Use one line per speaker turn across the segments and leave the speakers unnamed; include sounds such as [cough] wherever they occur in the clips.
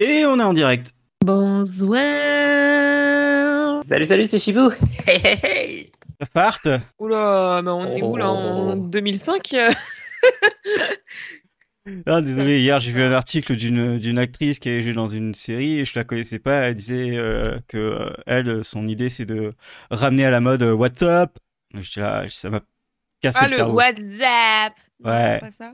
Et on est en direct.
Bonsoir
Salut, salut, c'est Chibou Hey, hey, hey
Ça parte
Oula, mais on est où là En
Oh.
2005
Ah, Désolé, hier j'ai vu un article d'une d'une actrice qui avait joué dans une série et je la connaissais pas. Elle disait euh, que euh, elle, son idée c'est de ramener à la mode euh, What's up J'étais là, ça m'a cassé
Ah,
le
le
cerveau.
WhatsApp
Ouais.
Pas ça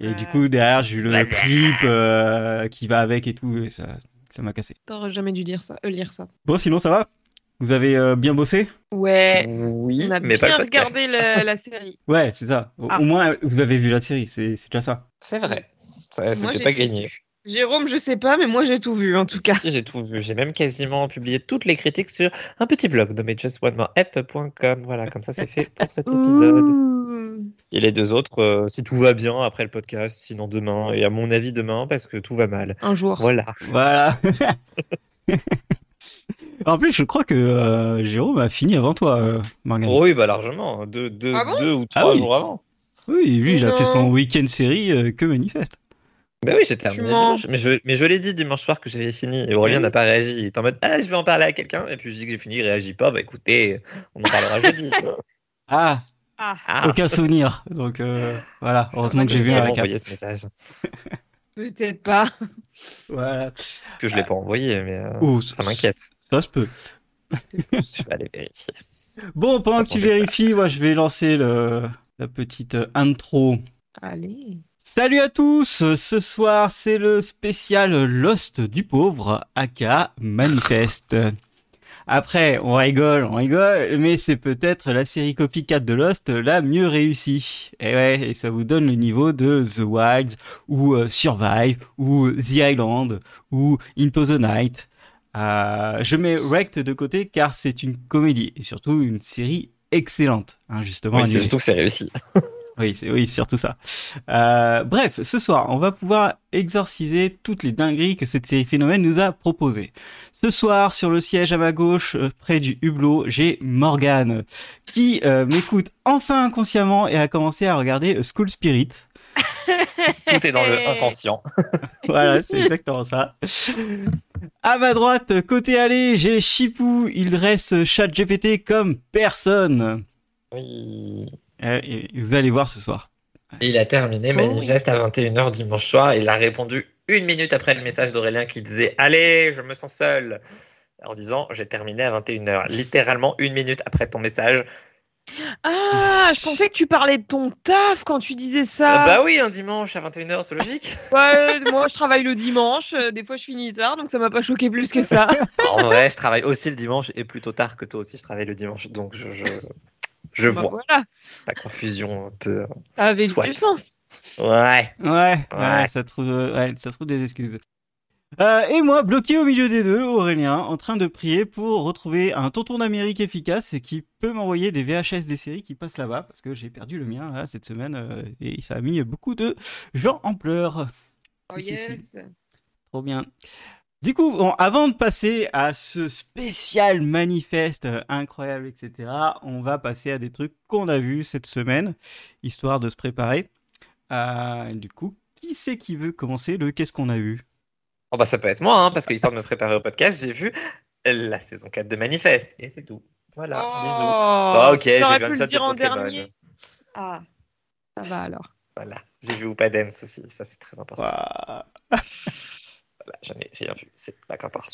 Et du
Ah.
coup, derrière, j'ai eu le
What's up
clip euh, qui va avec et tout, et ça ça m'a cassé.
T'aurais jamais dû lire ça, euh, lire ça.
Bon, sinon ça va Vous avez euh, bien bossé
Ouais,
Oui,
on a bien
mais pas le podcast.
regardé la, la série.
Ouais, c'est ça. Au,
Ah.
au moins, euh, vous avez vu la série, c'est c'est déjà ça.
C'est vrai. Ça,
Moi,
C'était
j'ai-
pas gagné.
Jérôme, je sais pas, mais moi j'ai tout vu en tout cas.
J'ai tout vu. J'ai même quasiment publié toutes les critiques sur un petit blog nommé justmoreapp.com. Voilà, comme ça, c'est fait pour cet épisode.
Ouh.
Et les deux autres, euh, si tout va bien après le podcast, sinon demain, et à mon avis demain, parce que tout va mal.
Un jour.
Voilà.
Voilà. [laughs] en plus, je crois que euh, Jérôme a fini avant toi, euh, Morgane.
Oh oui, bah largement. hein. Deux, deux,
Ah bon
deux ou
Ah
trois
oui.
jours avant.
Oui, lui, il a
Non.
fait son week-end série euh, que manifeste.
Ben oui, j'ai terminé
mens.
dimanche. Mais je, mais je l'ai dit dimanche soir que j'avais fini. Et Aurélien
Oui.
Mm.
n'a pas réagi. Il est en mode Ah, je vais en parler à quelqu'un. Et puis je dis que j'ai fini, il réagit pas. Bah écoutez, on en
[laughs]
parlera jeudi.
Ah,
Ah,
Ah,
aucun souvenir. Donc euh, voilà, heureusement que j'ai vu
J'ai
un
vraiment
récap.
envoyé ce message.
peut-être
[laughs]
pas.
Voilà.
Que je l'ai pas envoyé, mais euh,
Oh,
ça m'inquiète.
Ça se peut.
Je vais aller vérifier.
Bon, pendant que tu
De toute façon, j'ai que ça.
vérifies, moi, je vais lancer le, la petite euh, intro.
Allez.
Salut à tous Ce soir, c'est le spécial Lost du pauvre, aka Manifeste. Après, on rigole, on rigole, mais c'est peut-être la série copycat de Lost la mieux réussie. Et ouais, et ça vous donne le niveau de The Wilds, ou euh, Survive, ou The Island, ou Into the Night. Euh, je mets Wrecked de côté car c'est une comédie, et surtout une série excellente, hein, justement.
Oui, c'est
animée.
surtout que c'est réussi.
Oui, c'est oui, surtout ça. Euh, bref, ce soir, on va pouvoir exorciser toutes les dingueries que cette série phénomène nous a proposées. Ce soir, sur le siège à ma gauche, euh, près du hublot, j'ai Morgane, qui euh, m'écoute enfin inconsciemment et a commencé à regarder euh, School Spirit.
Tout est dans le inconscient.
Voilà,
[laughs]
c'est exactement ça. À ma droite, côté allée, j'ai Chipou. Il euh, dresse ChatGPT comme personne.
Oui.
Euh, et vous allez voir ce soir.
Et il a terminé
Oh oui.
manifeste à 21h dimanche soir. Il a répondu une minute après le message d'Aurélien qui disait Allez, je me sens seul. En disant J'ai terminé à 21h. Littéralement une minute après ton message.
Ah, je pensais que tu parlais de ton taf quand tu disais ça.
Bah oui, un dimanche à 21h, c'est logique.
Ouais, moi je travaille le dimanche, euh, des fois je finis tard, donc ça m'a pas choqué plus que ça.
[laughs] en vrai, je travaille aussi le dimanche et plutôt tard que toi aussi, je travaille le dimanche. Donc je, je, je
Bah,
vois
voilà,
la confusion un peu.
ça avait
Soit.
du sens.
Ouais.
Ouais, ouais,
Ouais.
ça trouve, euh, ouais, ça trouve des excuses. Euh, et moi, bloqué au milieu des deux, Aurélien, en train de prier pour retrouver un tonton d'Amérique efficace et qui peut m'envoyer des VHS des séries qui passent là-bas, parce que j'ai perdu le mien là cette semaine euh, et ça a mis beaucoup de gens en pleurs.
Oh
Oui, si, si.
yes.
Trop bien. Du coup, bon, avant de passer à ce spécial manifeste euh, incroyable, etc., on va passer à des trucs qu'on a vus cette semaine, histoire de se préparer. Euh, du coup, qui c'est qui veut commencer le qu'est-ce qu'on a vu
Oh bah ça peut être moi, hein, parce que histoire de me préparer au podcast, j'ai vu la saison 4 de Manifest. Et c'est tout. Voilà, bisous. Ah, ok, j'ai
Oh. J'aurais
vu un
pu le
chat de
dire en
Pokémon.
dernier. Ah, ça va alors.
Voilà. J'ai vu Upadens aussi, ça c'est très important.
Ouah.
Voilà, j'en ai rien vu, c'est pas qu'un tard.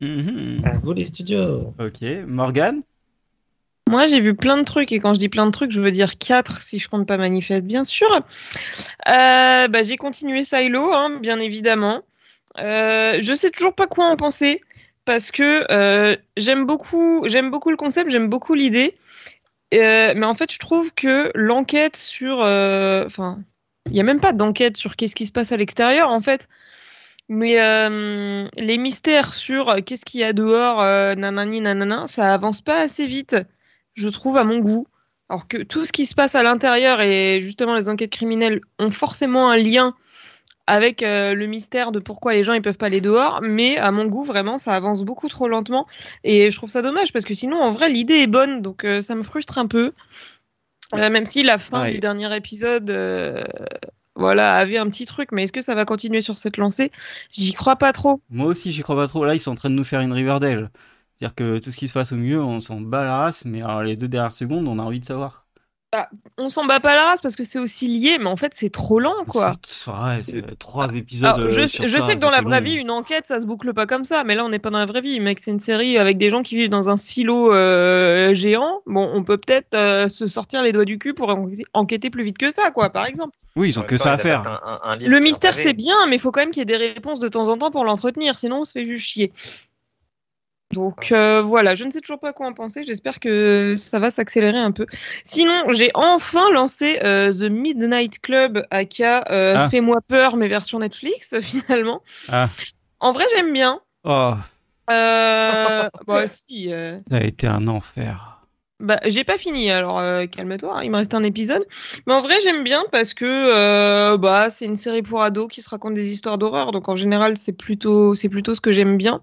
Mhm.
À vous les studios.
Ok, Morgane
Moi, j'ai vu plein de trucs, et quand je dis plein de trucs, je veux dire quatre, si je compte pas manifeste, bien sûr. Euh, bah, j'ai continué Silo, hein, bien évidemment. Euh, je sais toujours pas quoi en penser, parce que euh, j'aime beaucoup, j'aime beaucoup le concept, j'aime beaucoup l'idée, Euh, mais en fait, je trouve que l'enquête sur, euh, enfin, il y a même pas d'enquête sur qu'est-ce qui se passe à l'extérieur, en fait. Mais euh, les mystères sur euh, qu'est-ce qu'il y a dehors, euh, nanani, nanana, ça avance pas assez vite je trouve, à mon goût. Alors que tout ce qui se passe à l'intérieur et justement les enquêtes criminelles ont forcément un lien avec euh, le mystère de pourquoi les gens ils peuvent pas aller dehors, mais à mon goût vraiment ça avance beaucoup trop lentement et je trouve ça dommage parce que sinon en vrai l'idée est bonne donc euh, ça me frustre un peu. Euh, même si la fin
Ouais.
du dernier épisode euh, voilà, avait un petit truc, mais est-ce que ça va continuer sur cette lancée J'y crois pas trop.
Moi aussi, j'y crois pas trop. Là, ils sont en train de nous faire une Riverdale. C'est-à-dire que tout ce qui se passe au milieu, on s'en bat la race, mais alors les deux dernières secondes, on a envie de savoir.
Bah, on s'en bat pas la race parce que c'est aussi lié, mais en fait, c'est trop lent, quoi.
C'est ouais, c'est trois épisodes.
Euh, Alors, je
euh, sur
je
ça,
sais que dans la
c'était
vraie
long.
vie, une enquête, ça se boucle pas comme ça, mais là, on n'est pas dans la vraie vie, mec. C'est une série avec des gens qui vivent dans un silo euh, géant. Bon, on peut peut-être euh, se sortir les doigts du cul pour en- enquêter plus vite que ça, quoi, par exemple.
Oui, ils ont que ça à faire.
Le mystère, c'est bien, mais il faut quand même qu'il y ait des réponses de temps en temps pour l'entretenir, sinon on se fait juste chier. Donc euh, voilà, je ne sais toujours pas quoi en penser, j'espère que ça va s'accélérer un peu. Sinon, j'ai enfin lancé euh, The Midnight Club, aka euh,
Ah.
Fais-moi peur, mais version Netflix, [laughs] finalement.
Ah.
En vrai, j'aime bien.
Oh,
Euh, bah, si, euh,
ça a été un enfer.
bah, j'ai pas fini, alors euh, calme-toi, hein, il me reste un épisode. Mais en vrai, j'aime bien parce que euh, bah, c'est une série pour ados qui se raconte des histoires d'horreur, donc en général, c'est plutôt, c'est plutôt ce que j'aime bien.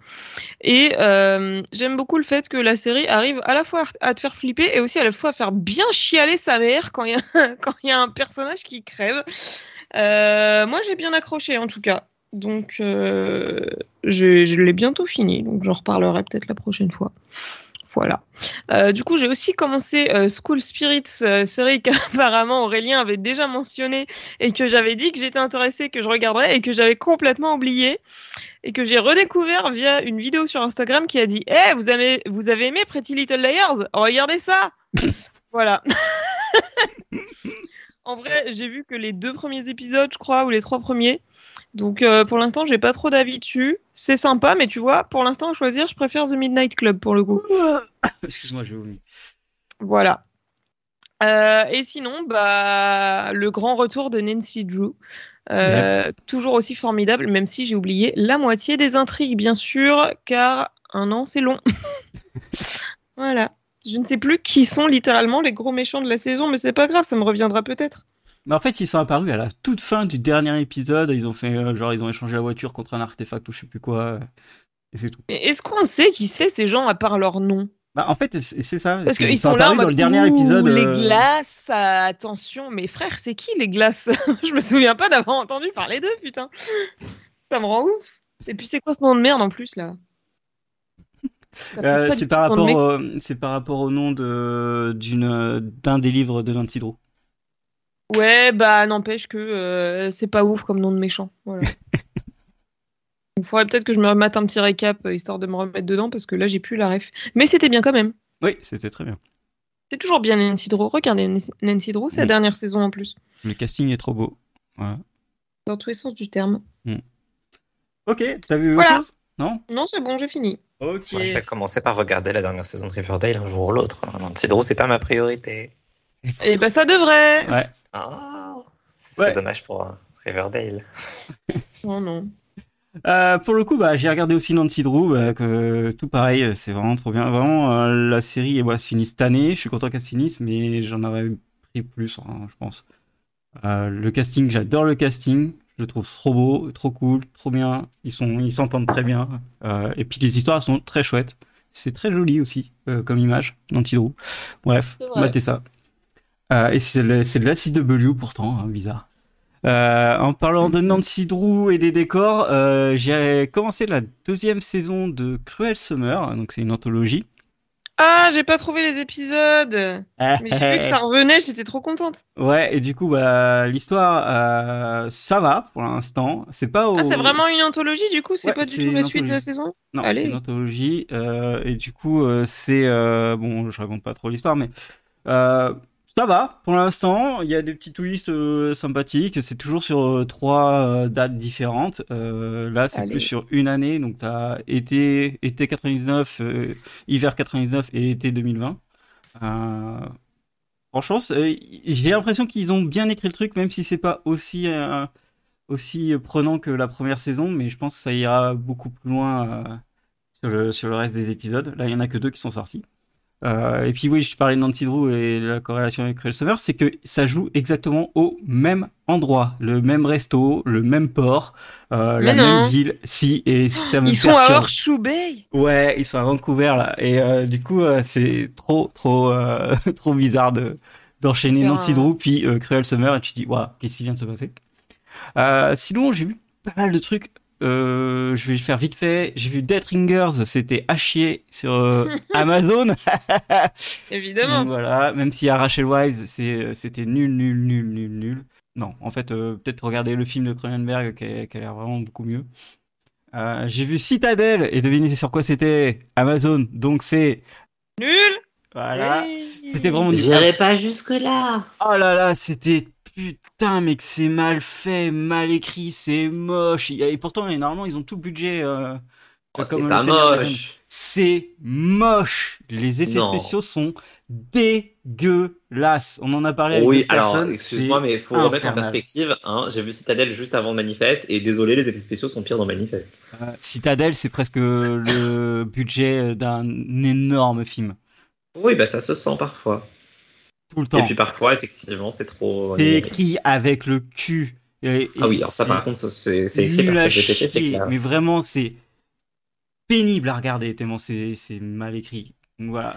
Et euh, j'aime beaucoup le fait que la série arrive à la fois à te faire flipper et aussi à la fois à faire bien chialer sa mère quand il y a, [laughs] quand il y a un personnage qui crève. Euh, moi, j'ai bien accroché en tout cas. Donc, euh, je, je l'ai bientôt fini, donc j'en reparlerai peut-être la prochaine fois. Voilà. Euh, du coup, j'ai aussi commencé euh, School Spirits, euh, série [laughs] qu'apparemment Aurélien avait déjà mentionnée et que j'avais dit que j'étais intéressée, que je regarderais et que j'avais complètement oublié et que j'ai redécouvert via une vidéo sur Instagram qui a dit Eh, vous, avez, vous avez aimé Pretty Little Liars Oh, Regardez ça Voilà. [laughs] en vrai, j'ai vu que les deux premiers épisodes, je crois, ou les trois premiers. Donc euh, pour l'instant, j'ai pas trop d'avis dessus. C'est sympa, mais tu vois, pour l'instant, à choisir, je préfère The Midnight Club pour le coup.
[coughs] Excuse-moi, j'ai vomi.
Voilà. Euh, et sinon, bah, le grand retour de Nancy Drew. Euh, Toujours aussi formidable, même si j'ai oublié la moitié des intrigues, bien sûr, car un an, c'est long. voilà. Je ne sais plus qui sont littéralement les gros méchants de la saison, mais c'est pas grave, ça me reviendra peut-être.
Mais en fait, ils sont apparus à la toute fin du dernier épisode. Ils ont fait, euh, genre, ils ont échangé la voiture contre un artefact ou je sais plus quoi. euh, Et c'est tout.
Mais est-ce qu'on sait qui c'est ces gens à part leur nom
Bah, en fait, c'est c'est ça.
Parce
c'est-
qu'ils
ils
sont là en
apparus
mode,
dans le dernier
Ouh,
épisode.
Les
euh,
glaces, ah, attention, mais frère, c'est qui les glaces [laughs] Je me souviens pas d'avoir entendu parler d'eux, putain. Ça me rend ouf. Et puis c'est quoi ce nom de merde en plus là Ça fait
euh,
pas du
c'est
tout
par
nom de mec.
rapport, euh, c'est par rapport au nom de d'une euh, d'un des livres de Nancy Drew.
Ouais, bah n'empêche que euh, c'est pas ouf comme nom de méchant.
[laughs]
Voilà. Il faudrait peut-être que je me remette un petit récap euh, histoire de me remettre dedans parce que là j'ai plus la ref. Mais c'était bien quand même.
Oui, c'était très bien.
C'est toujours bien Nancy Drew. Regardez Nancy- Nancy Drew, c'est la
Mm.
dernière saison en plus.
Le casting est trop beau. Voilà.
Dans tous les sens du terme.
Ok, t'as vu
Voilà.
autre chose Non.
Non, c'est bon, j'ai fini.
Ok.
Moi, je vais commencer par regarder la dernière saison de Riverdale un jour ou l'autre. hein. Nancy Drew, c'est pas ma priorité.
Eh ben ça devrait.
Ouais.
Ah, c'est
Ouais.
dommage pour euh, Riverdale.
Non non.
Euh, pour le coup, bah, j'ai regardé aussi Nancy Drew, bah, que tout pareil, euh, c'est vraiment trop bien. Vraiment, euh, la série moi, se finit cette année. Je suis content qu'elle se finisse, mais j'en aurais pris plus, hein, je pense. Euh, le casting, j'adore le casting. Je le trouve trop beau, trop cool, trop bien. Ils sont, ils s'entendent très bien. Euh, et puis les histoires sont très chouettes. C'est très joli aussi euh, comme image, Nancy Drew. Bref,
C'est vrai.
matez ça. Euh, et c'est le- c'est de l'acide de Belio pourtant, hein, bizarre. Euh, en parlant de Nancy Drew et des décors, euh, j'ai commencé la deuxième saison de Cruel Summer, donc c'est une anthologie.
Ah, j'ai pas trouvé les épisodes. Mais j'ai vu que
[laughs]
ça revenait, j'étais trop contente.
Ouais, et du coup, bah, l'histoire, euh, ça va pour l'instant. C'est pas au...
Ah, c'est vraiment une anthologie du coup, c'est
Oh. Ouais,
pas du
c'est
tout la
une
suite de la
anthologie.
saison
Non,
Allez.
c'est une anthologie. euh, et du coup, euh, c'est. euh, bon, je raconte pas trop l'histoire, mais. euh, ça va pour l'instant. Il y a des petits twists euh, sympathiques. C'est toujours sur euh, trois euh, dates différentes. Euh, là, c'est
Allez.
plus sur une année. Donc, t'as été, été 99, euh, hiver 99 et été 2020. Euh, franchement, c'est- j'ai l'impression qu'ils ont bien écrit le truc, même si c'est pas aussi. euh, aussi prenant que la première saison, mais je pense que ça ira beaucoup plus loin euh, sur, le, sur le reste des épisodes. Là, il y en a que deux qui sont sortis. Euh, et puis oui, je parlais de Nancy Drew et la corrélation avec Cruel Summer, c'est que ça joue exactement au même endroit, le même resto, le même port, euh, la
Mais non.
même ville. Si et si ça me
Ils sont à
perturbe.
Horseshoe Bay.
Ouais, ils sont à Vancouver là, et euh, du coup euh, c'est trop trop euh, [laughs] trop bizarre de d'enchaîner
Faire
Nancy
un-
Drew puis euh, Cruel Summer et tu te dis waouh qu'est-ce qui vient de se passer Euh, sinon, j'ai vu pas mal de trucs. Euh, je vais faire vite fait. J'ai vu Death Ringers, c'était à chier sur euh, Amazon. [laughs]
Évidemment.
Donc voilà, même si Rachel Wives, c'est- euh, c'était nul, nul, nul, nul, nul. Non, en fait, euh, peut-être regarder le film de Cronenberg qui a, qui a l'air vraiment beaucoup mieux. Euh, J'ai vu Citadel et devinez sur quoi c'était Amazon. Donc c'est
Nul.
voilà.
Oui.
C'était vraiment du
J'irai pas jusque-là.
Oh là là, c'était putain, mais que c'est mal fait, mal écrit, c'est moche. Et pourtant, et normalement, ils ont tout le budget. euh,
Oh,
comme
c'est
le
pas
Seigneur des
moche.
C'est moche. Les effets
Non.
spéciaux sont dégueulasses. On en a parlé avec
Oui,
d'autres
alors,
personnes,
excuse-moi,
c'est-
mais il faut remettre en
infernal.
perspective. hein. J'ai vu Citadel juste avant Manifeste, et désolé, les effets spéciaux sont pires dans Manifeste.
Euh, Citadel, c'est presque le budget d'un énorme film.
Oui, bah ça se sent parfois.
Tout le
Et
temps.
puis parfois, effectivement, c'est trop.
C'est écrit avec le cul. Et-
Ah
et
oui, alors ça,
c'est-
par contre, c'est c'est écrit
nul
par
à
ChatGPT, c'est
chier,
clair.
Mais vraiment, c'est pénible à regarder tellement c'est c'est mal écrit. Donc voilà.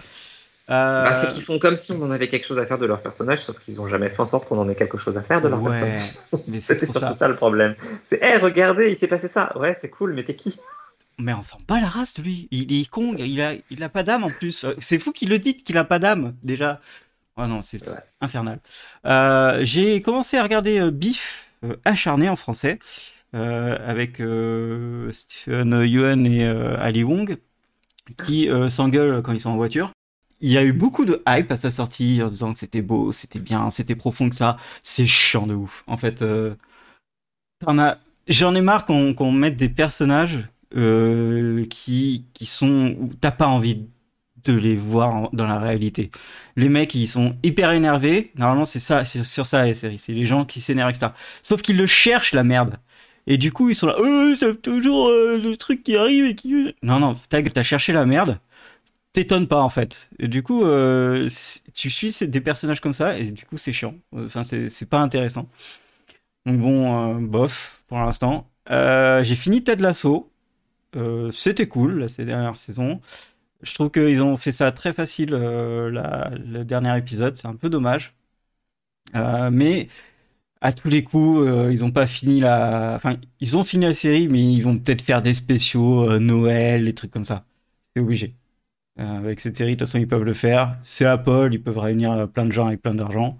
Euh,
Bah, c'est qu'ils font comme si on en avait quelque chose à faire de leur personnage, sauf qu'ils ont jamais fait en sorte qu'on en ait quelque chose à faire de leur
Ouais,
personnage.
Euh, mais c'est
[laughs] C'était
trop
surtout
ça.
ça. le problème. C'est, hé, regardez, il s'est passé ça. Ouais, c'est cool, mais t'es qui
Mais on s'en bat la race de lui. Il est con, il a, il a pas d'âme en plus. Euh, C'est fou qu'il le dise qu'il a pas d'âme déjà. Oh non, c'est
Ouais.
infernal. Euh, J'ai commencé à regarder euh, Biff euh, acharné en français euh, avec euh, Stephen Yeun et euh, Ali Wong qui euh, s'engueulent quand ils sont en voiture. Il y a eu beaucoup de hype à sa sortie en disant que c'était beau, c'était bien, c'était profond que ça. C'est chiant de ouf. En fait, euh, t'en as- j'en ai marre qu'on qu'on mette des personnages euh, qui, qui sont où t'as pas envie de les voir en- dans la réalité. Les mecs, ils sont hyper énervés. Normalement, c'est ça, c'est sur ça les séries. C'est les gens qui s'énervent, etc. Sauf qu'ils le cherchent, la merde. Et du coup, ils sont là, euh, c'est toujours euh, le truc qui arrive et qui. Non, non, ta gueule, t'as cherché la merde. T'étonnes pas, en fait. Et du coup, euh, c'est- tu suis c'est des personnages comme ça, et du coup, c'est chiant. Enfin, c'est c'est pas intéressant. Donc bon, euh, bof, pour l'instant. Euh, J'ai fini Ted Lasso. Euh, C'était cool, là, ces dernières saisons. Je trouve qu'ils ont fait ça très facile, euh, la- le dernier épisode. C'est un peu dommage. Euh, mais à tous les coups, euh, ils ont pas fini la. Enfin, ils ont fini la série, mais ils vont peut-être faire des spéciaux, euh, Noël, des trucs comme ça. C'est obligé. Euh, avec cette série, de toute façon, ils peuvent le faire. C'est Apple, ils peuvent réunir euh, plein de gens avec plein d'argent.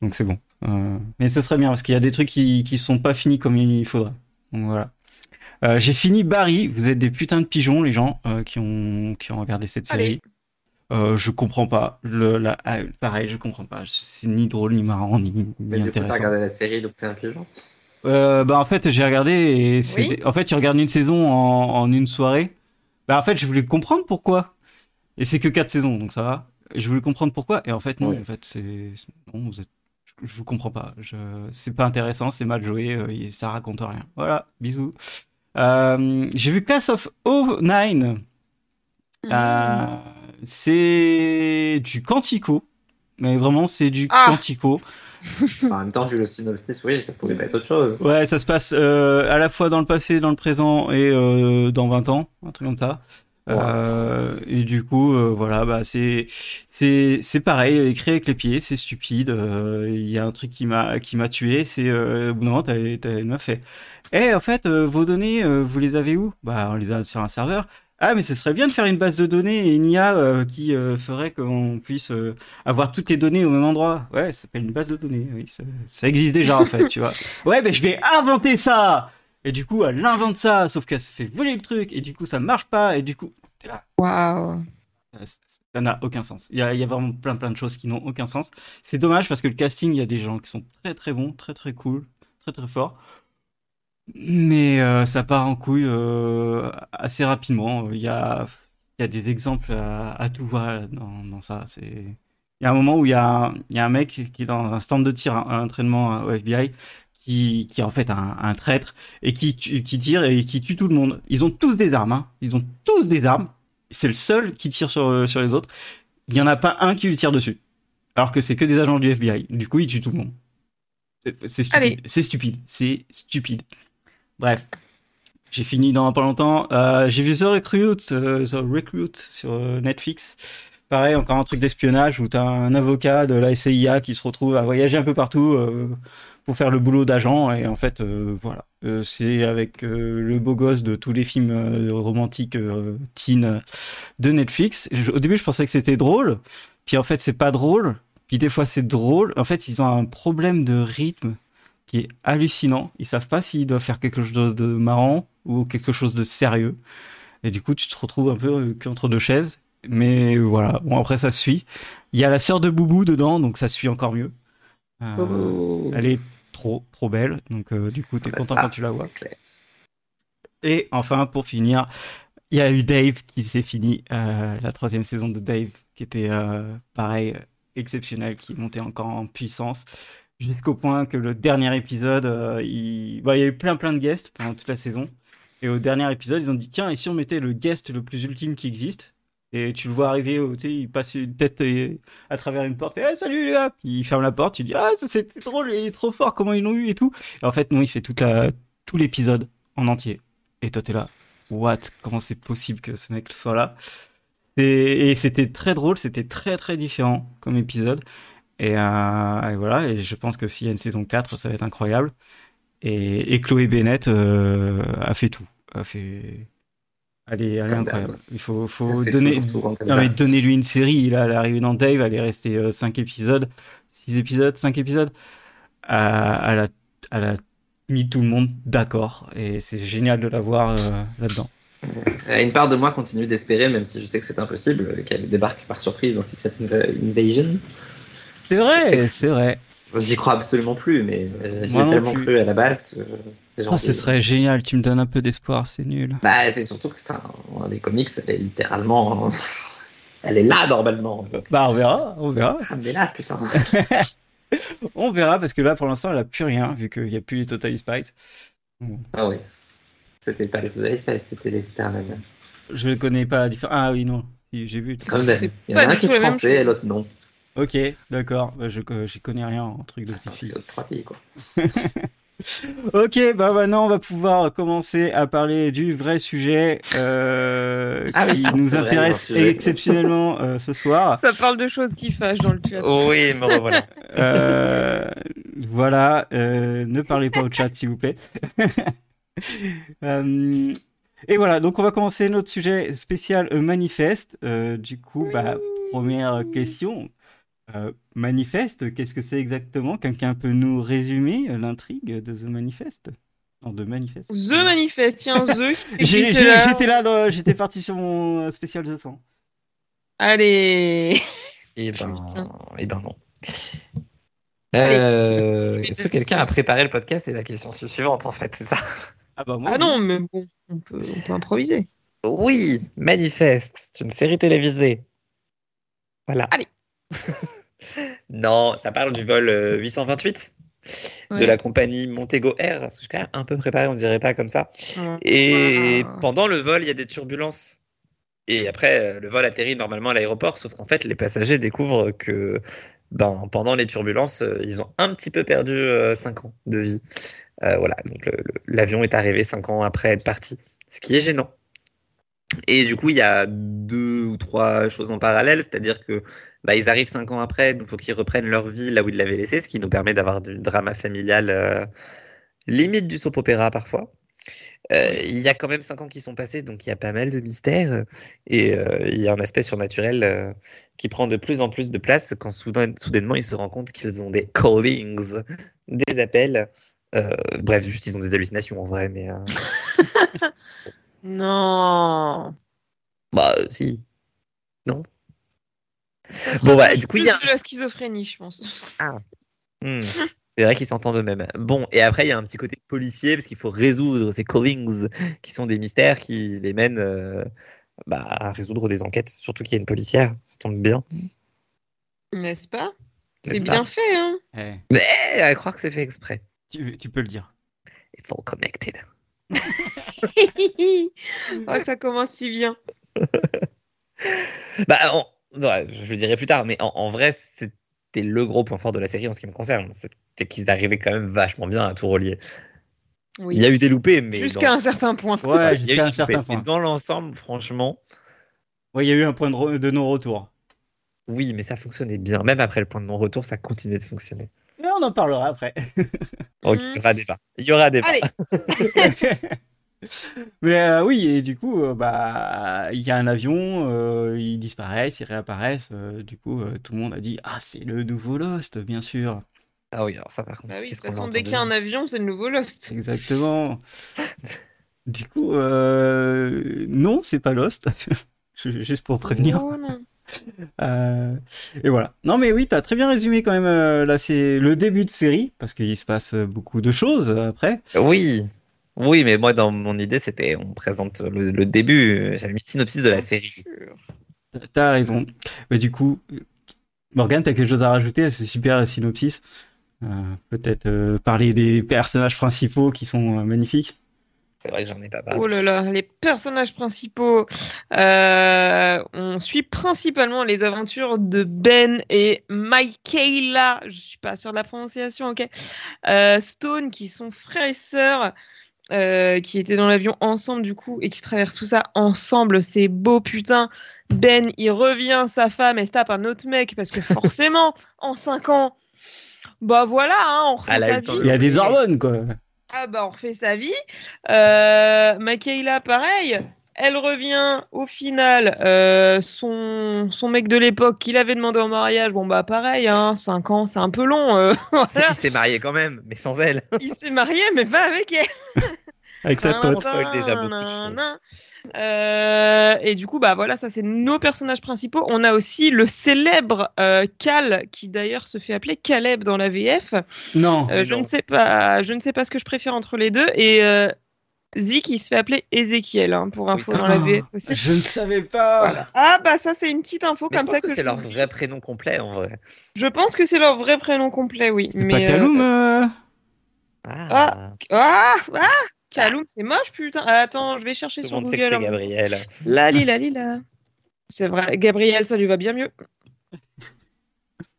Donc c'est bon. Euh, mais ça serait bien, parce qu'il y a des trucs qui, qui sont pas finis comme il faudrait. Donc voilà. Euh, J'ai fini Barry. Vous êtes des putains de pigeons, les gens euh, qui, ont, qui ont regardé cette série.
Allez.
Euh, je comprends pas. Le, la- ah, pareil, je comprends pas. C'est ni drôle, ni marrant, ni, ni
Mais du coup, t'as
intéressant.
regardé la série, donc t'es
[laughs]
un pigeon.
Euh, bah en fait j'ai regardé et c'était- en fait tu regardes une saison en, en une soirée. Bah en fait je voulais comprendre pourquoi. Et c'est que quatre saisons donc ça va. Et je voulais comprendre pourquoi et en fait non
Ouais.
en fait c'est non vous êtes je- je vous comprends pas. Je... C'est pas intéressant, c'est mal joué, euh, et ça raconte rien. Voilà, bisous. Euh, j'ai vu Class of 09. Euh, c'est du Quantico. Mais vraiment, c'est du
Ah.
Quantico.
en même temps, vu le synopsis, oui, ça pouvait pas être autre chose.
Ouais, ça se passe euh, à la fois dans le passé, dans le présent et euh, dans 20 ans, un truc comme ça. Euh, et du coup, euh, voilà, bah c'est c'est c'est pareil, écrit avec les pieds, c'est stupide. euh, Il y a un truc qui m'a qui m'a tué, c'est euh, au bout d'un moment, t'as t'as une meuf fait. Eh, en fait, euh, vos données, euh, vous les avez où Bah, on les a sur un serveur. Ah, mais ce serait bien de faire une base de données et une IA euh, qui euh, ferait qu'on puisse euh, avoir toutes les données au même endroit. Ouais, ça s'appelle une base de données. Oui, ça, ça existe déjà en fait, tu vois. Ouais, mais je vais inventer ça. Et du coup, elle invente ça, sauf qu'elle se fait voler le truc. Et du coup, ça marche pas. Et du coup,
Waouh.
euh, c- ça n'a aucun sens. Il y, a, il y a vraiment plein plein de choses qui n'ont aucun sens. C'est dommage parce que le casting, il y a des gens qui sont très très bons, très très cool, très très forts. Mais euh, ça part en couille euh, assez rapidement. Il y a, il y a des exemples à, à tout voir dans, dans ça. C'est... Il y a un moment où il y a un, il y a un mec qui est dans un stand de tir, un, un entraînement au FBI, qui, qui est en fait un, un traître et qui, tue- qui tire et qui tue tout le monde. Ils ont tous des armes. hein. Ils ont tous des armes. C'est le seul qui tire sur, sur les autres. Il n'y en a pas un qui lui tire dessus. Alors que c'est que des agents du FBI. Du coup, il tue tout le monde. C'est- C'est
Allez.
stupide. C'est stupide. C'est stupide. Bref. J'ai fini dans pas longtemps. Euh, j'ai vu The Recruit, euh, The Recruit sur euh, Netflix. Pareil, encore un truc d'espionnage où t'as un avocat de la CIA qui se retrouve à voyager un peu partout euh, pour faire le boulot d'agent. Et en fait, euh, voilà, Euh, c'est avec euh, le beau gosse de tous les films euh, romantiques euh, teen de Netflix. Je- au début, je pensais que c'était drôle, puis en fait, c'est pas drôle. Puis des fois, c'est drôle. En fait, ils ont un problème de rythme qui est hallucinant. Ils savent pas s'ils doivent faire quelque chose de marrant ou quelque chose de sérieux. Et du coup, tu te retrouves un peu euh, cul entre deux chaises. Mais voilà, bon après ça suit. Il y a la sœur de Boubou dedans, donc ça suit encore mieux. Euh, elle est trop, trop belle. Donc, euh, du coup, t'es
Oh. Bah,
content
ça,
quand tu la vois.
c'est clair.
Et enfin, pour finir, il y a eu Dave qui s'est fini. euh, la troisième saison de Dave, qui était euh, pareil, exceptionnelle, qui montait encore en puissance. Jusqu'au point que le dernier épisode, euh, il... bah, il y a eu plein, plein de guests pendant toute la saison. Et au dernier épisode, ils ont dit tiens, et si on mettait le guest le plus ultime qui existe Et tu le vois arriver, euh, tu sais, il passe une tête euh, à travers une porte, et Ah, salut les gars Puis Il ferme la porte, tu dis ah, ça, c'était drôle, il est trop fort, comment ils l'ont eu et tout. Et en fait, non, il fait toute la... tout l'épisode en entier. Et toi, t'es là, what Comment c'est possible que ce mec soit là Et, et c'était très drôle, c'était très très différent comme épisode. Et, euh, et voilà, et je pense que s'il y a une saison 4, ça va être incroyable. Et, et Chloé Bennett euh, a fait tout. A fait... Elle est, elle est
Comme
incroyable. Il faut, faut
Elle fait
donner,
toujours tout quand elle
non,
va.
mais donnez-lui une série. Là, elle est arrivée dans Dave, elle est restée 5 épisodes, 6 épisodes, 5 épisodes. Euh, elle, a, elle a mis tout le monde d'accord. Et c'est génial de la voir euh, là-dedans.
Euh, Une part de moi continue d'espérer, même si je sais que c'est impossible, euh, qu'elle débarque par surprise dans Secret Inv- Invasion.
C'est vrai, c'est vrai.
J'y crois absolument plus, mais euh, j'y
Moi
ai
non
tellement
plus.
cru à la base. que j'ai
Ah,
envie
ce
de-
serait génial, tu me donnes un peu d'espoir, c'est nul.
Bah, c'est surtout que putain, les comics, elle est littéralement. [laughs] Elle est là normalement. Donc,
Bah, on verra, on verra.
ramenez-la, putain.
On verra, parce que là, pour l'instant, elle a plus rien, vu qu'il n'y a plus les Total Spies.
Ah oui. C'était pas les Total Space, c'était les Superman.
Je ne connais pas la différence. Ah oui, non, Si, j'ai vu.
Comme
C'est
d'hab. Il y en
pas
a un
du
qui
tout
est
la même
français et
chose.
l'autre non.
Ok, d'accord, Bah, je j'y connais rien en truc de
Ah, C'est un
petite fille.
trio de trois filles, quoi.
Ok, bah maintenant on va pouvoir commencer à parler du vrai sujet euh,
Ah oui,
qui
tiens,
nous
c'est vrai,
intéresse
il y a un sujet.
exceptionnellement euh, ce soir.
Ça parle de choses qui fâchent dans le chat.
Oh.
Oui, me revoilà. [laughs]
Euh, voilà, euh, ne parlez pas au chat s'il vous plaît. [laughs] Euh, et voilà, donc on va commencer notre sujet spécial euh, manifeste. Euh, du coup, bah, première question. Euh, manifeste, qu'est-ce que c'est exactement Quelqu'un peut nous résumer euh, l'intrigue de The Manifest Non, de Manifest.
The
[laughs]
Manifest, tiens, The qui s'est
J'ai-
glissé
j'ai-
là.
J'étais là, dans- j'étais parti sur mon spécial 200.
Allez
Eh ben,
Putain.
eh ben non.
Allez.
Euh,
Fais
Est-ce que
deux
quelqu'un a préparé le podcast C'est la question suivante, en fait, c'est ça [laughs]
Ah bah moi.
Ah
oui.
non, mais bon, on peut, on peut improviser.
Oui, Manifeste, c'est une série télévisée. Voilà.
Allez.
[laughs] non, ça parle du vol euh, 828 de
Ouais.
la compagnie Montego Air. Parce que je suis quand même un peu préparé, on dirait pas comme ça.
Ouais.
Et
Ah.
pendant le vol, il y a des turbulences. Et après, euh, le vol atterrit normalement à l'aéroport, sauf qu'en fait, les passagers découvrent que ben, pendant les turbulences, euh, ils ont un petit peu perdu 5 ans de vie. Euh, voilà, donc le- le- l'avion est arrivé 5 ans après être parti, ce qui est gênant. Et du coup, il y a deux ou trois choses en parallèle, c'est-à-dire que bah, ils arrivent 5 ans après, donc il faut qu'ils reprennent leur vie là où ils l'avaient laissée, ce qui nous permet d'avoir du drama familial euh, limite du soap opéra parfois. Euh, il y a quand même 5 ans qui sont passés, donc il y a pas mal de mystères. Et euh, il y a un aspect surnaturel euh, qui prend de plus en plus de place quand soudain- soudainement ils se rendent compte qu'ils ont des callings, des appels. Euh, bref, juste ils ont des hallucinations en vrai, mais. euh,
Non.
bah, euh, si. Non Bon, bah, du coup, il y a.
Plus de la schizophrénie, je pense. [laughs]
Hmm. C'est vrai qu'ils s'entendent eux-mêmes. Bon, et après, il y a un petit côté policier, parce qu'il faut résoudre ces callings, qui sont des mystères qui les mènent euh, bah, à résoudre des enquêtes, surtout qu'il y a une policière, ça tombe bien.
N'est-ce pas C'est
n'est-ce pas
bien
[laughs]
fait, hein
Eh,
Eh, à croire que c'est fait exprès.
tu, tu peux le dire.
It's all connected.
oh, ça commence si bien.
Bah, en- ouais, je le dirai plus tard, mais en, en vrai, c'était le gros point fort de la série en ce qui me concerne. C'était qu'ils arrivaient quand même vachement bien à tout relier.
Oui.
Il y a eu des loupés, mais.
Jusqu'à
dans-
un certain point.
Ouais,
Ouais, il y a eu
jusqu'à
des
un certain
loupés, mais
point.
dans l'ensemble, franchement,
Ouais, il y a eu un point de, re- de non-retour.
oui, mais ça fonctionnait bien. Même après le point de mon retour, ça continuait de fonctionner.
Et on on en parlera après. [laughs]
Ok, il y aura débat. Il y aura débat.
Mhm. Hmm.
[laughs]
Allez, Bah
Mais euh, oui, et du coup, euh, bah, il y a un avion, euh, ils disparaissent, ils réapparaissent. euh, du coup, euh, tout le monde a dit Ah, c'est le nouveau Lost, bien sûr.
Ah oui, alors ça par contre,
bah oui, de
qu'est-ce
toute
qu'on a
façon, dès
entendu
qu'il y a un avion, c'est le nouveau Lost.
Exactement. du coup, euh, non, c'est pas Lost. [laughs] Ju- Juste pour prévenir.
Oh, non.
Euh, et voilà. Non, mais oui, t'as très bien résumé quand même. euh, là, c'est le début de série, parce qu'il se passe euh, beaucoup de choses euh, après.
Oui, oui, mais moi dans mon idée c'était on présente le, le début. euh, J'avais mis synopsis de la série.
T'as- T'as raison. Mais du coup, euh, Morgane, t'as quelque chose à rajouter à ce super synopsis Euh, Peut-être euh, parler des personnages principaux qui sont euh, magnifiques.
C'est vrai que j'en ai pas parlé.
Oh là là, les personnages principaux. Euh, on suit principalement les aventures de Ben et Michaela. Je suis pas sûre de la prononciation, ok. Euh, Stone, qui sont frères et sœurs, euh, qui étaient dans l'avion ensemble du coup et qui traversent tout ça ensemble. C'est beau, putain. Ben, il revient, sa femme, elle se tape un autre mec parce que
[laughs]
forcément, en 5 ans, bah voilà, hein, on refait
Elle a eu
sa
le temps
vie.
de
Il y a des hormones, quoi.
Ah bah on refait sa vie. Euh, Michaela, pareil. Elle revient au final, euh, son, son mec de l'époque qu'il avait demandé en mariage, bon bah pareil, hein, 5 ans c'est un peu long, euh, [laughs] voilà.
Il s'est marié quand même, mais sans elle.
il s'est marié mais pas avec elle.
Avec sa
Nan,
pote.
pote.
nan,
Déjà beaucoup de
nan,
choses.
nan. Euh, et du coup bah voilà ça c'est nos personnages principaux. On a aussi le célèbre euh, Cal qui d'ailleurs se fait appeler Caleb dans la VF.
Non.
Euh, je
Genre.
ne sais pas, je ne sais pas ce que je préfère entre les deux. Et euh, Zik, il se fait appeler Ézéchiel, hein, pour info
Oui,
dans la
ah.
VF aussi.
Je ne savais pas.
Ah bah ça c'est une petite info
Mais je
comme
pense
ça
que,
que
c'est
je...
leur vrai prénom complet en vrai.
je pense que c'est leur vrai prénom complet, oui.
C'est pas
euh,
Kaloum euh
Ah,
Ah, ah Kaloum, c'est moche putain. Ah, Attends, je vais chercher
tout le
sur
monde
Google.
sait que c'est
hein.
Gabriel.
Lali, lali, là. C'est vrai, Gabriel, ça lui va bien mieux.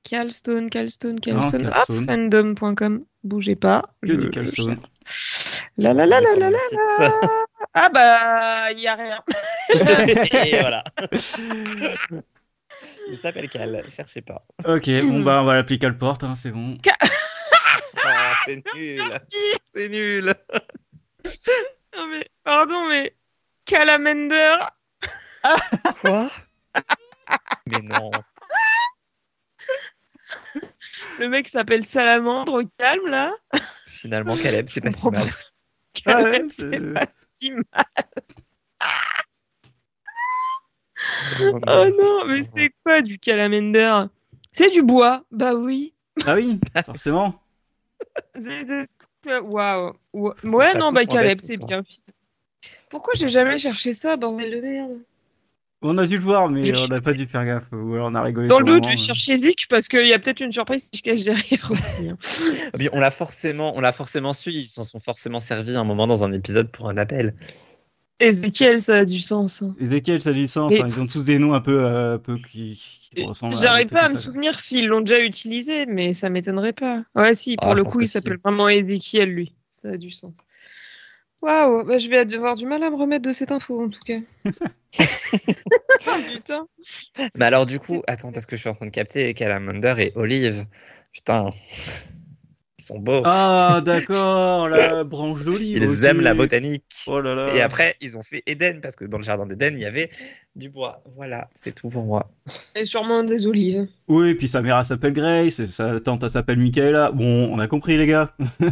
Calstone, Calstone, Calstone. Ah, Hop,
Calstone.
fandom.com, bougez pas.
Que du
je-
caleçon.
La [laughs] la la la
Sur
la
le
la.
site.
Ah bah, il y a rien.
[laughs]
[laughs]
Et voilà. Il s'appelle Cal, cherchez pas.
[laughs] Ok, bon
Hmm.
bah on va l'appeler Calporte, hein, c'est bon.
Ah, c'est nul, c'est nul.
[laughs] Non mais, pardon, mais Calamender,
Quoi Mais non.
le mec s'appelle Salamandre, au calme là.
Finalement, Caleb, c'est pas si mal.
Caleb,
[laughs]
ouais,
c'est
c'est-
pas si mal. [laughs] Oh non, mais c'est quoi du Calamender C'est du bois, bah oui.
Ah oui, forcément.
C'est- c'est- Waouh. Ouah.
qu'on
Ouais,
sera
non,
tous
bah
en
Caleb,
dette ce
c'est
soir.
bien. Pourquoi j'ai jamais cherché ça, bordel de merde
On a dû le voir, mais
Je-
on n'a pas dû faire gaffe. Ou alors on a rigolé.
Dans
sur
le doute, je
moment,
vais
hein.
chercher Zik parce qu'il y a peut-être une surprise qui se cache derrière aussi. hein.
Ah, mais on l'a forcément, on l'a forcément su. Ils s'en sont forcément servis un moment dans un épisode pour un appel.
Ezekiel, ça a du sens. hein.
euh. Ezekiel, ça a du sens.
Et-
hein, Ils ont tous des noms un peu, euh, un peu qui, qui ressemblent.
J'arrive
des
pas à
trucs comme
me
bah, ça.
souvenir s'ils l'ont déjà utilisé, mais ça m'étonnerait pas. Ouais, si, pour
Ah, je
le
pense
coup,
que
il
si.
s'appelle vraiment Ezekiel, lui. Ça a du sens. Waouh, bah, je vais avoir du mal à me remettre de cette info, en tout cas. Putain.
Mais alors du coup, attends parce que je suis en train de capter Calamander et Olive. Putain, ils sont beaux.
Ah d'accord, la branche d'olive.
ils
ok.
aiment la botanique.
Oh là là.
Et
Ah.
après, ils ont fait Éden parce que dans le jardin d'Éden, il y avait du bois. Voilà, c'est tout pour moi.
Et sûrement hein. des olives.
Oui, et puis sa mère elle s'appelle Grace, et sa tante elle s'appelle Michaela. Bon, on a compris les gars. [laughs]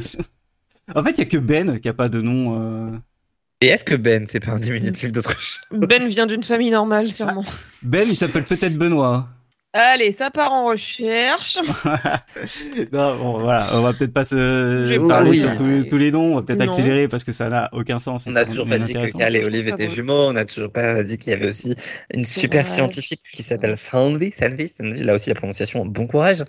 en fait, il y a que Ben qui a pas de nom. euh.
Et est-ce que Ben, c'est pas un diminutif d'autre chose
Ben vient d'une famille normale, sûrement.
Ben, il s'appelle peut-être Benoît.
Ah.
Allez, ça part en recherche.
Non, bon, voilà, on va peut-être pas
Je
se
vais
parler
pas-
sur
oui.
tous les, tous les noms, on va peut-être
Non.
accélérer parce que ça n'a aucun sens. hein,
On
ça
n'a
semble
toujours pas dit que
inintéressant.
Cal et
Je trouve
Olive
ça
étaient
drôle.
jumeaux. On n'a toujours pas dit qu'il y avait aussi une super
vrai.
scientifique qui s'appelle Sandy. Sandy, Sandy, là aussi la prononciation, bon courage.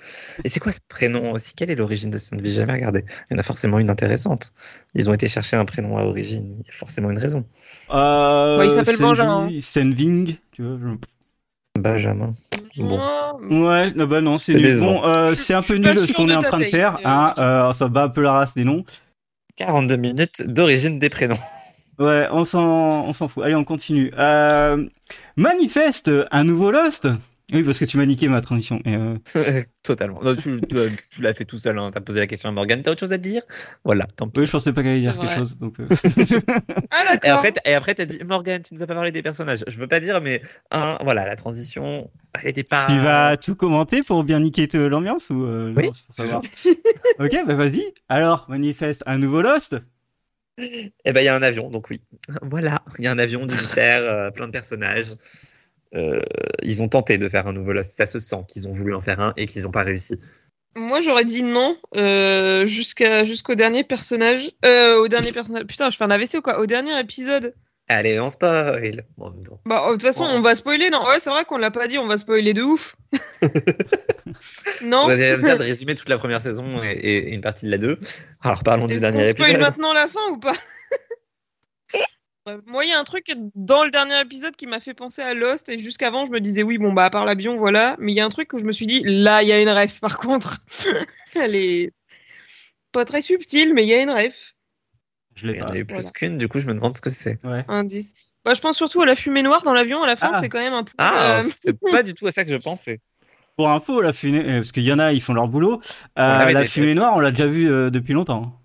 Et c'est quoi ce prénom aussi Quelle est l'origine de Sandy J'ai Jamais regardé. Il y en a forcément une intéressante. Ils ont été chercher un prénom à origine. Il y a forcément une raison.
Euh,
Ouais, il s'appelle
Senvi-
Benjamin. hein.
Senving, tu vois. je-
Benjamin. Bon.
Moi,
Ouais, non, bah non, c'est
C'est
nul.
décevant.
Bon, euh,
Je-
c'est un
je
peu
suis
nul
pas
ce
sûre
qu'on
de
est en
ta
train de
taille,
faire.
euh.
Hein, euh, ça bat un peu la race des noms.
42 minutes d'origine des prénoms.
Ouais, on s'en, on s'en fout. Allez, on continue. Euh, manifeste un nouveau Lost. Oui, parce que tu m'as niqué ma transition. mais, euh,
Totalement. Non, tu tu- tu l'as fait tout seul. Hein. T'as posé la question à Morgane. T'as autre chose à te dire Voilà, tant pis.
oui, je pensais pas qu'elle allait
C'est
dire quelque
vrai.
chose. Donc, euh,
[laughs]
Ah,
Et
d'accord.
après, t- et après, t'as dit Morgane, tu nous as pas parlé des personnages. Je veux pas dire, mais hein, voilà, la transition, elle était pas.
tu vas tout commenter pour bien niquer euh, l'ambiance ou euh,
Oui,
genre, c'est pour
[laughs]
savoir. ok, bah vas-y. Alors, manifeste un nouveau Lost.
Eh ben, il y a un avion, donc oui. [laughs] Voilà, il y a un avion du mystère, euh, plein de personnages. Euh, ils ont tenté de faire un nouveau Lost. Ça se sent qu'ils ont voulu en faire un et qu'ils n'ont pas réussi.
Moi, j'aurais dit non euh, jusqu'à jusqu'au dernier personnage. Euh, au dernier personnage. Putain, je fais un AVC ou quoi Au dernier épisode.
Allez, on spoil. Bon, en même temps.
Bah, oh, de toute façon,
Ouais.
on va spoiler. Non, ouais, c'est vrai qu'on l'a pas dit. On va spoiler de
[laughs]
ouf. non.
On va
[laughs]
déjà dire de résumer toute la première saison et, et une partie de la 2. Alors parlons du
Est-ce
dernier
qu'on spoil
épisode.
maintenant la fin ou pas [laughs] Ouais, Moi, il y a un truc dans le dernier épisode qui m'a fait penser à Lost et jusqu'avant, je me disais oui, bon bah à part l'avion, voilà. Mais il y a un truc où je me suis dit là, il y a une ref. Par contre, [laughs] elle est pas très subtile, mais il y a une ref.
Je
Il
l'ai
y en
pas.
a eu plus
Voilà.
qu'une, du coup je me demande ce que c'est.
Ouais.
Indice. Bah, je pense surtout à la fumée noire dans l'avion. À la fin,
Ah.
c'est quand même un. peu,
Ah,
euh,
c'est pas du tout à ça que je pensais.
Pour info, la fumée, euh, parce qu'il y en a, ils font leur boulot. Euh,
l'avait
la
déjà
fumée noire, on l'a déjà vue euh, depuis longtemps.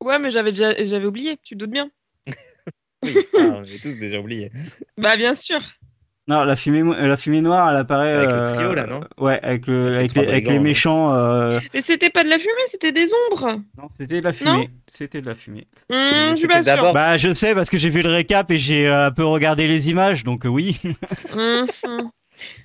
Ouais, mais j'avais déjà, j'avais oublié. Tu te doutes bien.
Oui, [laughs] ça, on l'a tous déjà oublié.
Bah bien sûr.
Non, la fumée, mo- euh, la fumée noire, elle apparaît.
Avec le
euh,
trio là, non
Ouais, avec, le,
les
avec,
trois
les, avec les
brigands, là.
méchants. euh,
Mais c'était pas de la fumée, c'était des ombres.
Non, c'était de la fumée. C'était de la fumée.
Hum, je suis
C'était
pas sûre.
d'abord-
Bah, je sais parce que j'ai vu le récap et j'ai euh, un peu regardé les images, donc euh, [laughs] oui.
Hum, hum.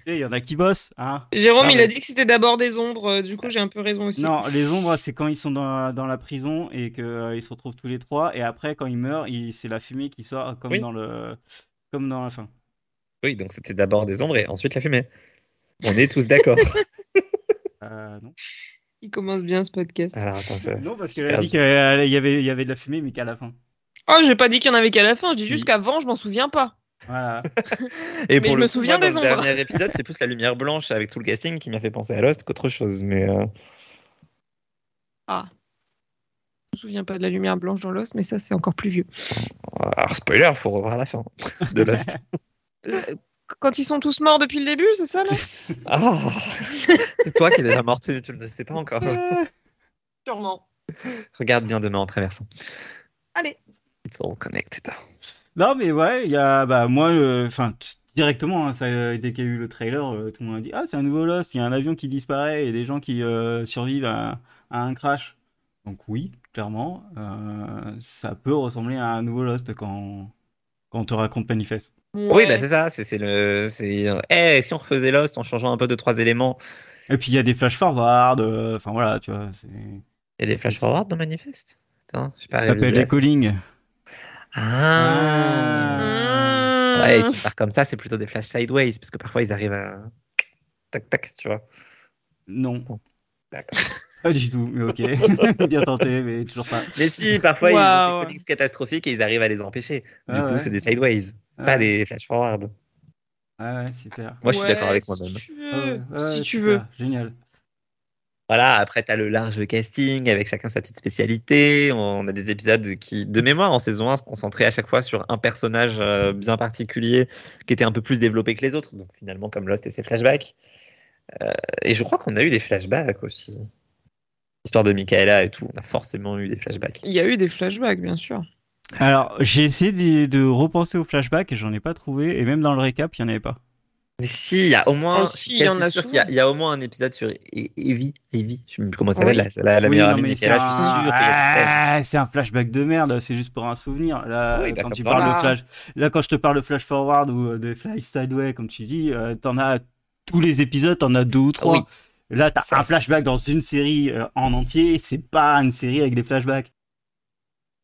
Il y en a qui bossent, hein.
Jérôme,
Non,
il
mais-
a dit que c'était d'abord des ombres, euh, du coup j'ai un peu raison aussi.
Non, les ombres, c'est quand ils sont dans la, dans la prison et qu'ils ils se retrouvent tous les trois. Et après, quand ils meurent, ils- c'est la fumée qui sort comme
Oui.
dans le, comme dans la fin.
Oui, donc c'était d'abord des ombres et ensuite la fumée. On est tous d'accord.
Euh, non.
Il commence bien ce podcast.
[laughs] Alors attends, je-
non, parce
je
qu'elle a
perds-
dit qu'il y avait, il y avait de la fumée, mais qu'à la fin.
Oh, j'ai pas dit qu'il y en avait qu'à la fin, je
Mm.
dis
Oui.
juste qu'avant je m'en souviens pas.
Voilà.
Et
je me
coup,
souviens
moi,
des
dans le
ombres.
dernier épisode, c'est plus la lumière blanche avec tout le casting qui m'a fait penser à Lost qu'autre chose. Mais euh,
Je me souviens pas de la lumière blanche dans l'os, mais ça c'est encore plus vieux.
alors spoiler, faut revoir la fin [laughs] de Lost.
Le- Quand ils sont tous morts depuis le début, c'est
[laughs]
ça là
Ah, c'est toi qui es déjà morte, tu ne le sais pas
[laughs]
encore.
Sûrement.
Regarde bien demain en traversant.
Allez.
It's all connected.
non, mais ouais, il y a, bah, moi, euh, enfin, t- directement, hein, ça, euh, dès qu'il y a eu le trailer, euh, tout le monde a dit Ah, c'est un nouveau Lost, il y a un avion qui disparaît et des gens qui euh, survivent à, à un crash. Donc, oui, clairement, euh, ça peut ressembler à un nouveau Lost quand, quand on te raconte Manifest.
Oui,
Ouais.
bah c'est ça, c'est c'est le. c'est, euh, Eh, si on refaisait Lost en changeant un peu de trois éléments,
Et puis il y a des flash forward, euh, enfin voilà, tu vois, c'est.
il y a des flash forward dans Manifest. Putain, je suis pas
Ça s'appelle
révisé
les
la-
callings.
Ah.
Mmh.
Ouais, et si on part comme ça, c'est plutôt des flash sideways, parce que parfois ils arrivent à. Tac, tac, tu vois.
Non.
D'accord.
[laughs] Pas du tout, mais
[laughs]
ok. Bien tenté, mais toujours pas.
Mais si, parfois ils ont
Waouh.
des codex catastrophiques et ils arrivent à les empêcher. Du
Ah
coup,
ouais. Ah
c'est des sideways, pas
Ouais.
des flash forward.
Ah ouais, super.
Moi, je suis
Ouais,
d'accord avec
si
moi-même.
tu veux,
Ah
Euh,
ouais, ouais,
si tu
super,
veux.
Génial.
Voilà, après, t'as le large casting avec chacun sa petite spécialité. On a des épisodes qui, de mémoire, en saison 1, se concentraient à chaque fois sur un personnage euh, bien particulier qui était un peu plus développé que les autres. Donc, finalement, comme Lost et ses flashbacks. Euh, et je crois qu'on a eu des flashbacks aussi. L'histoire de Michaela et tout, on a forcément eu des flashbacks.
Il y a eu des flashbacks, bien sûr.
Alors, j'ai essayé de, de repenser au flashback et j'en ai pas trouvé. Et même dans le récap, il n'y en avait pas.
Mais si, il y a au moins.
Oh, si, il y
quasi
en a
sûr
souvent.
qu'il y a- il y, a au moins un épisode sur E- Evie. Evie, je sais plus comment elle s'appelle,
Oui.
la, la, la
Oui,
meilleure
non,
amie de
mais c'est
Michaela, je suis
un-
sûr qu'il y a des scènes.
Ah, c'est un flashback de merde, c'est juste pour un souvenir. Là,
Oui, bah,
quand
comme
tu
dans
parles de
Lost.
flash, là, quand je te parle de flash forward ou euh, de flash sideway, comme tu dis, euh, t'en as tous les épisodes, t'en as deux ou trois.
Oui.
Là, t'as
Ça-
un flashback dans une série euh, en entier, c'est pas une série avec des flashbacks.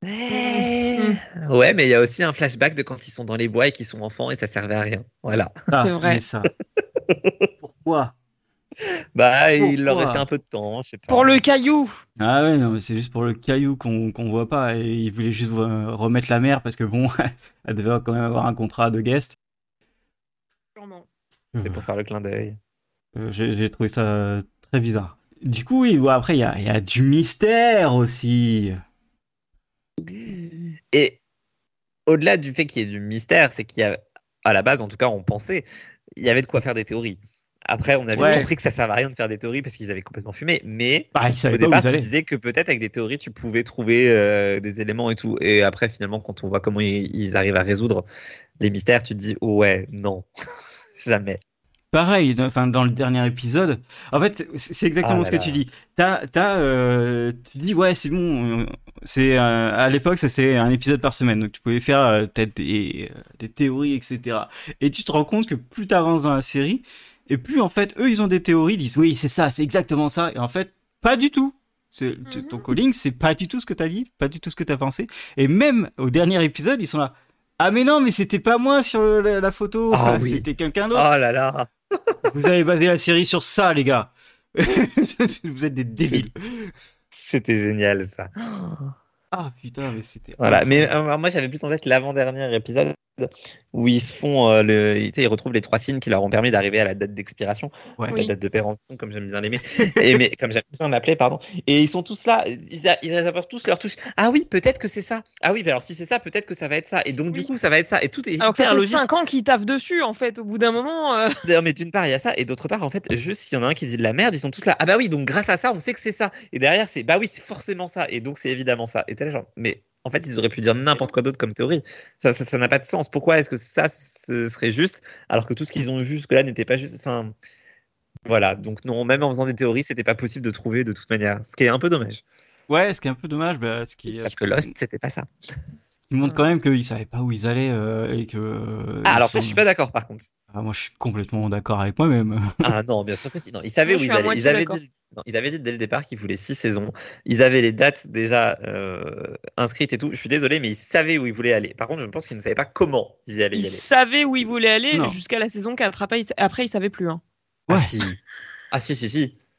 Ouais, [laughs] Ouais, mais il y a aussi un flashback de quand ils sont dans les bois et qu'ils sont enfants et ça servait à rien. Voilà.
Ah,
[laughs] C'est vrai.
mais ça. Pourquoi
Bah, il leur
Pourquoi
restait un peu de temps, je sais pas.
Pour le caillou.
Ah ouais, non, mais c'est juste pour le caillou qu'on qu'on voit pas et ils voulaient juste euh, remettre la mère parce que bon, [laughs] elle devait quand même avoir un contrat de guest.
Sûrement.
C'est pour faire le clin d'œil.
Euh, J'ai j'ai trouvé ça euh, très bizarre. Du coup, oui, bon, après, il y a, il y a du mystère aussi.
Et au-delà du fait qu'il y ait du mystère, c'est qu'il y a, à la base, en tout cas, on pensait, il y avait de quoi faire des théories. Après, on avait
Ouais.
compris que ça servait à rien de faire des théories parce qu'ils avaient complètement fumé. Mais
Bah, ils savaient
au
pas où
départ,
ils
tu
allaient.
disais que peut-être avec des théories, tu pouvais trouver euh, des éléments et tout. Et après, finalement, quand on voit comment ils, ils arrivent à résoudre les mystères, tu te dis oh ouais, non, [laughs] jamais.
Pareil, dans, enfin, dans le dernier épisode. En fait, c'est c'est exactement
Ah là
ce que
là.
tu dis. T'as, t'as, euh, tu dis ouais, c'est bon. euh, C'est euh, à l'époque, ça c'est un épisode par semaine, donc tu pouvais faire euh, peut-être des, euh, des théories, etc. Et tu te rends compte que plus t'avances dans la série, et plus en fait, eux, ils ont des théories, ils disent oui, c'est ça, c'est exactement ça, et en fait, pas du tout. C'est, t-
Mhm.
Ton calling, c'est pas du tout ce que t'as dit, pas du tout ce que t'as pensé. Et même au dernier épisode, ils sont là. Ah mais non, mais c'était pas moi sur le- la, la photo,
Ah
enfin,
oui.
c'était quelqu'un
Oh
d'autre.
là là,
Vous avez basé la série sur ça, les gars. [laughs] Vous êtes des débiles.
c'était génial ça.
Ah putain, mais c'était.
Voilà, mais euh, moi j'avais plus en tête l'avant-dernier épisode où ils se font euh, le, tu sais, ils retrouvent les trois signes qui leur ont permis d'arriver à la date d'expiration,
Ouais.
la
Oui.
date de péremption comme j'aime bien l'aimer, et mais comme j'aime bien l'appeler pardon. Et ils sont tous là, ils, a- ils apportent tous leur touche. Ah oui, peut-être que c'est ça. Ah oui, bah alors si c'est ça, peut-être que ça va être ça. Et donc du
Oui.
coup ça va être ça. Et tout est
Alors que
hyper
ça fait
logique.
5 ans qu'ils taffent dessus, en fait, au bout d'un moment. euh,
Non, mais d'une part, il y a ça, et d'autre part, en fait, juste s'il y en a un qui dit de la merde, ils sont tous là. Ah bah oui, donc grâce à ça, on sait que c'est ça. Et derrière, c'est bah oui, c'est forcément ça, et donc c'est évidemment ça. Et tel genre, mais en fait, ils auraient pu dire n'importe quoi d'autre comme théorie. Ça, ça, ça n'a pas de sens. Pourquoi est-ce que ça ce serait juste alors que tout ce qu'ils ont vu jusque-là n'était pas juste. Enfin, voilà. Donc non, même en faisant des théories, c'était pas possible de trouver de toute manière, ce qui est un peu dommage.
Ouais, ce qui est un peu dommage, bah, ce qui,
Parce que Lost, c'était pas ça.
qui montre quand même qu'ils savaient pas où ils allaient euh, et que. euh,
Ah,
ils
alors ça,
sont-
je suis pas d'accord, par contre.
Ah, moi, je suis complètement d'accord avec moi-même.
Ah non, bien sûr que si. Non, ils savaient
Moi,
où
je
ils
suis à
allaient. Ils
moitié
avaient,
d'accord.
dit, non, ils avaient dit dès le départ qu'ils voulaient six saisons. Ils avaient les dates déjà euh, inscrites et tout. Je suis désolé, mais ils savaient où ils voulaient aller. Par contre, je pense qu'ils ne savaient pas comment ils y allaient
ils
y aller.
savaient où ils voulaient aller
Non.
jusqu'à la saison 4. Après, ils, après, ils savaient plus. hein.
Ouais.
Ah si. Ah si, si, si.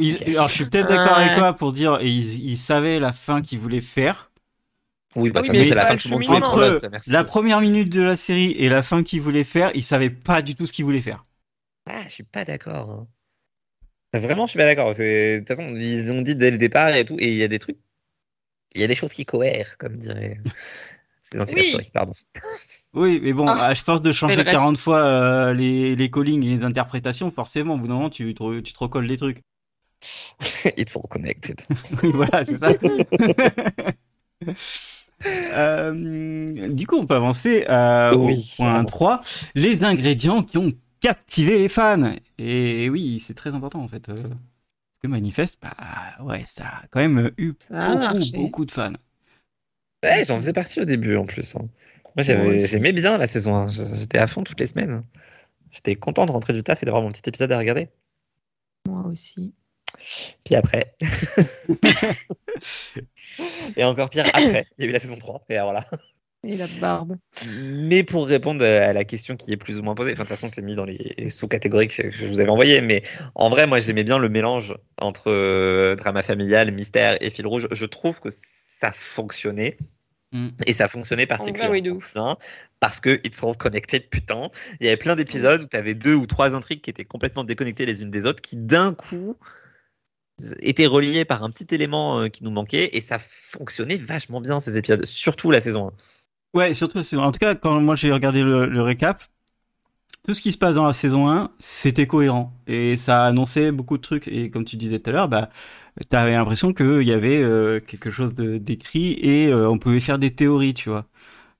Ils-
Ok.
alors, je suis peut-être d'accord avec
Ouais.
toi pour dire, et ils, ils savaient la fin qu'ils voulaient faire.
Oui, bah,
Oui,
de toute façon,
mais
c'est la
pas
fin
le
que tout le monde
cheminement. hein.
trouve Lost, merci.
La première minute de la série et la fin qu'ils voulaient faire, ils savaient pas du tout ce qu'ils voulaient faire.
Ah, je suis pas d'accord. hein. Vraiment, je suis pas d'accord. C'est- De toute façon, ils ont dit dès le départ et tout, et il y a des trucs, il y a des choses qui cohèrent, comme dirait. [laughs] C'est dans
Oui.
pardon. [laughs]
Oui, mais bon,
Ah,
à force de changer
belle ref.
40 fois euh, les, les callings et les interprétations, forcément, au bout d'un moment, tu te, re- tu te recolles les trucs. [laughs]
It's all connected.
Oui, voilà, c'est
[laughs]
ça. Euh, du coup, on peut avancer euh,
Oui,
au point
avance.
3, les ingrédients qui ont captivé les fans. Et oui, c'est très important en fait. euh, parce que Manifest, bah ouais, ça a quand même eu
Ça a
beaucoup,
marché.
beaucoup de fans.
Ouais, j'en faisais partie au début en plus. hein. Moi, j'avais-
Moi aussi.
j'aimais bien la saison 1. J'étais à fond toutes les semaines. J'étais content de rentrer du taf et d'avoir mon petit épisode à regarder.
Moi aussi.
[laughs]
Puis après. [laughs] et encore pire après. Il y a eu la saison 3. Et voilà.
Et la barbe.
Mais pour répondre à la question qui est plus ou moins posée, enfin, de toute façon, c'est mis dans les sous-catégories que je vous avais envoyées, mais en vrai, moi, j'aimais bien le mélange entre euh, drama familial, mystère et fil rouge. Je trouve que ça fonctionnait.
Mm.
Et ça fonctionnait particulièrement
oui, de ouf.
bien parce que It's All Connected, putain. Il y avait plein d'épisodes où tu avais deux ou trois intrigues qui étaient complètement déconnectées les unes des autres, qui d'un coup étaient reliées par un petit élément euh, qui nous manquait, et ça fonctionnait vachement bien ces épisodes, surtout la saison 1.
Ouais, surtout la saison. En tout cas, quand moi j'ai regardé le, le récap, tout ce qui se passe dans la saison 1, c'était cohérent. Et ça annonçait beaucoup de trucs. Et comme tu disais tout à l'heure, bah, t'avais l'impression qu'il y avait euh, quelque chose de- d'écrit et euh, on pouvait faire des théories, tu vois.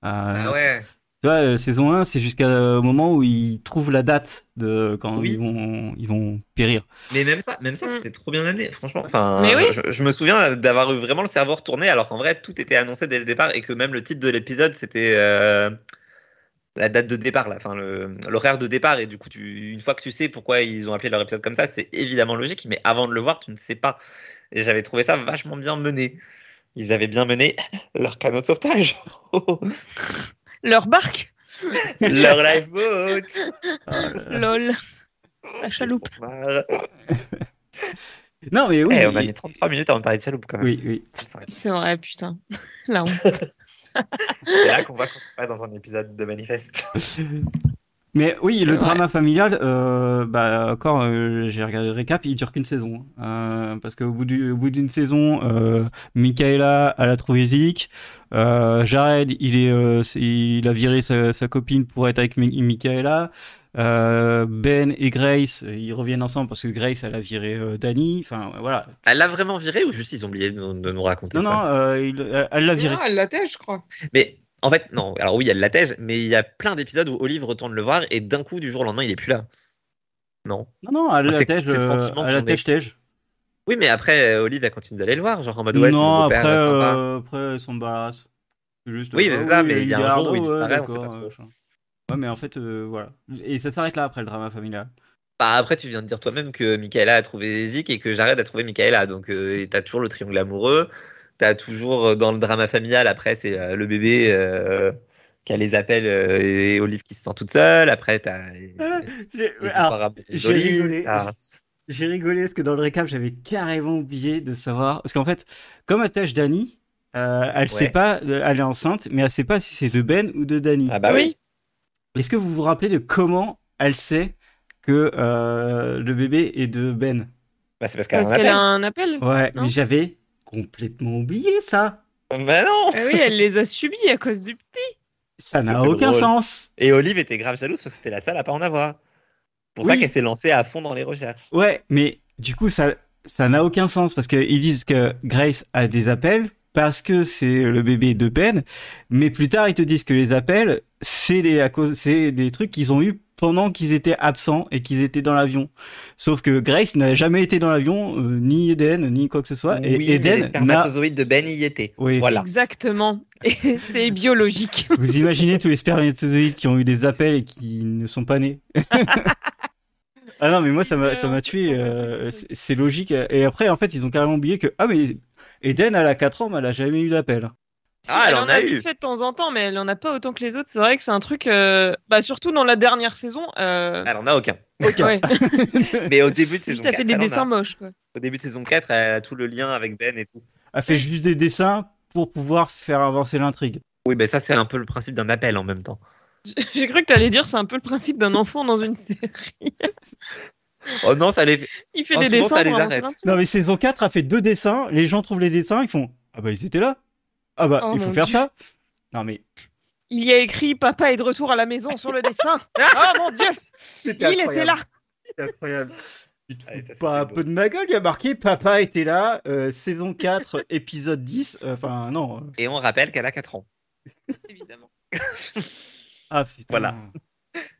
Euh,
Ah ouais.
Tu vois, la saison 1, c'est jusqu'au moment où ils trouvent la date de quand
Oui.
ils, vont, ils vont périr.
Mais même ça, même ça,
Mm.
c'était trop bien amené, franchement. Enfin,
Mais oui.
je, je me souviens d'avoir eu vraiment le cerveau retourné, alors qu'en vrai, tout était annoncé dès le départ et que même le titre de l'épisode, c'était euh, la date de départ, là, enfin le- l'horaire de départ. Et du coup, tu, une fois que tu sais pourquoi ils ont appelé leur épisode comme ça, c'est évidemment logique. Mais avant de le voir, tu ne sais pas. Et j'avais trouvé ça vachement bien mené. Ils avaient bien mené [laughs] leur canot de sauvetage, [laughs]
Leur barque
leur lifeboat,
Euh.
Lol. La chaloupe.
Ils sont smart.
Non, mais oui.
Eh, on a
il-
mis 33 minutes avant de parler de Chaloupe quand même.
Oui, oui.
C'est vrai, putain. [laughs] Là, on...
C'est là qu'on voit qu'on n'est pas dans un épisode de manifeste.
Mais oui, le
Ouais.
drama familial, euh, bah, quand euh, j'ai regardé le récap, il dure qu'une saison. Euh, parce qu'au bout du- au bout d'une saison, euh, Michaela, elle a trouvé Zeke. Euh, Jared, il, est, euh, c'est- il a viré sa, sa copine pour être avec Mi- Michaela. Euh, ben et Grace, ils reviennent ensemble parce que Grace, elle a viré euh, Danny. Enfin, voilà.
Elle l'a vraiment viré ou juste ils ont oublié de, nous- de nous raconter
Non,
ça
non, euh, il- elle- elle l'a viré.
Ah, elle l'attache, je crois.
Mais en fait, non. Alors oui, elle l'attège, mais il y a plein d'épisodes où Olive retourne le voir et d'un coup, du jour au lendemain, il est plus là. Non.
Non, non, elle
C'est-
l'attège. euh,
c'est le sentiment
Elle
que j'en ai.
l'attège, tège.
Oui, mais après, euh, Olive, elle continue d'aller le voir, genre en mode ouais, c'est mon
Non,
beau-père,
après,
c'est sympa.
euh, après, elle s'en débarrasse. C'est Juste,
Oui,
euh,
mais c'est ça, mais il y a un
garde,
jour où il
ouais,
disparaît, on sait
d'accord, euh,
pas trop.
machin. Ouais, mais en fait, euh, voilà. Et ça s'arrête là après le drama familial.
Bah, après, tu viens de dire toi-même que Michaela a trouvé Zik et que Jared a trouvé Michaela. Donc, euh, et t'as toujours le triangle amoureux. T'as toujours euh, dans le drama familial, après, c'est euh, le bébé euh, qui a les appels euh, et Olive qui se sent toute seule. Après, t'as. les-
Ah.
les
J'ai
histoires amoureuses
j'ai
d'Olive,
rigolé.
t'as-
rigolé parce que dans le récap, j'avais carrément oublié de savoir. Parce qu'en fait, comme attache Dani, euh, elle sait
Ouais.
pas, euh, elle est enceinte, mais elle sait pas si c'est de Ben ou de Dani.
Ah, bah oui.
Est-ce que vous vous rappelez de comment elle sait que euh, le bébé est de Ben
Bah, c'est parce qu'elle a
Parce
un
qu'elle
appel.
a un appel.
Ouais,
Non.
mais j'avais complètement oublié ça.
Bah, non
Ah oui, elle les a subis à cause du petit.
Ça n'a
C'était
aucun
drôle.
sens.
Et Olive était grave jalouse parce que c'était la seule à pas en avoir. Pour ça
Oui.
qu'elle s'est lancée à fond dans les recherches.
Ouais, mais du coup, ça ça n'a aucun sens parce qu'ils disent que Grace a des appels parce que c'est le bébé de Ben, mais plus tard ils te disent que les appels c'est des à cause c'est des trucs qu'ils ont eu pendant qu'ils étaient absents et qu'ils étaient dans l'avion. Sauf que Grace n'a jamais été dans l'avion euh, ni Eden ni quoi que ce soit
oui,
et
mais les
Eden n'a
spermatozoïdes de Ben y étaient.
oui.
Voilà.
Exactement. Et [laughs] c'est biologique.
Vous imaginez tous les spermatozoïdes qui ont eu des appels et qui ne sont pas nés. ah non, mais moi, ça m'a, ça m'a tué. euh, c'est- c'est logique. Et après, en fait, ils ont carrément oublié que. Ah, mais Eden, elle a 4 ans, mais elle a jamais eu d'appel.
Ah, elle en a eu.
fait de temps en temps, mais elle en a pas autant que les autres. C'est vrai que c'est un truc. euh, Bah, surtout dans la dernière saison. Euh...
Elle en a aucun.
ouais,
Mais au début de [laughs] saison
[laughs] juste elle
4,
fait des
elle en a.
dessins moches. Quoi. [laughs]
au début de saison 4, elle a tout le lien avec Ben et tout.
Elle fait juste des dessins pour pouvoir faire avancer l'intrigue.
Oui, ben ça, c'est un peu le principe d'un appel en même temps.
J'ai cru que t'allais dire c'est un peu le principe d'un enfant dans une série. [laughs]
Oh non, ça les...
Il fait
En
des
ce moment,
dessins.
Oh, ça les
pour avancer
arrête.
l'intrigue.
Non, mais saison 4 a fait deux dessins. Les gens trouvent les dessins, ils font Ah, bah, ils étaient là. Ah, bah,
Oh
il faut
mon
faire
Dieu.
ça. Non, mais.
Il y a écrit Papa est de retour à la maison sur le
[laughs]
dessin.
Ah,
oh mon dieu, il était là.
C'est incroyable. Tu te
Allez,
fous
ça, c'était
pas un
beau.
peu de ma gueule, il y a marqué Papa était là, euh, saison
[laughs]
4, épisode 10. euh, Enfin, non. euh.
Et on rappelle qu'elle a 4 ans.
Évidemment.
Ah putain.
Voilà.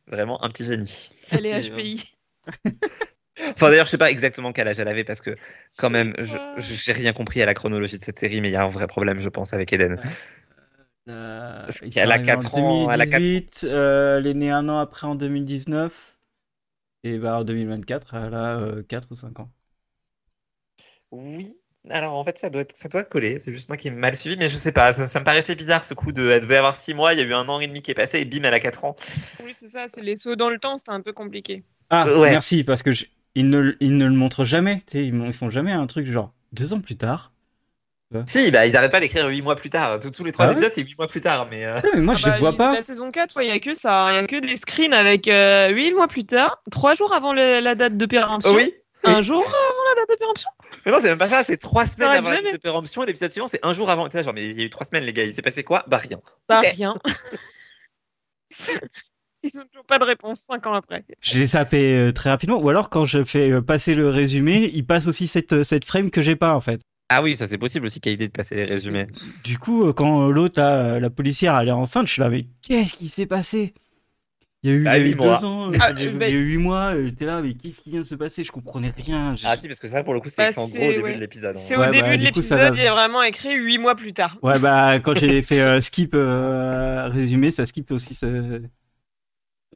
Vraiment un petit génie.
Elle est
euh,
Évidemment.
HPI.
Enfin, d'ailleurs, je sais pas exactement quel âge elle avait parce que, quand même, je
pas.
je- j'ai rien compris à la chronologie de cette série, mais il y a un vrai problème, je pense, avec Eden.
Euh,
Parce
ils
qu'elle a
sont arrivés en
quatre ans, elle a quatre
2018, euh, elle est née un an après en 2019. Et bah en 2024, elle a 4 euh, ou 5 ans.
Oui. Alors en fait ça doit être- ça doit coller, c'est juste moi qui ai mal suivi, mais je sais pas, ça, ça me paraissait bizarre ce coup de elle devait avoir 6 mois, il y a eu un an et demi qui est passé et bim elle a 4 ans.
Oui, c'est ça, c'est les sauts dans le temps, c'était un peu compliqué.
Ah,
Euh, ouais.
merci, parce que je- ils, ne, ils ne le montrent jamais. tu sais, Ils, mon- ils font jamais un truc genre deux ans plus tard.
Si, bah ils arrêtent pas d'écrire 8 mois plus tard, tous, tous les 3
Ah ouais
épisodes c'est 8 mois plus tard, mais euh,
Putain, mais moi
Ah
je
bah,
les vois
il-
pas.
La saison 4, il n'y a que ça, hein. il n'y a que des screens avec 8 mois plus tard, 3 jours avant le- la date de péremption.
oh oui
Un jour avant la date de péremption.
Mais non, c'est même pas ça, c'est trois semaines
arrête
avant la date
jamais.
de péremption et l'épisode suivant, c'est un jour avant. T'es là, genre, mais il y a eu trois semaines, les gars, il s'est passé quoi Bah rien.
Bah
Ok.
rien. [laughs] Ils n'ont toujours pas de réponse 5 ans après.
Je l'ai sapé euh, très rapidement. Ou alors, quand je fais euh, passer le résumé, il passe aussi cette, euh, cette frame que j'ai pas, en fait.
Ah oui, ça c'est possible aussi, qualité de passer les résumés.
Du coup, euh, quand euh, l'autre, là, euh, la policière, elle est enceinte, je suis là, mais qu'est-ce qui s'est passé Il y a eu,
Ah,
il y a eu
huit mois.
deux ans, euh,
Ah,
il y a eu-
mais-
il y a eu huit mois, euh, t'es là, mais qu'est-ce qui vient de se passer Je comprenais rien. j'ai-
Ah si, parce que ça pour le coup, c'est
Bah,
écrit en
c'est-
gros au début
ouais.
de l'épisode. hein.
C'est
Ouais,
au
bah,
début de
du coup, ça va.
l'épisode, il est vraiment écrit 8 mois plus tard.
Ouais, bah, quand j'ai fait euh, skip euh, résumé, ça skip aussi. Ça...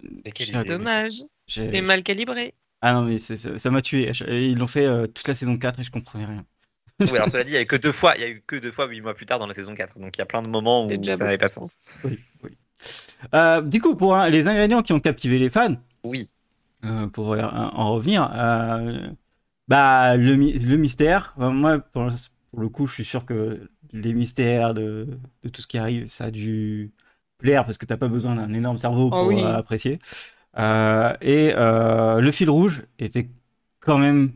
Mais quelle
Putain,
idée.
Dommage,
j'ai-
t'es mal calibré.
Ah non, mais c'est- ça ça m'a tué. Je- Ils l'ont fait euh, toute la saison 4 et je comprenais rien.
[laughs] Oui, alors cela dit, il y a eu que deux fois, il y a eu que deux fois huit mois plus tard dans la saison 4, donc il y a plein de moments où
C'est déjà
ça
beaucoup.
n'avait pas de sens.
Oui, oui. Euh, du coup, pour hein, les ingrédients qui ont captivé les fans,
Oui.
euh, pour euh, en revenir, euh, bah, il Bah, le, mi- le mystère, enfin, moi, pour, le- pour le coup, je suis sûr que les mystères de, de tout ce qui arrive, ça a dû plaire parce que t'as pas besoin d'un énorme cerveau pour
Oh oui.
euh, apprécier. Euh, et euh, le fil rouge était quand même.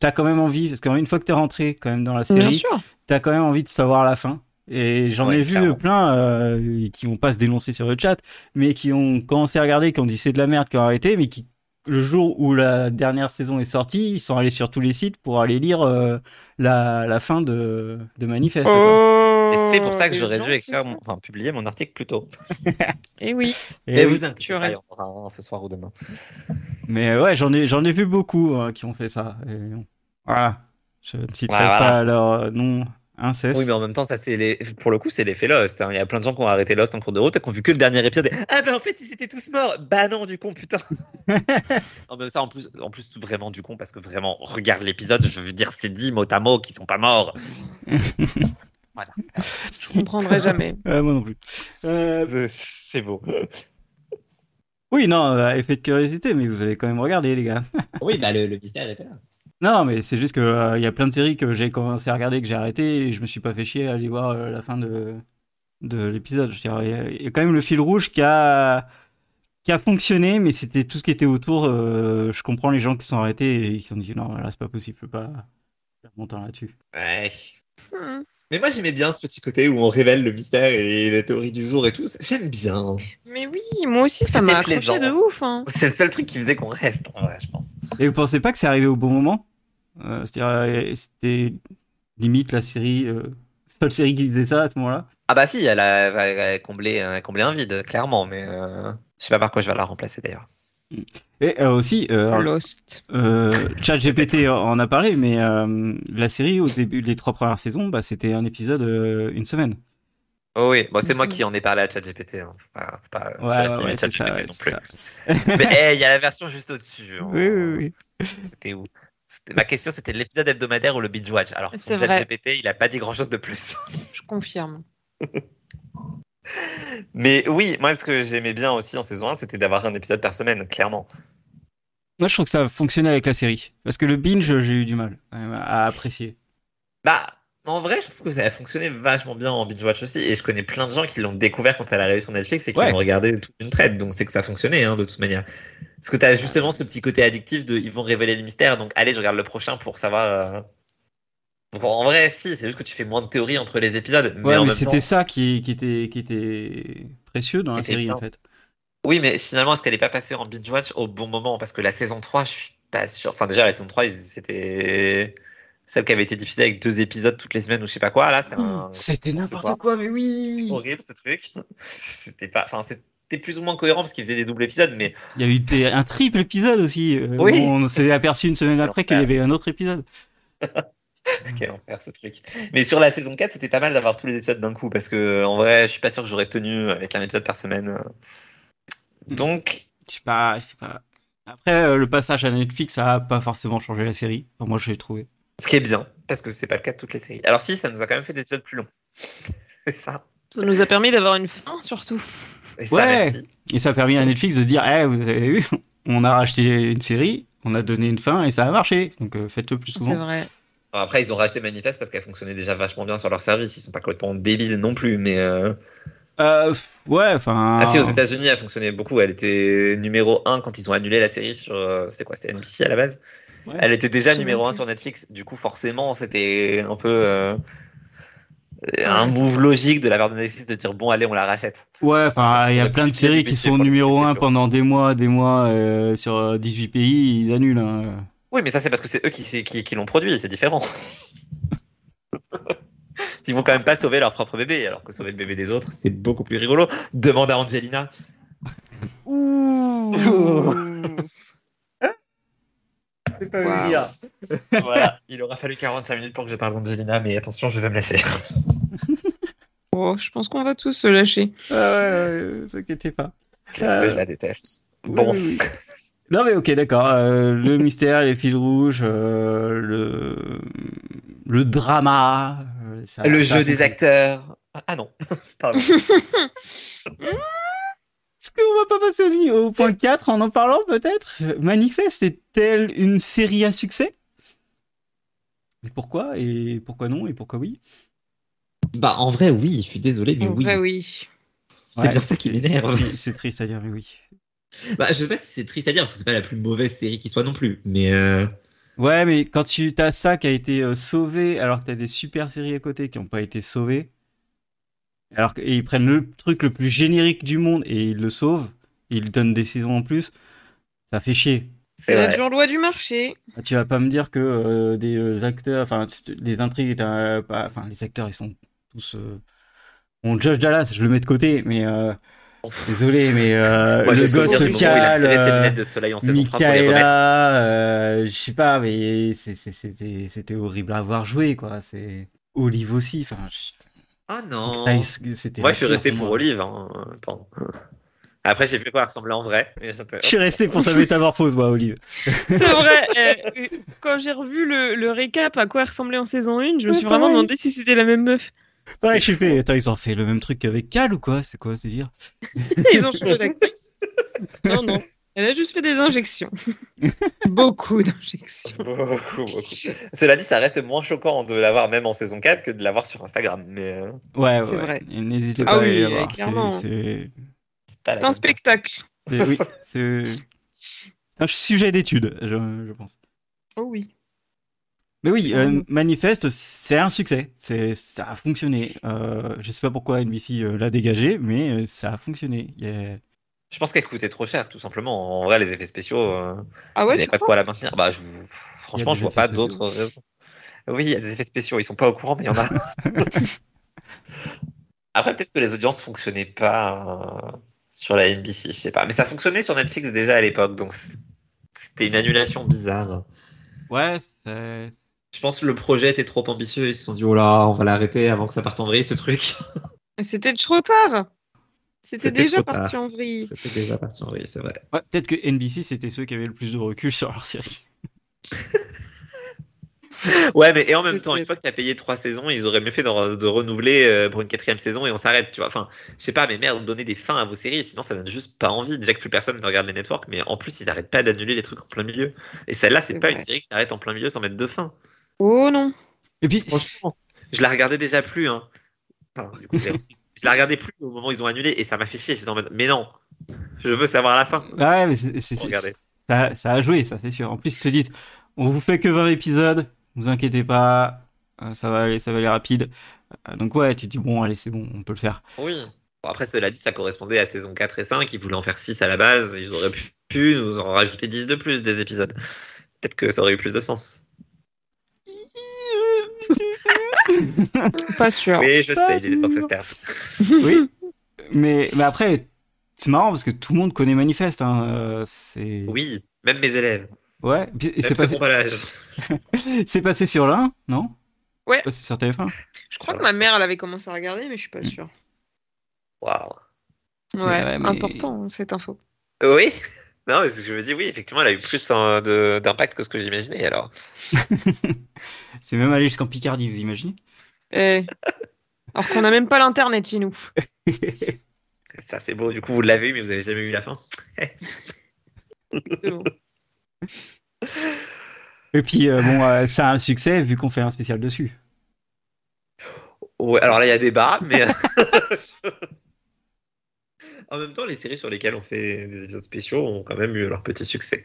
T'as quand même envie, parce qu'une fois que t'es rentré quand même dans la
Bien
série,
sûr.
t'as quand même envie de savoir la fin. Et j'en
Ouais,
ai vu
clairement.
plein euh, qui vont pas se dénoncer sur le chat, mais qui ont commencé à regarder, qui ont dit c'est de la merde, qui ont arrêté, mais qui le jour où la dernière saison est sortie, ils sont allés sur tous les sites pour aller lire euh, la, la fin de, de Manifeste. quoi.
Oh,
Et c'est pour ça que
les
j'aurais
gens
dû
qui
écrire,
sont-
mon- enfin, publier mon article plus tôt.
Eh oui.
Et
Mais
oui.
vous inquiétez
tu
pas,
aurais-
il y en aura un ce soir ou demain.
Mais ouais, j'en ai, j'en ai vu beaucoup euh, qui ont fait ça. Et bon, voilà. Je ne citerai
Voilà, voilà.
pas leur euh, nom inceste.
Oui, mais en même temps, ça, c'est les... pour le coup, c'est l'effet Lost. hein. Il y a plein de gens qui ont arrêté Lost en cours de route et qui ont vu que le dernier épisode. et, Ah, ben en fait, ils étaient tous morts. Bah non, du con, putain. [laughs] non, mais ça, en plus, en plus, vraiment du con, parce que vraiment, regarde l'épisode, je veux dire, c'est dit mot à mot qu'ils sont pas [laughs] morts.
Je
[laughs]
comprendrai jamais.
Euh, moi non plus. Euh,
Euh, C'est beau.
oui, non, euh, effet de curiosité, mais vous avez quand même regardé, les gars.
Oui, bah le, mystère était là.
Non, mais c'est juste que euh, il y a plein de séries que j'ai commencé à regarder que j'ai arrêté et je me suis pas fait chier à aller voir euh, la fin de, de l'épisode. Je veux dire, Il y, a- il y a quand même le fil rouge qui a, qui a fonctionné, mais c'était tout ce qui était autour. euh, je comprends les gens qui sont arrêtés et qui ont dit non, là c'est pas possible, je peux pas faire mon temps là-dessus.
Ouais.
Hmm.
Mais moi, j'aimais bien ce petit côté où on révèle le mystère et la théorie du jour et tout. J'aime bien.
Mais oui, moi aussi, ça m'a
C'était
accroché
plaisant.
de ouf. hein.
C'est le seul truc qui faisait qu'on reste, en vrai, je pense.
Et vous pensez pas que c'est arrivé au bon moment Euh, C'est-à-dire, euh, c'était limite la série, euh, seule série qui faisait ça à ce moment-là.
Ah bah si, elle a, elle a- elle a comblé, un- comblé un vide, clairement, mais euh, je sais pas par quoi je vais la remplacer d'ailleurs.
Et euh, aussi, euh, alors,
Lost.
Euh, ChatGPT en a parlé, mais euh, la série, au début, les trois premières saisons, bah, c'était un épisode euh, une semaine.
Oh oui, bon, c'est moi
Mhm.
qui en ai parlé à ChatGPT, hein. faut pas, faut pas
Ouais, ouais,
surestimer
ouais, c'est ça,
ChatGPT
ouais,
non
c'est
plus.
ça.
Mais hey, il y a la version juste au-dessus. hein.
Oui, oui, oui.
C'était où C'était- Ma question, c'était l'épisode hebdomadaire ou le binge watch. Alors, son
C'est vrai.
ChatGPT, il a pas dit grand-chose de plus. [laughs]
Je confirme.
Mais oui, moi, ce que j'aimais bien aussi en saison 1, c'était d'avoir un épisode par semaine, clairement.
Moi, je trouve que ça fonctionnait avec la série. Parce que le binge, j'ai eu du mal quand même, à apprécier.
Bah, en vrai, je trouve que ça a fonctionné vachement bien en binge watch aussi. Et je connais plein de gens qui l'ont découvert quand elle est arrivée sur Netflix et qui
Ouais.
l'ont regardé toute une traite. Donc, c'est que ça fonctionnait, hein, de toute manière. Parce que t'as justement ce petit côté addictif de ils vont révéler le mystère. Donc, allez, je regarde le prochain pour savoir. euh. Donc, en vrai, si, c'est juste que tu fais moins de théories entre les épisodes. Mais
Ouais,
en
mais
même temps.
c'était ça qui, qui, était, qui était précieux dans la
Qui était
série,
bien.
en fait.
Oui, mais finalement, est-ce qu'elle est pas passée en binge watch au bon moment? Parce que la saison 3, je suis pas sûr. Enfin, déjà, la saison 3, ils- c'était celle qui avait été diffusée avec deux épisodes toutes les semaines ou je sais pas quoi. Là,
Hmm.
c'était un.
Mmh, C'était
quoi.
n'importe quoi, mais oui
horrible ce truc. [laughs] C'était pas, enfin c'était plus ou moins cohérent parce qu'il faisait des doubles épisodes, mais
Il y a eu des- un triple épisode aussi. euh,
Oui.
où On s'est aperçu une semaine après qu'il y avait un autre épisode.
quel enfer
[laughs]
ce truc. Mais sur la saison 4, c'était pas mal d'avoir tous les épisodes d'un coup parce que en vrai, je suis pas sûr que j'aurais tenu avec un épisode par semaine.
Hmm.
Donc,
Je sais pas, je sais pas. Après, euh, le passage à Netflix, ça a pas forcément changé la série. Enfin, moi, je l'ai trouvé.
ce qui est bien parce que c'est pas le cas de toutes les séries. Alors si, ça nous a quand même fait des épisodes plus longs. [laughs] C'est ça.
Ça nous a permis d'avoir une fin, surtout.
Et ça,
Ouais.
merci.
Et ça a permis à Netflix de dire Eh, vous avez vu, [laughs] on a racheté une série, on a donné une fin et ça a marché. Donc euh, faites-le plus
C'est
souvent.
vrai.
Bon, après, ils ont racheté Manifest parce qu'elle fonctionnait déjà vachement bien sur leur service. Ils sont pas complètement débiles non plus, mais euh,
Euh, pff, ouais, enfin.
Ah si, aux États-Unis, elle fonctionnait beaucoup. Elle était numéro 1 quand ils ont annulé la série sur. euh, C'était quoi C'était NBC à la base
Ouais.
Elle était déjà
J'ai
numéro
même
1
plus.
sur Netflix. Du coup, forcément, c'était un peu. euh, Un move logique de la part de Netflix de dire bon, allez, on la rachète.
Ouais, enfin, il y
Ça
a
a
plein de
plus été
séries qui
dépensé
sont
pour les
numéro
effets
1
spéciaux.
pendant des mois, des mois euh, sur euh, 18 pays, ils annulent. hein.
Oui, mais ça, c'est parce que c'est eux qui, qui, qui l'ont produit, c'est différent. [laughs] Ils vont quand même pas sauver leur propre bébé, alors que sauver le bébé des autres, c'est beaucoup plus rigolo. Demande à Angelina.
Ouh. Wow.
Voilà. [laughs] Il aura fallu 45 minutes pour que je parle d'Angelina, mais attention, je vais me lâcher.
[laughs] Oh, je pense qu'on va tous se lâcher.
Euh, vous inquiétez pas.
Parce que
Euh,
je la déteste.
oui,
Bon.
oui, oui. Non mais ok d'accord Euh,
[laughs]
le mystère les fils rouges euh, le le drama euh, ça-
Le
ça
jeu
a
des
fonctionné.
acteurs. Ah non, pardon.
Est-ce qu'on va pas passer au, au point 4 en en parlant peut-être Manifeste est-elle une série à succès mais pourquoi et pourquoi non et pourquoi oui
Bah, en vrai, oui, je suis désolé, mais
En
oui.
vrai, oui.
C'est bien ça qui m'énerve.
c'est- C'est triste à dire, mais oui.
Bah, je sais pas si c'est triste à dire, parce que c'est pas la plus mauvaise série qui soit non plus, mais euh,
Ouais, mais quand tu as ça qui a été euh, sauvé, alors que t'as des super séries à côté qui n'ont pas été sauvées, alors que, et ils prennent le truc le plus générique du monde et ils le sauvent, et ils donnent des saisons en plus, ça fait chier. Bah,
C'est la
vrai.
dure loi du marché.
Tu vas pas me dire que euh, des euh, acteurs, enfin tu- les intrigues, t'as pas- enfin les acteurs ils sont tous. euh, Bon, Josh Dallas, je le mets de côté, mais euh,
pff,
désolé, mais euh,
moi, je
le
sais
gosse
dire du moment où il a
cale,
retiré ses
euh,
lunettes de soleil en saison 3 pour les remettre.
Michaela, euh, je sais pas, mais c'est- c'est- c'était c'était horrible à voir jouer, quoi. C'est Olive aussi, enfin, je-
Ah non.
Grace, c'était.
Moi,
la
je suis
pire
resté
pour
pour
moi.
Olive. hein. Attends. Après, j'ai vu quoi elle ressemblait en vrai. Et j'étais-
Je suis resté pour sa métamorphose, moi, Olive.
C'est vrai. [laughs] euh, euh, quand j'ai revu le, le récap à quoi elle ressemblait en saison 1, je me
Ouais,
suis vraiment
pareil.
demandé si c'était la même meuf.
Pareil, je suis fait. Attends, ils ont fait le même truc qu'avec Cal ou quoi C'est quoi, c'est dire
Ils ont changé d'actrice. Non, non. Elle a juste fait des injections. Beaucoup d'injections.
[laughs] Beaucoup, beaucoup. Cela dit, ça reste moins choquant de l'avoir même en saison 4 que de l'avoir sur Instagram. Mais euh,
Ouais, ouais.
C'est vrai.
ouais. N'hésitez pas
Ah
à
oui,
aller la
euh,
voir. c'est-
clairement.
C'est.
c'est pas la
C'est un
même.
spectacle.
c'est- Oui, c'est. c'est un sujet d'étude, je, je pense.
Oh oui.
Mais oui, euh,
Clairement.
Manifeste, c'est un succès. C'est, ça a fonctionné. Euh, je sais pas pourquoi NBC euh, l'a dégagé, mais euh, ça a fonctionné. Il y a-
Je pense qu'elle coûtait trop cher, tout simplement. En vrai, les effets spéciaux, euh,
Ah
il
ouais,
n'y avait
tu
pas de
crois
quoi la maintenir. Bah, je vous- Franchement,
des
je vois
effets
pas
spéciaux.
d'autres raisons. Oui, il y a des effets spéciaux. Ils sont pas au courant, mais il y
[laughs]
en a. Après, peut-être que les audiences fonctionnaient pas euh, sur la NBC, je sais pas. Mais ça fonctionnait sur Netflix déjà à l'époque, donc c- c'était une annulation bizarre.
Ouais, c'est-
Je pense que le projet était trop ambitieux. Ils se sont dit, oh là, on va l'arrêter avant que ça parte en vrille, ce truc.
Mais C'était trop tard. C'était
C'était
déjà
trop tard.
parti en vrille.
C'était déjà parti en vrille, c'est vrai.
ouais, peut-être que NBC c'était ceux qui avaient le plus de recul sur leur série.
Ouais, mais et en même
Peut-être.
temps, une fois que t'as payé trois saisons, ils auraient mieux fait de, re- de renouveler euh, pour une quatrième saison et on s'arrête, tu vois. Enfin, je sais pas, mais merde, donnez des fins à vos séries, sinon ça donne juste pas envie. Déjà que plus personne ne regarde les networks, mais en plus, ils arrêtent pas d'annuler les trucs en plein milieu. Et celle-là, c'est
C'est
pas
vrai.
une série qui arrête en plein milieu sans mettre de fin.
Oh non.
Et puis,
Franchement, je la regardais déjà plus, hein. Enfin, du coup, je l'ai- je la regardais plus au moment où ils ont annulé et ça m'a fait chier. J'étais en mode, mais non, je veux savoir la fin.
ouais, mais c'est, c'est-
Regardez.
ça, ça a joué, ça c'est sûr. En plus, ils te disent, on vous fait que 20 épisodes, vous inquiétez pas, euh, ça va aller, ça va aller rapide. Euh, Donc ouais, tu te dis bon, allez, c'est bon, on peut le [laughs] faire.
Oui. Bon, après, cela dit, ça correspondait à saison 4 et 5. Ils voulaient en faire 6 à la base. Ils auraient pu, pu nous en rajouter 10 de plus des épisodes. Peut-être que ça aurait eu plus de sens.
Pas sûr.
Oui, je
pas
sais, il est temps que ça se termine.
Oui. mais, mais après, c'est marrant parce que tout le monde connaît Manifeste. Hein. euh, c'est...
Oui, même mes élèves.
Ouais, puis- et
Même
c'est
ceux
passé,
qui ont pas l'âge.
c'est passé sur l'un, non
Ouais.
C'est passé sur TF1
Je crois que ma mère, elle avait commencé à regarder, mais je suis pas sûre.
Waouh.
Ouais,
ouais, mais-
important hein, cette info.
Oui. Non, mais ce que je me dis, oui, effectivement, elle a eu plus euh, de- d'impact que ce que j'imaginais. Alors,
C'est même allé jusqu'en Picardie, vous imaginez
Eh. Alors qu'on n'a même pas l'internet chez nous.
ça, c'est beau. Du coup, vous l'avez eu, mais vous avez jamais eu la fin.
Exactement.
Et puis, euh, bon, euh, [laughs] ça a un succès vu qu'on fait un spécial dessus.
Ouais, alors là, il y a débat, mais. [laughs] en même temps, les séries sur lesquelles on fait des épisodes spéciaux ont quand même eu leur petit succès.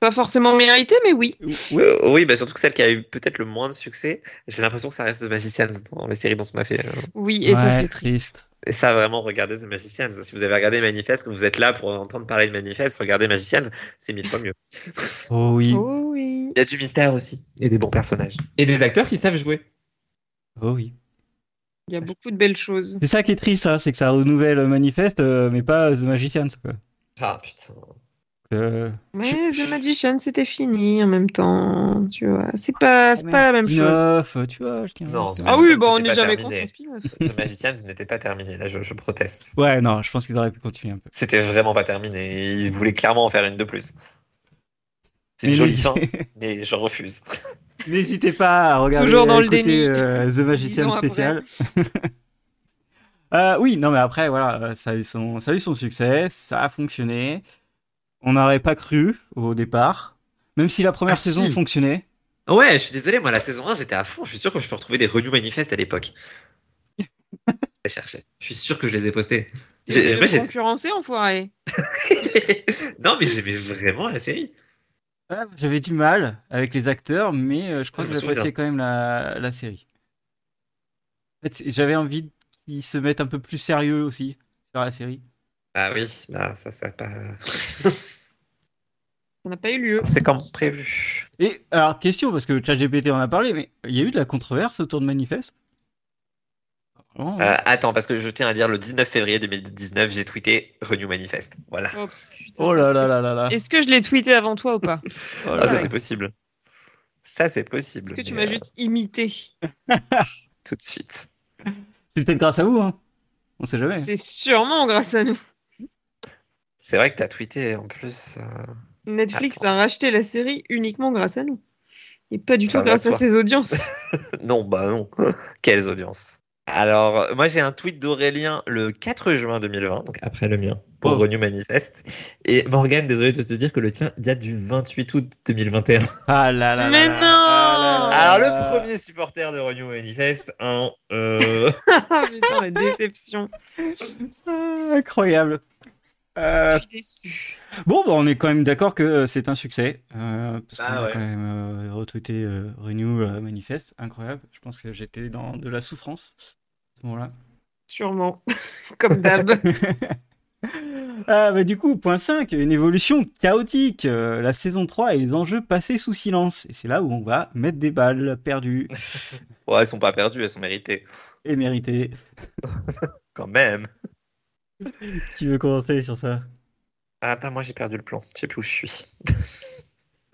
Pas forcément mérité, mais oui.
Oui, oui bah surtout que celle qui a eu peut-être le moins de succès, j'ai l'impression que ça reste The Magicians dans les séries dont on a fait. euh.
Oui, et ça, c'est triste.
Et ça, vraiment, regardez The Magicians. Si vous avez regardé Manifest, que vous êtes là pour entendre parler de Manifest, regardez Magicians, c'est mille fois mieux.
Oh oui. Oh,
Oh oui.
Il y a du mystère aussi, et des bons personnages. Et des acteurs qui savent jouer.
Oh oui.
Il y a beaucoup de belles choses.
C'est ça qui est triste, hein, c'est que ça renouvelle euh, Manifeste, euh, mais pas euh, The Magicians. Quoi.
Ah putain.
Euh,
Mais The Magician, c'était fini en même temps. Tu vois, c'est pas, Ah, c'est
même
pas la même chose.
spin-off, euh, tu vois, je tiens-
Non, The
Ah oui,
Magicians,
bah on
c'était
n'est
pas
jamais contre
terminé.
un spin-off.
The Magicians [laughs] n'était pas terminé, là je, je proteste.
Ouais, non, je pense qu'ils auraient pu continuer un peu.
C'était vraiment pas terminé. Ils voulaient clairement en faire une de plus. C'est une
Mais
jolie
n'hési-
[laughs] fin, mais je refuse.
N'hésitez pas à regarder
Toujours dans
à
le
écouter,
déni.
euh, The
Dix
Magician
ans après.
spécial. [laughs] Euh, oui, non mais après voilà, euh, ça a eu son, ça a eu son succès, ça a fonctionné. On n'aurait pas cru au départ, même si la première
Ah,
saison
si.
fonctionnait.
Ouais, je suis désolé, moi, la saison 1, j'étais à fond. Je suis sûr que je peux retrouver des renew manifestes
[laughs]
à l'époque. je cherchais. Je suis sûr que je les ai postés. J'ai-
J'ai
moi, j'ai-
concurrencé, enfoiré.
[laughs] non, mais j'aimais vraiment la série.
Ah, J'avais du mal avec les acteurs, mais euh, je crois
Je
que
me souviens.
j'appréciais quand même la, la série. En fait, c'est- j'avais envie qu'ils se mettent un peu plus sérieux aussi sur la série.
Ah oui, bah, ça, ça a pas.
Ça n'a pas eu lieu.
C'est comme prévu.
Et alors, question, parce que ChatGPT en a parlé, mais il y a eu de la controverse autour de Manifest Vraiment,
Euh, attends, parce que je tiens à dire, le 19 février 2019, j'ai tweeté Renew Manifest. Voilà.
Oh, putain.
Oh là là là là là.
Est-ce que je l'ai tweeté avant toi ou pas
Oh là
Ah, ça,
là.
c'est possible. Ça, c'est possible.
Est-ce que tu
mais,
m'as
euh,
juste imité
Tout de suite.
C'est peut-être grâce à vous, hein. On sait jamais.
C'est sûrement grâce à nous.
C'est vrai que t'as tweeté en plus. euh,
Netflix
Attends.
a racheté la série uniquement grâce à nous. Et pas du
Ça
tout
va
grâce
de
à
soi.
ses
[laughs]
audiences.
Non, bah non. [laughs] Quelles audiences. Alors, euh, moi, j'ai un tweet d'Aurélien le 4 juin 2020, donc après le mien, pour
Oh.
Renew Manifest. Et Morgane, désolé de te dire que le tien date du 28 août 2021.
Ah là là là
Mais
là.
non
Ah là là
Alors,
là.
le premier supporter de Renew Manifest, hein, euh, [laughs]
Ah, putain, la déception.
Ah, incroyable. Euh,
Ah.
Je suis déçue.
bon, bah, on est quand même d'accord que euh, c'est un succès. euh, parce
Ah
qu'on a
ouais.
quand même euh, retweeté euh, Renew euh, Manifest. Incroyable. Je pense que j'étais dans de la souffrance. à ce moment-là.
Sûrement. [laughs] Comme d'hab.
Ah, bah, du coup, point 5, une évolution chaotique. euh, la saison 3 et les enjeux passés sous silence. Et c'est là où on va mettre des balles perdues
ouais, elles sont pas perdues, elles sont méritées,
et [laughs] méritées.
quand même.
Qui veut commenter sur ça
Ah bah moi j'ai perdu le plan, je sais plus où je suis.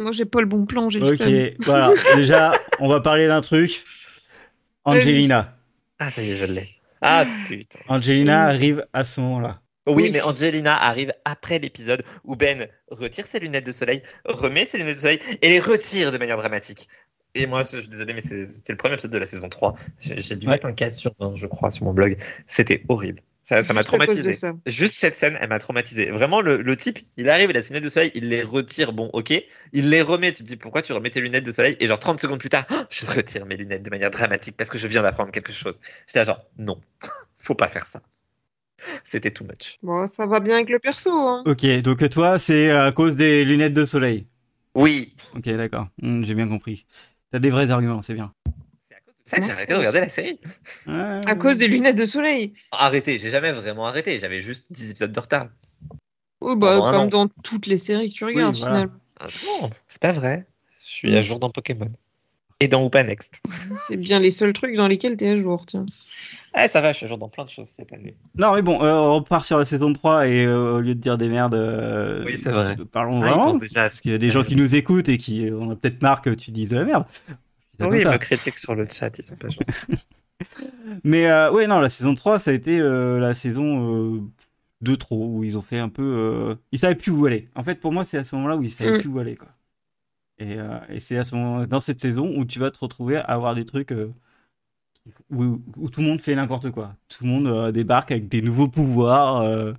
Moi, j'ai pas le bon plan, j'ai le
Ok,
seum. [laughs]
voilà. Déjà, on va parler d'un truc. Angelina.
Ah ça y est, je l'ai. Ah putain.
Angelina
Oui.
arrive à ce moment-là.
Oui,
Oui.
mais Angelina arrive après l'épisode où Ben retire ses lunettes de soleil, remet ses lunettes de soleil et les retire de manière dramatique. Et moi, je je suis désolé, mais c'est- c'était le premier épisode de la saison 3. J'ai j'ai dû
Ouais.
mettre un 4 sur 20, je crois, sur mon blog. C'était horrible. Ça ça m'a
Juste à cause de
traumatisé.
ça.
Juste cette scène, elle m'a traumatisé. Vraiment, le, le type, il arrive, il a ses lunettes de soleil, il les retire, bon, ok. Il les remet, tu te dis pourquoi tu remets tes lunettes de soleil Et genre 30 secondes plus tard, Ah, je retire mes lunettes de manière dramatique parce que je viens d'apprendre quelque chose. J'étais là, genre, non, [laughs] faut pas faire ça. C'était too much.
Bon, ça va bien avec le perso. Hein.
Ok, donc toi, c'est à cause des lunettes de soleil.
Oui,
Ok, d'accord. Hmm, J'ai bien compris. T'as des vrais arguments, c'est bien.
c'est à cause de ça que j'ai arrêté de regarder la série.
Ah,
Euh,
À cause des lunettes de soleil.
Arrêté, j'ai jamais vraiment arrêté, j'avais juste 10 épisodes de retard.
Oh, bah,
Pendant un an.
comme dans toutes les séries que tu regardes,
voilà.
finalement.
Ah non, c'est pas vrai. Je suis à jour dans Pokémon. Et dans Upa Next.
C'est bien les seuls trucs dans lesquels t'es à jour, tiens.
Ah, ça va, je suis à jour dans plein de choses cette année.
Non, mais bon, euh, on repart sur la saison 3 et euh, au lieu de dire des merdes, euh,
Oui, c'est vrai.
parlons
Ah, ils
vraiment.
pensent déjà à ce
Parce qu'il y a des gens qui nous écoutent et qui euh, on a peut-être marre que tu dises de la merde. Je dis ça
Oui, ils
comme
me
bah,
ça.
critiquent sur le chat, ils sont pas gentils.
Mais euh, ouais, non, la saison 3, ça a été euh, la saison euh, de trop, où ils ont fait un peu... euh, Ils savaient plus où aller. En fait, pour moi, c'est à ce moment-là où ils savaient
Mm.
plus où aller. Quoi. Et, euh, et c'est à ce moment dans cette saison où tu vas te retrouver à avoir des trucs euh, où, où tout le monde fait n'importe quoi. Tout le monde euh, débarque avec des nouveaux pouvoirs. euh,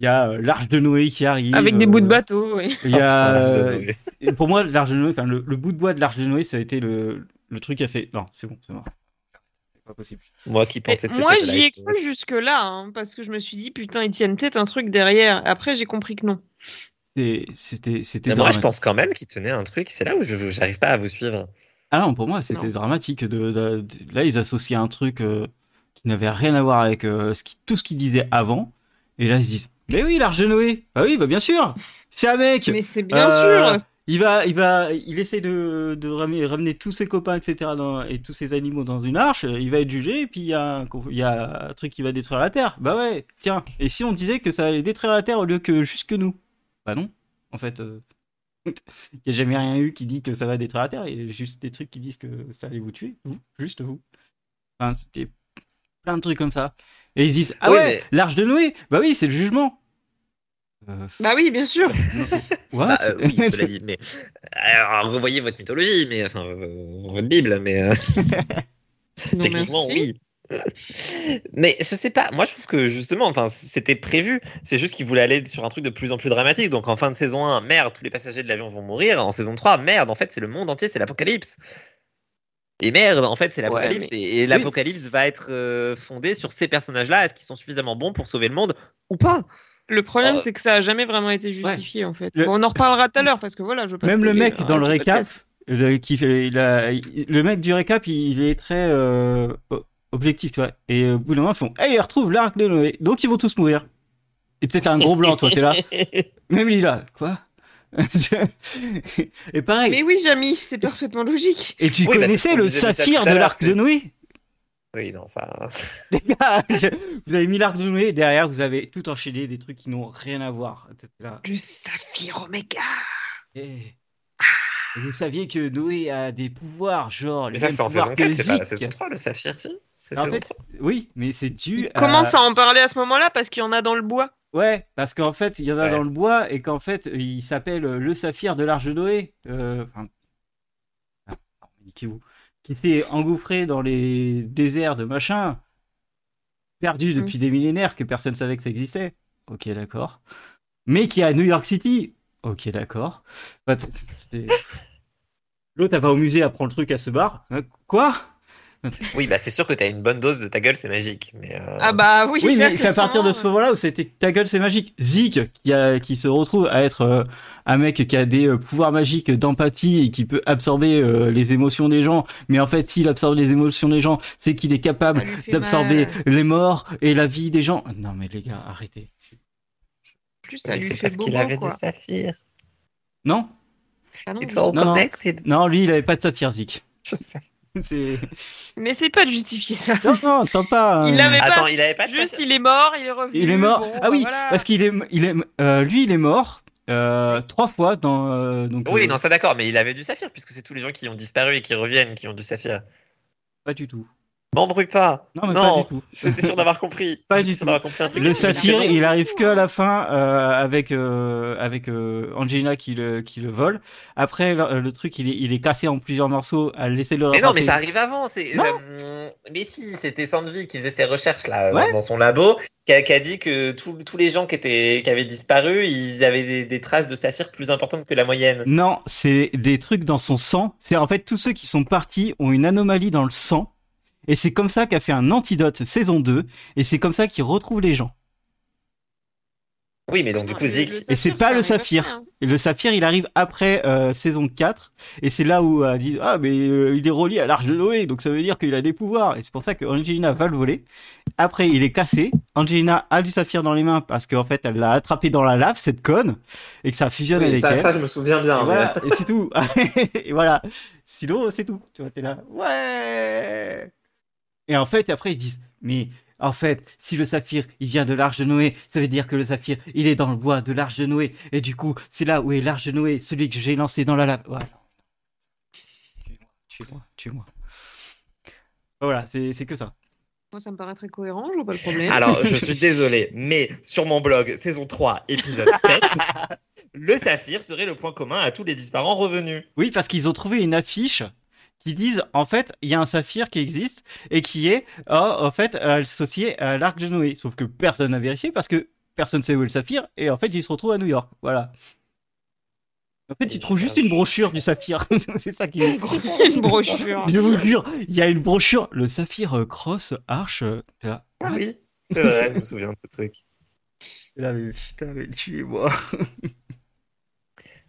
Il y a euh, l'Arche de Noé qui arrive.
Avec des
euh,
bouts de bateau, oui.
Il y a...
Oh, putain,
euh,
l'Arche de Noé.
et pour moi, l'arche de Noé, enfin, le, le bout de bois de l'arche de Noé, ça a été le, le truc qui a fait. Non, c'est bon, c'est mort. C'est pas possible.
Moi qui pensais que
Mais moi,
c'était
j'y ai
live.
cru jusque-là, hein, parce que je me suis dit, putain, ils tiennent peut-être un truc derrière. Après, j'ai compris que non.
C'est- C'était, c'était
Mais moi, je
dramatique.
pense quand même qu'il tenait un truc. C'est là où je j'arrive pas à vous suivre.
Ah non, pour moi, c'était
Non.
dramatique. De, de- de- là, ils associaient un truc euh, qui n'avait rien à voir avec euh, ce qui- tout ce qu'ils disaient avant. Et là, ils se disent Mais oui, l'arche de Noé Ah oui, bah bien sûr C'est un mec
Mais c'est bien
Euh,
sûr.
Il va, il va, il essaie de, de ramener, ramener tous ses copains, etc., dans- et tous ses animaux dans une arche. euh, Il va être jugé, et puis il y, a un, conf- il y a un truc qui va détruire la Terre. Bah ouais, tiens. Et si on disait que ça allait détruire la Terre au lieu que juste que nous Bah non. En fait, euh, [laughs] il n'y a jamais rien eu qui dit que ça va détruire la Terre. Il y a juste des trucs qui disent que ça allait vous tuer, vous, juste vous. Enfin, c'était plein de trucs comme ça. Et ils se disent, ah
Oui,
ouais, l'arche de Noé. Bah oui, c'est le jugement. Euh,
[laughs]
Bah oui, bien sûr.
what
Bah, euh,
[laughs]
oui, cela dit, mais alors, revoyez votre mythologie, mais enfin euh, votre Bible, mais euh,
Non,
techniquement
merci.
oui. Mais je sais pas, moi je trouve que justement, enfin, c'était prévu. C'est juste qu'ils voulaient aller sur un truc de plus en plus dramatique. Donc en fin de saison 1, merde, tous les passagers de l'avion vont mourir. En saison 3, merde, en fait, c'est le monde entier, c'est l'apocalypse. Et merde, en fait, c'est l'apocalypse.
mais-
Et, et l'apocalypse va être euh, fondée sur ces personnages-là. Est-ce qu'ils sont suffisamment bons pour sauver le monde ou pas
Le problème,
Euh,
c'est que ça a jamais vraiment été justifié en fait.
Le- Ah,
Bon, on en reparlera tout à l'heure parce que voilà, je veux pas
Même le
spoiler,
mec
hein,
dans le
du
récap,
podcast.
le, qui fait- il a- il- le mec du récap, il, il est très euh, o- objectif, tu vois. Et euh, au bout d'un moment, ils font Hey, ils retrouvent l'arc de Noé. Donc ils vont tous mourir. Et peut-être un gros blanc, toi, t'es [laughs] là. Même lui, là. Quoi [laughs] Et pareil.
Mais oui, Jamy, c'est parfaitement logique.
Et tu
Oui, bah, c'est
connaissais
ce qu'on
le
disait déjà
saphir
tout à
de
l'heure,
l'arc de
c'est-
Noé
Oui, non, ça.
Les gars, [laughs] vous avez mis l'arc de Noé, derrière, vous avez tout enchaîné, des trucs qui n'ont rien à voir. T'es là.
Le saphir Omega.
Euh, Eh. Et vous saviez que Noé a des pouvoirs, genre les
Mais ça,
mêmes
c'est en
pouvoirs
saison
que
4, c'est pas la
Zik.
saison 3, le saphir, si C'est
En
saison
fait,
3.
oui, mais c'est dû. à-
Commence à en parler à ce moment-là parce qu'il y en a dans le bois.
Ouais, parce qu'en fait, il y en a
Ouais.
dans le bois et qu'en fait, il s'appelle euh, le saphir de l'Arche de Noé. Euh, enfin, ah, niquez-vous. Qui s'est engouffré dans les déserts de machin,
Mm.
perdu depuis des millénaires que personne savait que ça existait. Ok, d'accord. Mais qui est à New York City. Ok, d'accord. Enfin, t-
[laughs]
c'était- L'autre, elle va au musée, apprend le truc, à se barre. Hein, Quoi
Oui, bah c'est sûr que t'as une bonne dose de ta gueule, c'est magique. Mais, euh,
Ah bah [laughs] oui.
Oui,
là,
mais c'est à partir de ce
clairement,
moment-là où c'était ta gueule, c'est magique. Zeke, qui, a- qui se retrouve à être euh, un mec qui a des euh, pouvoirs magiques d'empathie et qui peut absorber euh, les émotions des gens. Mais en fait, s'il absorbe les émotions des gens, c'est qu'il est
ça
capable
lui fait
d'absorber
mal.
les morts et la vie des gens. Non, mais les gars, arrêtez.
En Plus ça
mais
lui
c'est
fait
parce qu'il
bobo,
avait
quoi.
du saphir.
Non
Ah non,
It's
mais-
all
Non, non.
connected.
Non, lui, il avait pas de saphir, Zeke.
Je sais.
[laughs]
[laughs]
C'est-
N'essaie pas de justifier ça.
Non, non, t'en pas.
Il
euh,
avait- Mais
Attends,
pas-
il avait pas de
Juste,
saphir.
il est mort, il est revenu.
Il est mort.
bon,
ah oui,
bah voilà.
parce qu'il est, il est, euh, lui, il est mort euh, trois fois dans. euh, donc, euh,
Oui, non, ça d'accord, mais il avait du saphir, puisque c'est tous les gens qui ont disparu et qui reviennent qui ont du saphir.
pas du tout.
M'embrouille pas.
Non, mais pas du tout.
j'étais sûr d'avoir compris.
[laughs] Pas
J'étais
du
sûr
tout.
d'avoir compris un truc.
Le
Mais
saphir,
non.
il arrive que à la fin euh, avec euh, avec euh, Angelina qui le qui le vole. Après le, le truc, il est il est cassé en plusieurs morceaux. Elle laisser le.
Mais non, mais
rattraper.
ça arrive avant. C'est,
Non.
euh, mais si, c'était Sandvik qui faisait ses recherches là
Ouais.
dans son labo, qui a, qui a dit que tous- tous les gens qui étaient qui avaient disparu, ils avaient des, des traces de saphir plus importantes que la moyenne.
Non, c'est des trucs dans son sang. C'est en fait tous ceux qui sont partis ont une anomalie dans le sang. Et c'est comme ça qu'a fait un antidote saison 2. Et c'est comme ça qu'il retrouve les gens.
Oui, mais donc du
Non,
coup,
le-
Zik,
le
Et c'est
saphir,
pas
ça
le
arrive
saphir.
après, hein.
Et le saphir, il arrive après euh, saison 4. Et c'est là où elle dit Ah, mais euh, il est relié à l'arche de Noé, donc ça veut dire qu'il a des pouvoirs. Et c'est pour ça que Angelina va le voler. Après, il est cassé. Angelina a du saphir dans les mains parce qu'en fait, elle l'a attrapé dans la lave, cette conne, et que ça fusionne
Oui,
avec
ça,
elle.
ça, je me souviens bien.
et
mais-
voilà, et c'est
[laughs]
tout. et voilà. Sinon, c'est tout. Tu vois, t'es là. Ouais. Et en fait, après, ils disent Mais en fait, si le saphir, il vient de l'Arche de Noé, ça veut dire que le saphir, il est dans le bois de l'Arche de Noé. Et du coup, c'est là où est l'Arche de Noé, celui que j'ai lancé dans la lave. Ouais, non. Tue-moi, tue-moi, tue-moi. Voilà, c'est c'est que ça.
Moi, ça me paraît très cohérent, je vois pas le problème.
Alors, je suis désolé, mais sur mon blog, saison 3, épisode 7, le saphir serait le point commun à tous les disparants revenus.
Oui, parce qu'ils ont trouvé une affiche qui disent en fait il y a un saphir qui existe et qui est ah, en fait euh, associé à l'arc de Noé. Sauf que personne n'a vérifié parce que personne sait où est le saphir et en fait il se retrouve à New York. Voilà. En fait,
Et
ils trouvent
j'ai
juste
pas-
une brochure du saphir. [laughs] C'est ça qui est gros.
[laughs]
[laughs]
Une brochure.
Je vous le jure, il y a une brochure, le saphir euh, cross arche. euh, T'es là,
Ah oui, c'est vrai, je me souviens de ce truc.
t'es là, mais putain, mais tuez-moi.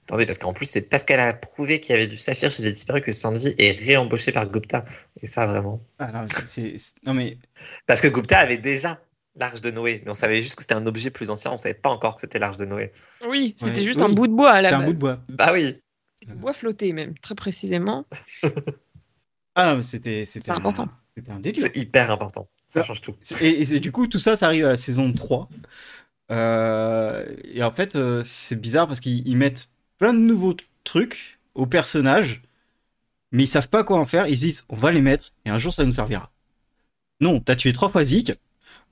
Attendez, parce qu'en plus, c'est parce qu'elle a prouvé qu'il y avait du saphir chez les disparus que Sandvi est réembauché par Gupta. Et ça, vraiment.
Ah non, mais c'est- c'est- non, mais
Parce que Gupta avait déjà l'arche de Noé, mais on savait juste que c'était un objet plus ancien, on savait pas encore que c'était l'arche de Noé.
Oui, c'était
Ouais.
juste
Oui.
un bout de bois à la
c'est un
base.
bout de bois.
Bah oui,
bois. flotté, même, très précisément.
Ah non, mais c'était c'était
C'est
un-
important.
C'était un délire.
c'est hyper important. Ça change tout.
Et, et- et du coup, tout ça, ça arrive à la saison 3. Euh, et en fait, euh, c'est bizarre parce qu'ils ils mettent plein de nouveaux t- trucs aux personnages, mais ils savent pas quoi en faire. Ils se disent, on va les mettre et un jour ça nous servira. Non, t'as tué trois fois Zik,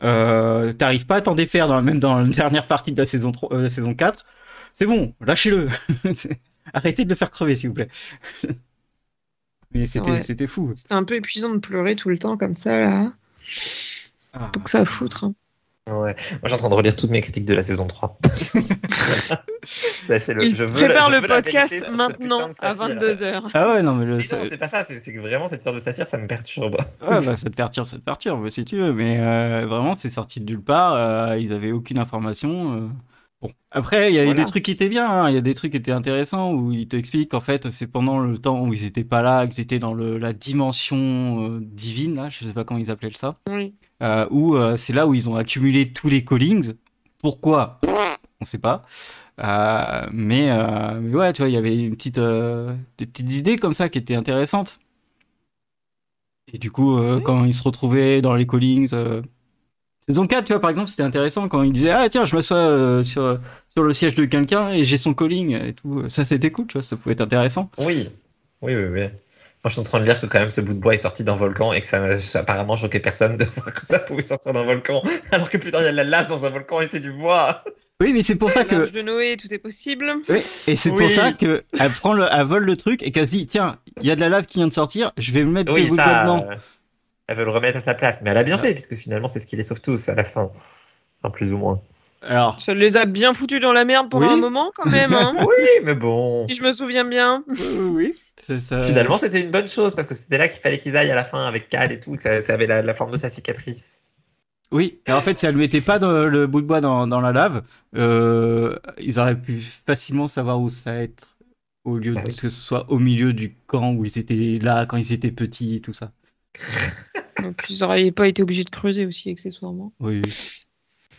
euh, t'arrives pas à t'en défaire dans la, même dans la dernière partie de la saison, 3, euh, de la saison 4. C'est bon, lâchez-le. [laughs] Arrêtez de le faire crever, s'il vous plaît. [laughs] mais c'était
Ouais.
c'était fou.
C'était un peu épuisant de pleurer tout le temps comme ça, là.
Ah.
Faut que ça à foutre. hein.
Ouais. Moi, je suis en train de relire toutes mes critiques de la saison
[laughs]
3. Sachez-le.
Il
je veux
prépare
la- je
le
veux la
podcast
vérité sur ce
maintenant
putain de
à
saphir.
22h.
Ah ouais, non, mais le,
Mais
ça,
non, c'est pas ça. C'est c'est que vraiment cette histoire de saphir, ça me perturbe.
ouais, bah, ça te perturbe, ça te perturbe, bah, si tu veux. Mais euh, vraiment, c'est sorti de nulle part. euh, ils avaient aucune information. euh. Bon. Après, il y a eu
Voilà.
des trucs qui étaient bien. hein, Il y a des trucs qui étaient intéressants où ils t'expliquent qu'en fait, c'est pendant le temps où ils étaient pas là, qu'ils étaient dans le, la dimension euh, divine, là, je sais pas comment ils appelaient ça.
Oui.
euh, où euh, c'est là où ils ont accumulé tous les callings. Pourquoi On sait pas. Euh, mais, euh, mais ouais, tu vois, il y avait une petite, euh, des petites idées comme ça qui étaient intéressantes. Et du coup, euh, quand ils se retrouvaient dans les callings, euh, saison 4, tu vois, par exemple, c'était intéressant quand ils disaient Ah, tiens, je m'assois euh, sur, sur le siège de quelqu'un et j'ai son calling et tout. Ça, c'était cool, tu vois, ça pouvait être intéressant.
Oui. Oui, oui, oui. Moi, je suis en train de lire que quand même ce bout de bois est sorti d'un volcan et que ça n'a apparemment choqué personne de [laughs] voir que ça pouvait sortir d'un volcan. Alors que putain, il y a de la lave dans un volcan et c'est du bois.
Oui, mais c'est pour ça que.
L'arche de Noé, tout est possible.
Oui, et c'est
Oui.
pour ça que elle prend le, elle vole le truc et qu'elle se dit tiens, il y a de la lave qui vient de sortir, je vais me mettre
Oui,
des bouts de
ça.
dedans.
euh, Elle veut le remettre à sa place. Mais elle a bien
Ah.
fait puisque finalement, c'est ce qui les sauve tous à la fin. Enfin, plus ou moins.
Alors,
Ça les a bien foutus dans la merde pendant
Oui.
un moment quand
[laughs]
même. hein.
Oui, mais bon.
si je me souviens bien.
oui, oui, c'est ça.
Finalement, c'était une bonne chose parce que c'était là qu'il fallait qu'ils aillent à la fin avec Cal et tout, que ça, ça avait la, la forme de sa cicatrice.
Oui, et en fait, si elle mettait pas dans- le bout de bois dans, dans la lave, euh, ils auraient pu facilement savoir où ça être au lieu
Bah
de
oui.
que ce soit au milieu du camp où ils étaient là quand ils étaient petits et tout ça.
Donc, ils auraient pas été obligés de creuser aussi accessoirement.
Oui.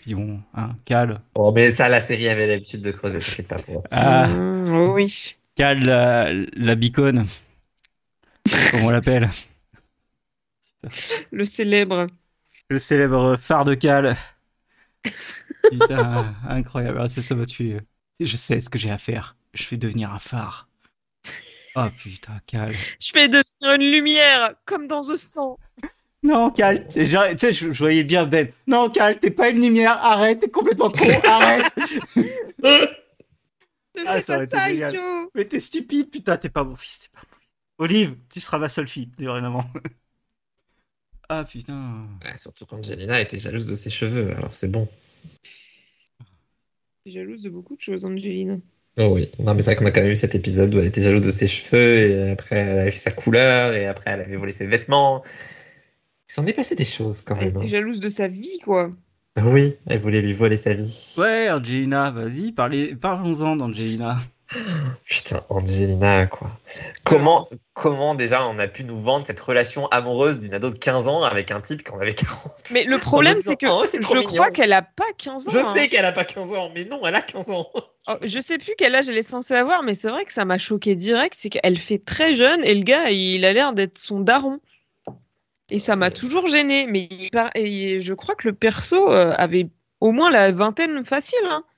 Puis on, hein, cale.
Bon, mais ça, la série avait l'habitude de creuser, t'inquiète pas pour. [laughs]
Ah,
Mmh, oh oui.
cale la, la biconne. Comment on l'appelle
Le célèbre.
Le célèbre phare de [laughs] Cal. Putain, incroyable. Ah, ça, ça m'a tué. Je sais ce que j'ai à faire. Je vais devenir un phare. Oh putain, Cal.
Je vais devenir une lumière, comme dans The Sang.
Non, Cal. Tu sais, genre, tu sais, je, je voyais bien Ben. Non, Cal, t'es pas une lumière. Arrête, t'es complètement [laughs] con. Arrête.
Ne
Ah,
fais
ça aurait été
pas ça,
génial.
Joe.
Mais t'es stupide. Putain, t'es pas mon fils. T'es pas mon fils. Olive, tu seras ma seule fille, dorénavant. [laughs] Ah putain.
Ah, surtout quand Jelena était jalouse de ses cheveux, alors c'est bon.
Je suis jalouse de beaucoup de choses, Angeline.
Oh oui, non mais c'est vrai qu'on a quand même eu cet épisode où elle était jalouse de ses cheveux, et après elle avait fait sa couleur, et après elle avait volé ses vêtements. Il s'en est passé des choses
Ah,
quand
Elle
même.
était
hein.
jalouse de sa vie, quoi.
Ah Oui, elle voulait lui voler sa vie.
Ouais, Angelina, vas-y, parlez- parlons-en d'Angelina.
Putain, Angelina, quoi. Comment, comment déjà on a pu nous vendre cette relation amoureuse d'une ado de 15 ans avec un type qu'on avait 40
Mais le problème,
disant,
c'est que
Oh, c'est trop
je
mignon.
crois qu'elle a pas 15 ans.
Je
hein.
sais qu'elle a pas 15 ans, mais non, elle a 15 ans.
Oh, je sais plus quel âge elle est censée avoir, mais c'est vrai que ça m'a choqué direct. C'est qu'elle fait très jeune et le gars, il a l'air d'être son daron. Et ça m'a toujours gêné. Mais il par- et je crois que le perso euh, avait au moins la vingtaine facile. hein.
[laughs]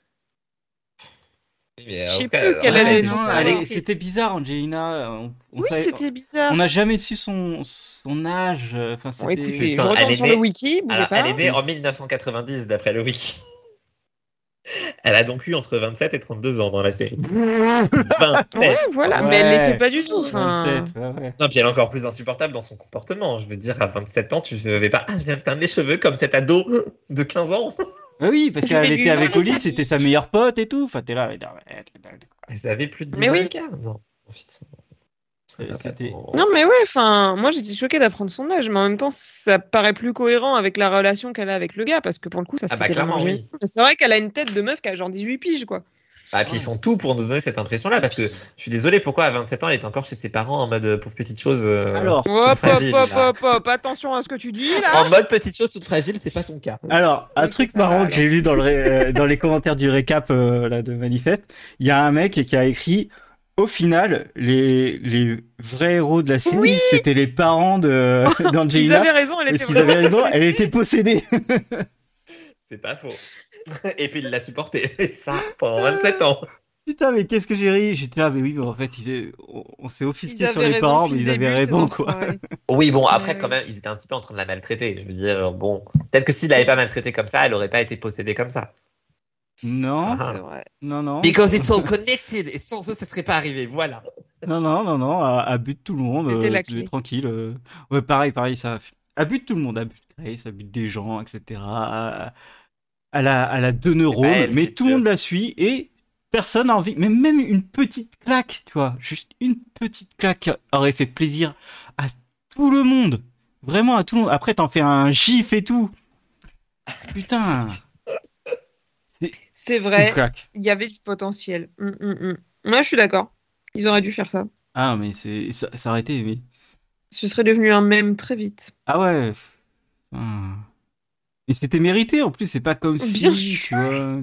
Mais,
Je
euh,
sais
en tout cas,
plus quel
elle
âge
était
elle a.
juste-
Non,
elle
elle est-
est-
C'était bizarre, Angelina. On, on
Oui,
savait-
c'était bizarre.
on n'a jamais su son, son âge. euh, Enfin,
Bon,
c'était.
écoutez,
Putain,
je
elle
retourne
est
sur
née-
le wiki. bougez
Alors,
pas.
elle est née en 1990 d'après le wiki. Elle a donc eu entre 27 et 32 ans dans la série. 27.
Ouais, voilà, mais elle les
Ouais.
fait pas du tout. Enfin,
27, ouais, ouais.
Non, puis elle est encore plus insupportable dans son comportement. Je veux dire, à 27 ans, tu ne vais pas. Ah, je vais me teindre les cheveux comme cet ado de 15 ans.
Bah oui, parce
Je
qu'elle
vais lui
était avec
voler sa
Olive, c'était
vie.
sa meilleure pote et tout. Enfin, t'es là. mais non, mais-
Elle avait plus de 10
Mais
ans
oui.
et 15 ans. Oh, putain. Ça n'a pas de
C'était-
sens.
non, mais ouais, enfin, moi j'étais choquée d'apprendre son âge, mais en même temps, ça paraît plus cohérent avec la relation qu'elle a avec le gars, parce que pour le coup, ça
Ah
se
bah, clairement, oui.
C'est vrai qu'elle a une tête de meuf qui a genre 18 piges, quoi.
Bah, puis ils font tout pour nous donner cette impression-là, parce que euh, je suis désolé, pourquoi à 27 ans, elle est encore chez ses parents en mode euh, pauvre petite chose. euh,
Alors,
Hop,
fragile,
hop,
là.
hop, hop, hop, attention à ce que tu dis
Oh,
là.
En mode petite chose toute fragile, c'est pas ton cas.
alors, un truc
ça va,
marrant que
alors.
j'ai lu dans, le ré- euh, dans les commentaires du récap euh, là, de Manifeste, il y a un mec qui a écrit Au final, les, les vrais héros de la série,
Oui
c'était les parents
[laughs]
de-
Ils
d'Angelina.
avaient raison, elle
Est-ce
était
qu'ils
vraiment.
avaient raison Elle était possédée.
C'est pas faux. [laughs] Et puis il l'a supporté, [laughs] et ça, pendant 27 ans.
Putain, mais qu'est-ce que j'ai ri J'étais là, mais oui, mais en fait, ils- on, on s'est offusqué
avaient
sur les
raison
parents,
depuis
mais ils
le
avaient
début, ces
raison, quoi.
enfoirés.
Oui, bon, après,
Ouais.
quand même, ils étaient un petit peu en train de la maltraiter. Je veux dire, bon, peut-être que s'il l'avait pas maltraitée comme ça, elle aurait pas été possédée comme ça.
Non,
Ah.
C'est vrai.
non, non.
Because it's all connected, et sans eux, ça serait pas arrivé, voilà.
Non, non, non, non, à, à but de tout le monde,
C'était
euh,
la
tu es
clé.
tranquille. euh. Ouais, pareil, pareil, ça. abute tout le monde, abute Grace, abute des gens, etc. À, à la, à la deux neurones,
elle,
mais
c'est
tout le
sûr.
monde la suit et personne n'a envie, mais même une petite claque, tu vois, juste une petite claque aurait fait plaisir à tout le monde. Vraiment à tout le monde. Après, t'en fais un gif et tout.
[laughs]
Putain. C'est
C'est
une
vrai,
claque.
il y avait du potentiel. Hum, hum, hum. Moi, je suis d'accord. Ils auraient dû faire ça.
Ah, mais c'est, ça, ça aurait été, mais-
Ce serait devenu un mème très vite.
Ah ouais. pff, putain. Mais c'était mérité en plus, c'est pas comme
Bien
si, tu
sûr.
vois.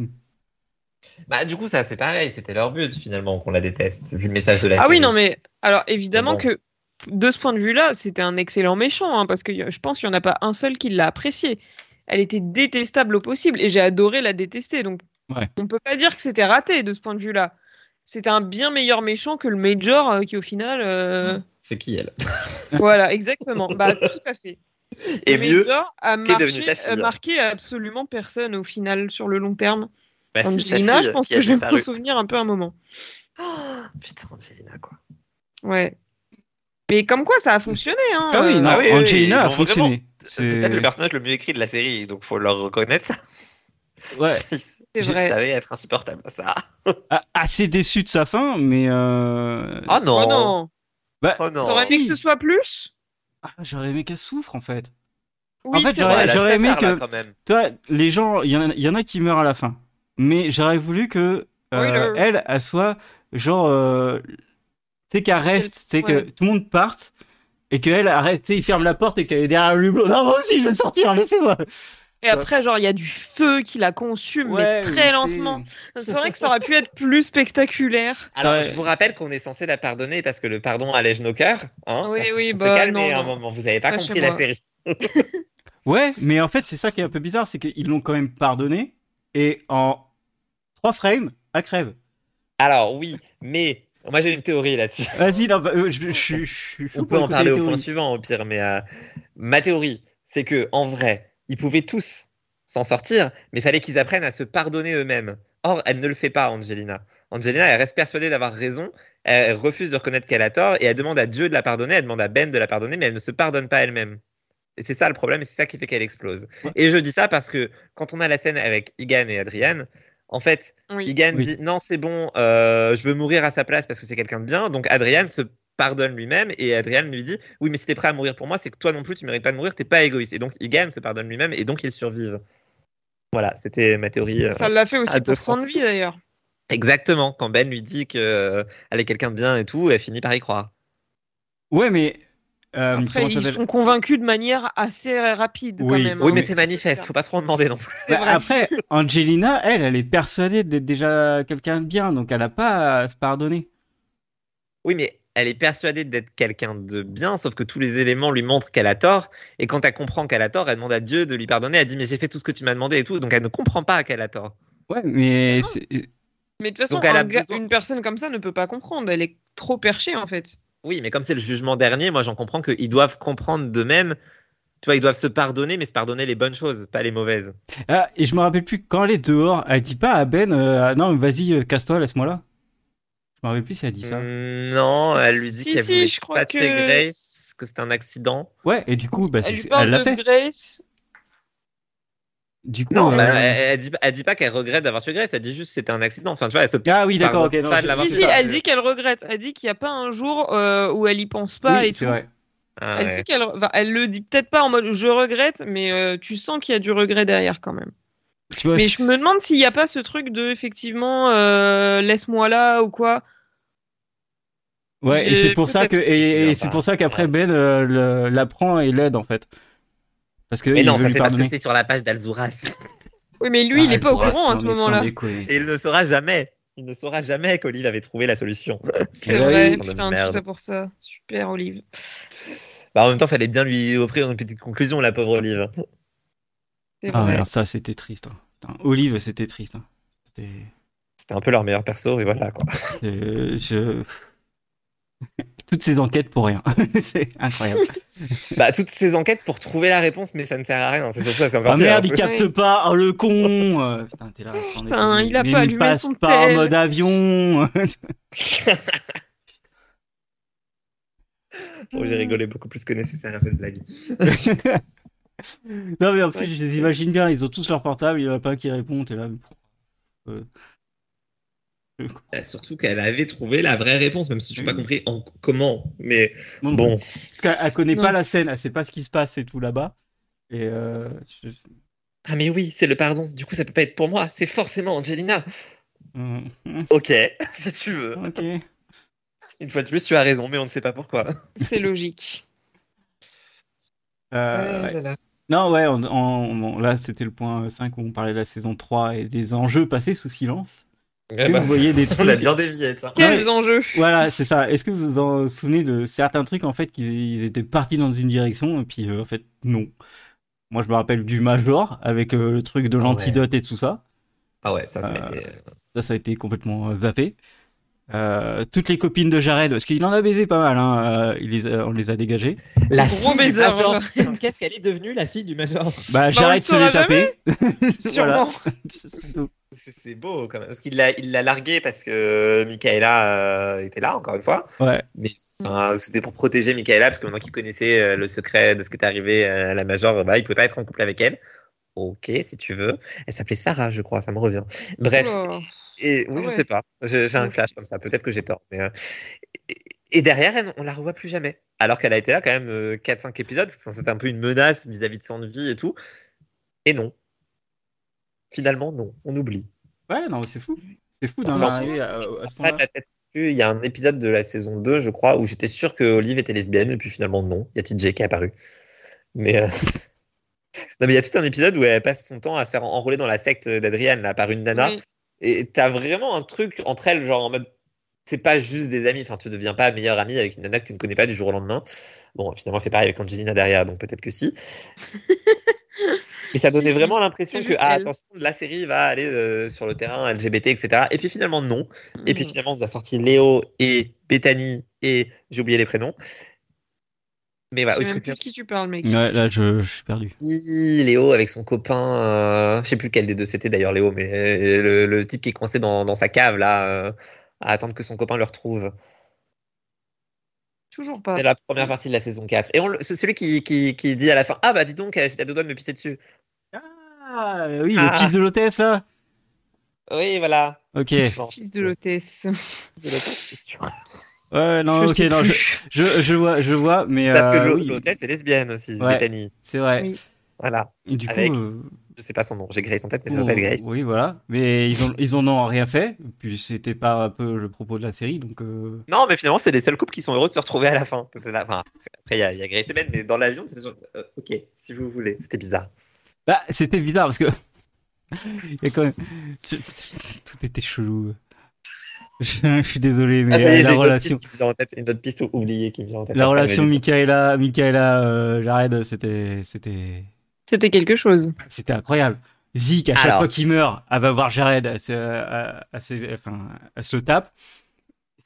Bah, du coup, ça, c'est pareil. C'était leur but, finalement, qu'on la déteste, vu le message de la
Ah oui,
série.
non, mais alors évidemment
Bon.
que de ce point de vue-là, c'était un excellent méchant, hein, parce que y- je pense qu'il n'y en a pas un seul qui l'a apprécié. Elle était détestable au possible, et j'ai adoré la détester, donc
Ouais.
on peut pas dire que c'était raté de ce point de vue-là. C'était un bien meilleur méchant que le Major, euh, qui au final...
[laughs]
euh,
C'est qui, elle
voilà, exactement. Bah, tout à fait.
[laughs] Et
le
mieux,
Major a
qu'est
marqué,
devenue sa fille.
a marqué absolument personne au final sur le long terme.
bah, c'est sa
Angelina, je
fille
pense
qui a
que je vais me
disparu.
souvenir un peu un moment.
Oh, putain, Angelina, quoi.
Ouais. Mais comme quoi, ça a fonctionné. Hein,
Ah oui,
euh,
non,
ah oui, oui,
Angelina
oui,
a
bon,
fonctionné.
C'est peut-être le personnage le mieux écrit de la série, donc faut leur reconnaître ça. [laughs]
Ouais,
C'est
Je
vrai.
savais être insupportable, ça.
a- assez déçu de sa fin, mais. Euh...
Oh non.
Oh non.
Bah,
Oh non.
T'aurais aimé que
Si.
ce soit plus
ah, j'aurais aimé qu'elle souffre en fait.
Oui,
En fait,
c'est
j'aurais-
vrai.
Ouais, là,
j'aurais
je
aimé
préfère, là,
que-
quand même.
Toi, les gens, il y, en a- il y en a qui meurent à la fin, mais j'aurais voulu que euh,
Spoiler.
elle, elle soit genre, euh, c'est qu'elle reste, c'est que
Ouais.
tout le monde parte et qu'elle arrête, tu sais, il ferme la porte et qu'elle est derrière le hublot. Non, moi aussi, je veux sortir, laissez-moi.
Et après, genre, il y a du feu qui la consume, mais
mais
très
c'est-
lentement. C'est vrai que ça aurait pu être plus spectaculaire.
Alors,
Ouais.
je vous rappelle qu'on est censé la pardonner parce que le pardon allège nos cœurs. Hein
Oui,
Parce qu'on
oui,
s'est
bah,
calmé hein,
non,
à un
non.
moment. Vous avez pas
Pas chez
compris la
moi.
série.
Ouais, mais en fait, c'est ça qui est un peu bizarre, c'est qu'ils l'ont quand même pardonné et en trois frames, elle crève.
Alors, oui, mais moi j'ai une théorie là-dessus.
Vas-y, non, bah, euh, je, je, suis- je suis chaud
On peut
pour
en
écouter
parler
les
au point
théories.
suivant, au pire. Mais euh, ma théorie, c'est que en vrai, ils pouvaient tous s'en sortir, mais fallait qu'ils apprennent à se pardonner eux-mêmes. Or, elle ne le fait pas, Angelina. Angelina, elle reste persuadée d'avoir raison. Elle refuse de reconnaître qu'elle a tort et elle demande à Dieu de la pardonner. Elle demande à Ben de la pardonner, mais elle ne se pardonne pas elle-même. Et c'est ça le problème, et c'est ça qui fait qu'elle explose.
Ouais.
Et je dis ça parce que quand on a la scène avec Igan et Adrienne, en fait,
Oui.
Egan
Oui.
dit non, c'est bon, euh, je veux mourir à sa place parce que c'est quelqu'un de bien. Donc Adrian se pardonne lui-même et Adrian lui dit oui, mais si t'es prêt à mourir pour moi, c'est que toi non plus tu mérites pas de mourir, t'es pas égoïste. Et donc Egan se pardonne lui-même et donc ils survivent. Voilà, c'était ma théorie. euh.
Ça l'a fait
à
aussi
deux
pour son
Francis.
vie, d'ailleurs.
Exactement, quand Ben lui dit que euh, elle est quelqu'un de bien et tout, elle finit par y croire.
Ouais, mais. euh,
Après,
comment ça
ils
s'appelle
sont convaincus de manière assez rapide,
Oui.
quand même.
Oui,
hein.
mais c'est manifeste, faut pas trop en demander non plus.
C'est
Bah,
vrai.
après, Angelina, elle, elle est persuadée d'être déjà quelqu'un de bien, donc elle n'a pas à se pardonner.
Oui, mais elle est persuadée d'être quelqu'un de bien, sauf que tous les éléments lui montrent qu'elle a tort. Et quand elle comprend qu'elle a tort, elle demande à Dieu de lui pardonner. Elle dit Mais j'ai fait tout ce que tu m'as demandé et tout. Donc elle ne comprend pas qu'elle a tort.
Ouais,
Ah.
mais c'est-
Mais de toute façon,
Donc, elle a
un gars-
besoin-
une personne comme ça ne peut pas comprendre. Elle est trop perchée, en fait.
Oui, mais comme c'est le jugement dernier, moi j'en comprends qu'ils doivent comprendre d'eux-mêmes. Tu vois, ils doivent se pardonner, mais se pardonner les bonnes choses, pas les mauvaises.
Ah, et je me rappelle plus quand elle est dehors, elle dit pas à Ben, euh, Ah, non, vas-y, euh, casse-toi, laisse-moi là. Je me rappelle plus si elle dit ça.
Mm, Non, elle lui dit
Si,
qu'elle
si,
voulait
je crois
pas tuer
que-
Grace, que c'était un accident.
Ouais, et du coup, bah,
Elle
c'est-
lui
elle
parle
l'a
de
fait.
Grace.
Du coup,
Non,
euh,
bah, elle, elle dit, elle dit pas qu'elle regrette d'avoir tué Grace, elle dit juste que c'était un accident. Enfin, tu vois, elle se
Ah oui, d'accord, ok.
Pardon,
non,
pas
je-
de l'avoir
Si,
fait
si,
Bah, ça,
elle
mais-
dit qu'elle regrette. Elle dit qu'il n'y a pas un jour euh, où elle y pense pas
Oui,
et
c'est
tout.
vrai.
Ah,
Elle
ouais.
dit qu'elle, enfin, elle le dit peut-être pas en mode je regrette, mais euh, tu sens qu'il y a du regret derrière quand même.
Tu vois,
Mais je me
Euh, c'est-
demande s'il n'y a pas ce truc de effectivement euh, laisse-moi là ou quoi.
Ouais, et
je-
c'est pour ça que, et, et
Je me
c'est
souviens
pour ça qu'après
pas.
Ben euh, le- la prend et l'aide en fait. Parce que
Mais
il
non,
veut
ça
lui
c'est parce que
pardonner.
c'était sur la page d'Alzuras.
Oui, mais lui, il
Ah,
n'est pas au
Alzoras,
courant à
non,
ce
mais sans
moment-là.
déconner.
Et il ne saura jamais. Il ne saura jamais qu'Olive avait trouvé la solution.
C'est
là,
[laughs]
vrai,
ils
sont de
putain,
merde.
tout ça pour ça. Super, Olive.
Bah, en même temps, fallait bien lui offrir une petite conclusion, la pauvre Olive.
C'est
Ah ouais,
vrai.
alors ça c'était triste. hein. Putain, Olive c'était triste. hein. C'était-
C'était un peu leur meilleur perso, et voilà quoi.
euh, je... [laughs] Toutes ces enquêtes pour rien. [laughs] c'est incroyable.
Bah, toutes ces enquêtes pour trouver la réponse, mais ça ne sert à rien. C'est surtout ça, c'est encore
Ah
pire.
merde, il
C'est-
capte pas. Oh le con. euh, Putain, t'es là. sans
Putain,
déconner.
il a
Mais
pas
il
allumé
passe
son
pas en
tel.
mode avion.
Oh, J'ai rigolé beaucoup plus que nécessaire à cette blague.
[laughs] non, mais en plus, je les imagine bien, ils ont tous leur portable, il n'y en a pas un qui répond, t'es là. mais pourquoi
Euh, Surtout qu'elle avait trouvé la vraie réponse, même si je n'ai pas compris en comment. Mais
Bon,
bon,
Parce qu'elle elle connaît
Non.
pas la scène, elle sait pas ce qui se passe et tout là-bas. Et euh, je-
ah mais oui, c'est le pardon. Du coup, ça peut pas être pour moi. C'est forcément Angelina.
Hum, hum,
Ok, [laughs] si tu veux.
ok.
Une fois de plus, tu as raison, mais on ne sait pas pourquoi.
C'est logique.
Euh, ouais.
Ah là là.
Non, ouais, on, on- bon, là c'était le point 5 où on parlait de la saison 3 et des enjeux passés sous silence.
Eh
Et
bah,
vous voyez des
[laughs] on
trucs.
l'a bien dévié, tiens.
Ouais. [laughs]
Quels enjeux
Voilà, c'est ça. Est-ce que vous vous en souvenez de certains trucs en fait qu'ils ils étaient partis dans une direction et puis euh, en fait non. Moi je me rappelle du Major avec euh, le truc de
Ah ouais.
l'antidote et tout ça.
Ah ouais, ça, ça a
Euh,
été.
Ça ça a été complètement euh, zappé. Euh, toutes les copines de Jared, parce qu'il en a baisé pas mal, hein, euh, il les a- on les a dégagées. Bah,
La
Gros
fille du
baiser,
major. [laughs]
voilà.
Putain, Qu'est-ce qu'elle est devenue, la fille du major
Bah,
on le
Jared se
saura
l'est tapé. [laughs]
Sûrement.
C'est c'est beau quand même. Parce qu'il l'a, il l'a largué parce que euh, Michaela euh, était là, encore une fois. [laughs]
Ouais.
Mais
Mm.
enfin, c'était pour protéger Michaela, parce que maintenant qu'il connaissait euh, le secret de ce qui était arrivé à la Major, bah, il pouvait pas être en couple avec elle. Ok, si tu veux. Elle s'appelait Sarah, je crois, ça me revient. Bref.
Oula.
Et oui,
Oh. Ah ouais.
je
Mm.
sais pas. Je- J'ai un
Ouais.
flash comme ça. Peut-être que j'ai tort. Mais, euh, et, et derrière, elle, on la revoit plus jamais. Alors qu'elle a été là quand même euh, 4-5 épisodes. parce que C'était un peu une menace vis-à-vis de son vie et tout. Et non. Finalement, non. On oublie.
Ouais, non, mais c'est fou. C'est fou d'en
Non,
arriver à, à ce
Ah, Pas
point-là.
de la tête dessus. Il y a un épisode de la saison 2, je crois, où j'étais sûr que Olive était lesbienne. Et puis finalement, non. Il y a TJ qui est apparu. Mais. euh, [laughs] Non mais il y a tout un épisode où elle passe son temps à se faire enrôler dans la secte d'Adrienne là Ah par une nana
Oui.
Et t'as vraiment un truc entre elles, genre en mode. C'est pas juste des amis, enfin tu deviens pas meilleure amie avec une nana que tu ne connais pas du jour au lendemain. Bon, finalement, c'est pareil avec Angelina derrière, donc peut-être
[laughs]
que si. Mais ça donnait
Si, si,
vraiment l'impression
c'est
que,
juste
ah,
elle.
attention, la série va aller euh, sur le terrain LGBT, etc. Et puis finalement, non. Et
Hmm.
puis finalement, on nous a sorti Léo et Bethany et j'ai oublié les prénoms. Mais voilà,
Je
oui,
sais même
truc
plus de qui tu parles, mec.
Ouais, là, je, je suis perdu.
Hi, Léo avec son copain, euh, je sais plus quel des deux c'était d'ailleurs Léo, mais euh, le, le type qui est coincé dans, dans sa cave là, euh, à attendre que son copain le retrouve.
Toujours pas.
C'est la première partie de la saison 4. Et on le- c'est celui qui, qui, qui dit à la fin Ah bah dis donc, euh, j'étais à deux doigts de me pisser dessus.
Ah, oui,
Ah.
le fils de l'hôtesse, là
Oui, voilà.
Ok.
Bon,
Fils de l'hôtesse.
fils de l'hôtesse, c'est sûr.
Ouais, non,
Je
ok,
sais
non, je,
plus.
je, je vois, je vois, mais.
Parce que
euh,
l'hô-
oui,
l'hôtesse est lesbienne aussi,
Ouais.
Bethany.
C'est vrai.
Oui.
Voilà.
Et du coup.
Avec-
euh,
Je sais pas son nom, j'ai Grace en tête, mais ça
bon,
s'appelle Grace.
Oui, voilà. Mais ils, ont, ils en ont rien fait. Puis c'était pas un peu le propos de la série, donc. euh,
Non, mais finalement, c'est les seuls couples qui sont heureux de se retrouver à la fin. Enfin, après, il y, a- il y a Grace et Ben, mais dans l'avion, c'est genre, euh, ok, si vous voulez. C'était bizarre.
Bah, c'était bizarre parce que. [laughs] Il y a quand même. je- Tout était [laughs] chelou. Je, je suis désolé, mais
Ah, ça y est,
euh,
j'ai
la
une autre
relation.
piste qui me vient en tête, une autre piste oubliée qui me vient en tête.
La
Après,
relation
mais-
Michaela, Michaela euh, Jared, c'était, c'était,
C'était quelque chose.
c'était incroyable. Zeke, à chaque
Alors.
fois qu'il meurt, elle va voir Jared, elle se, elle- elle se- enfin, elle se le tape.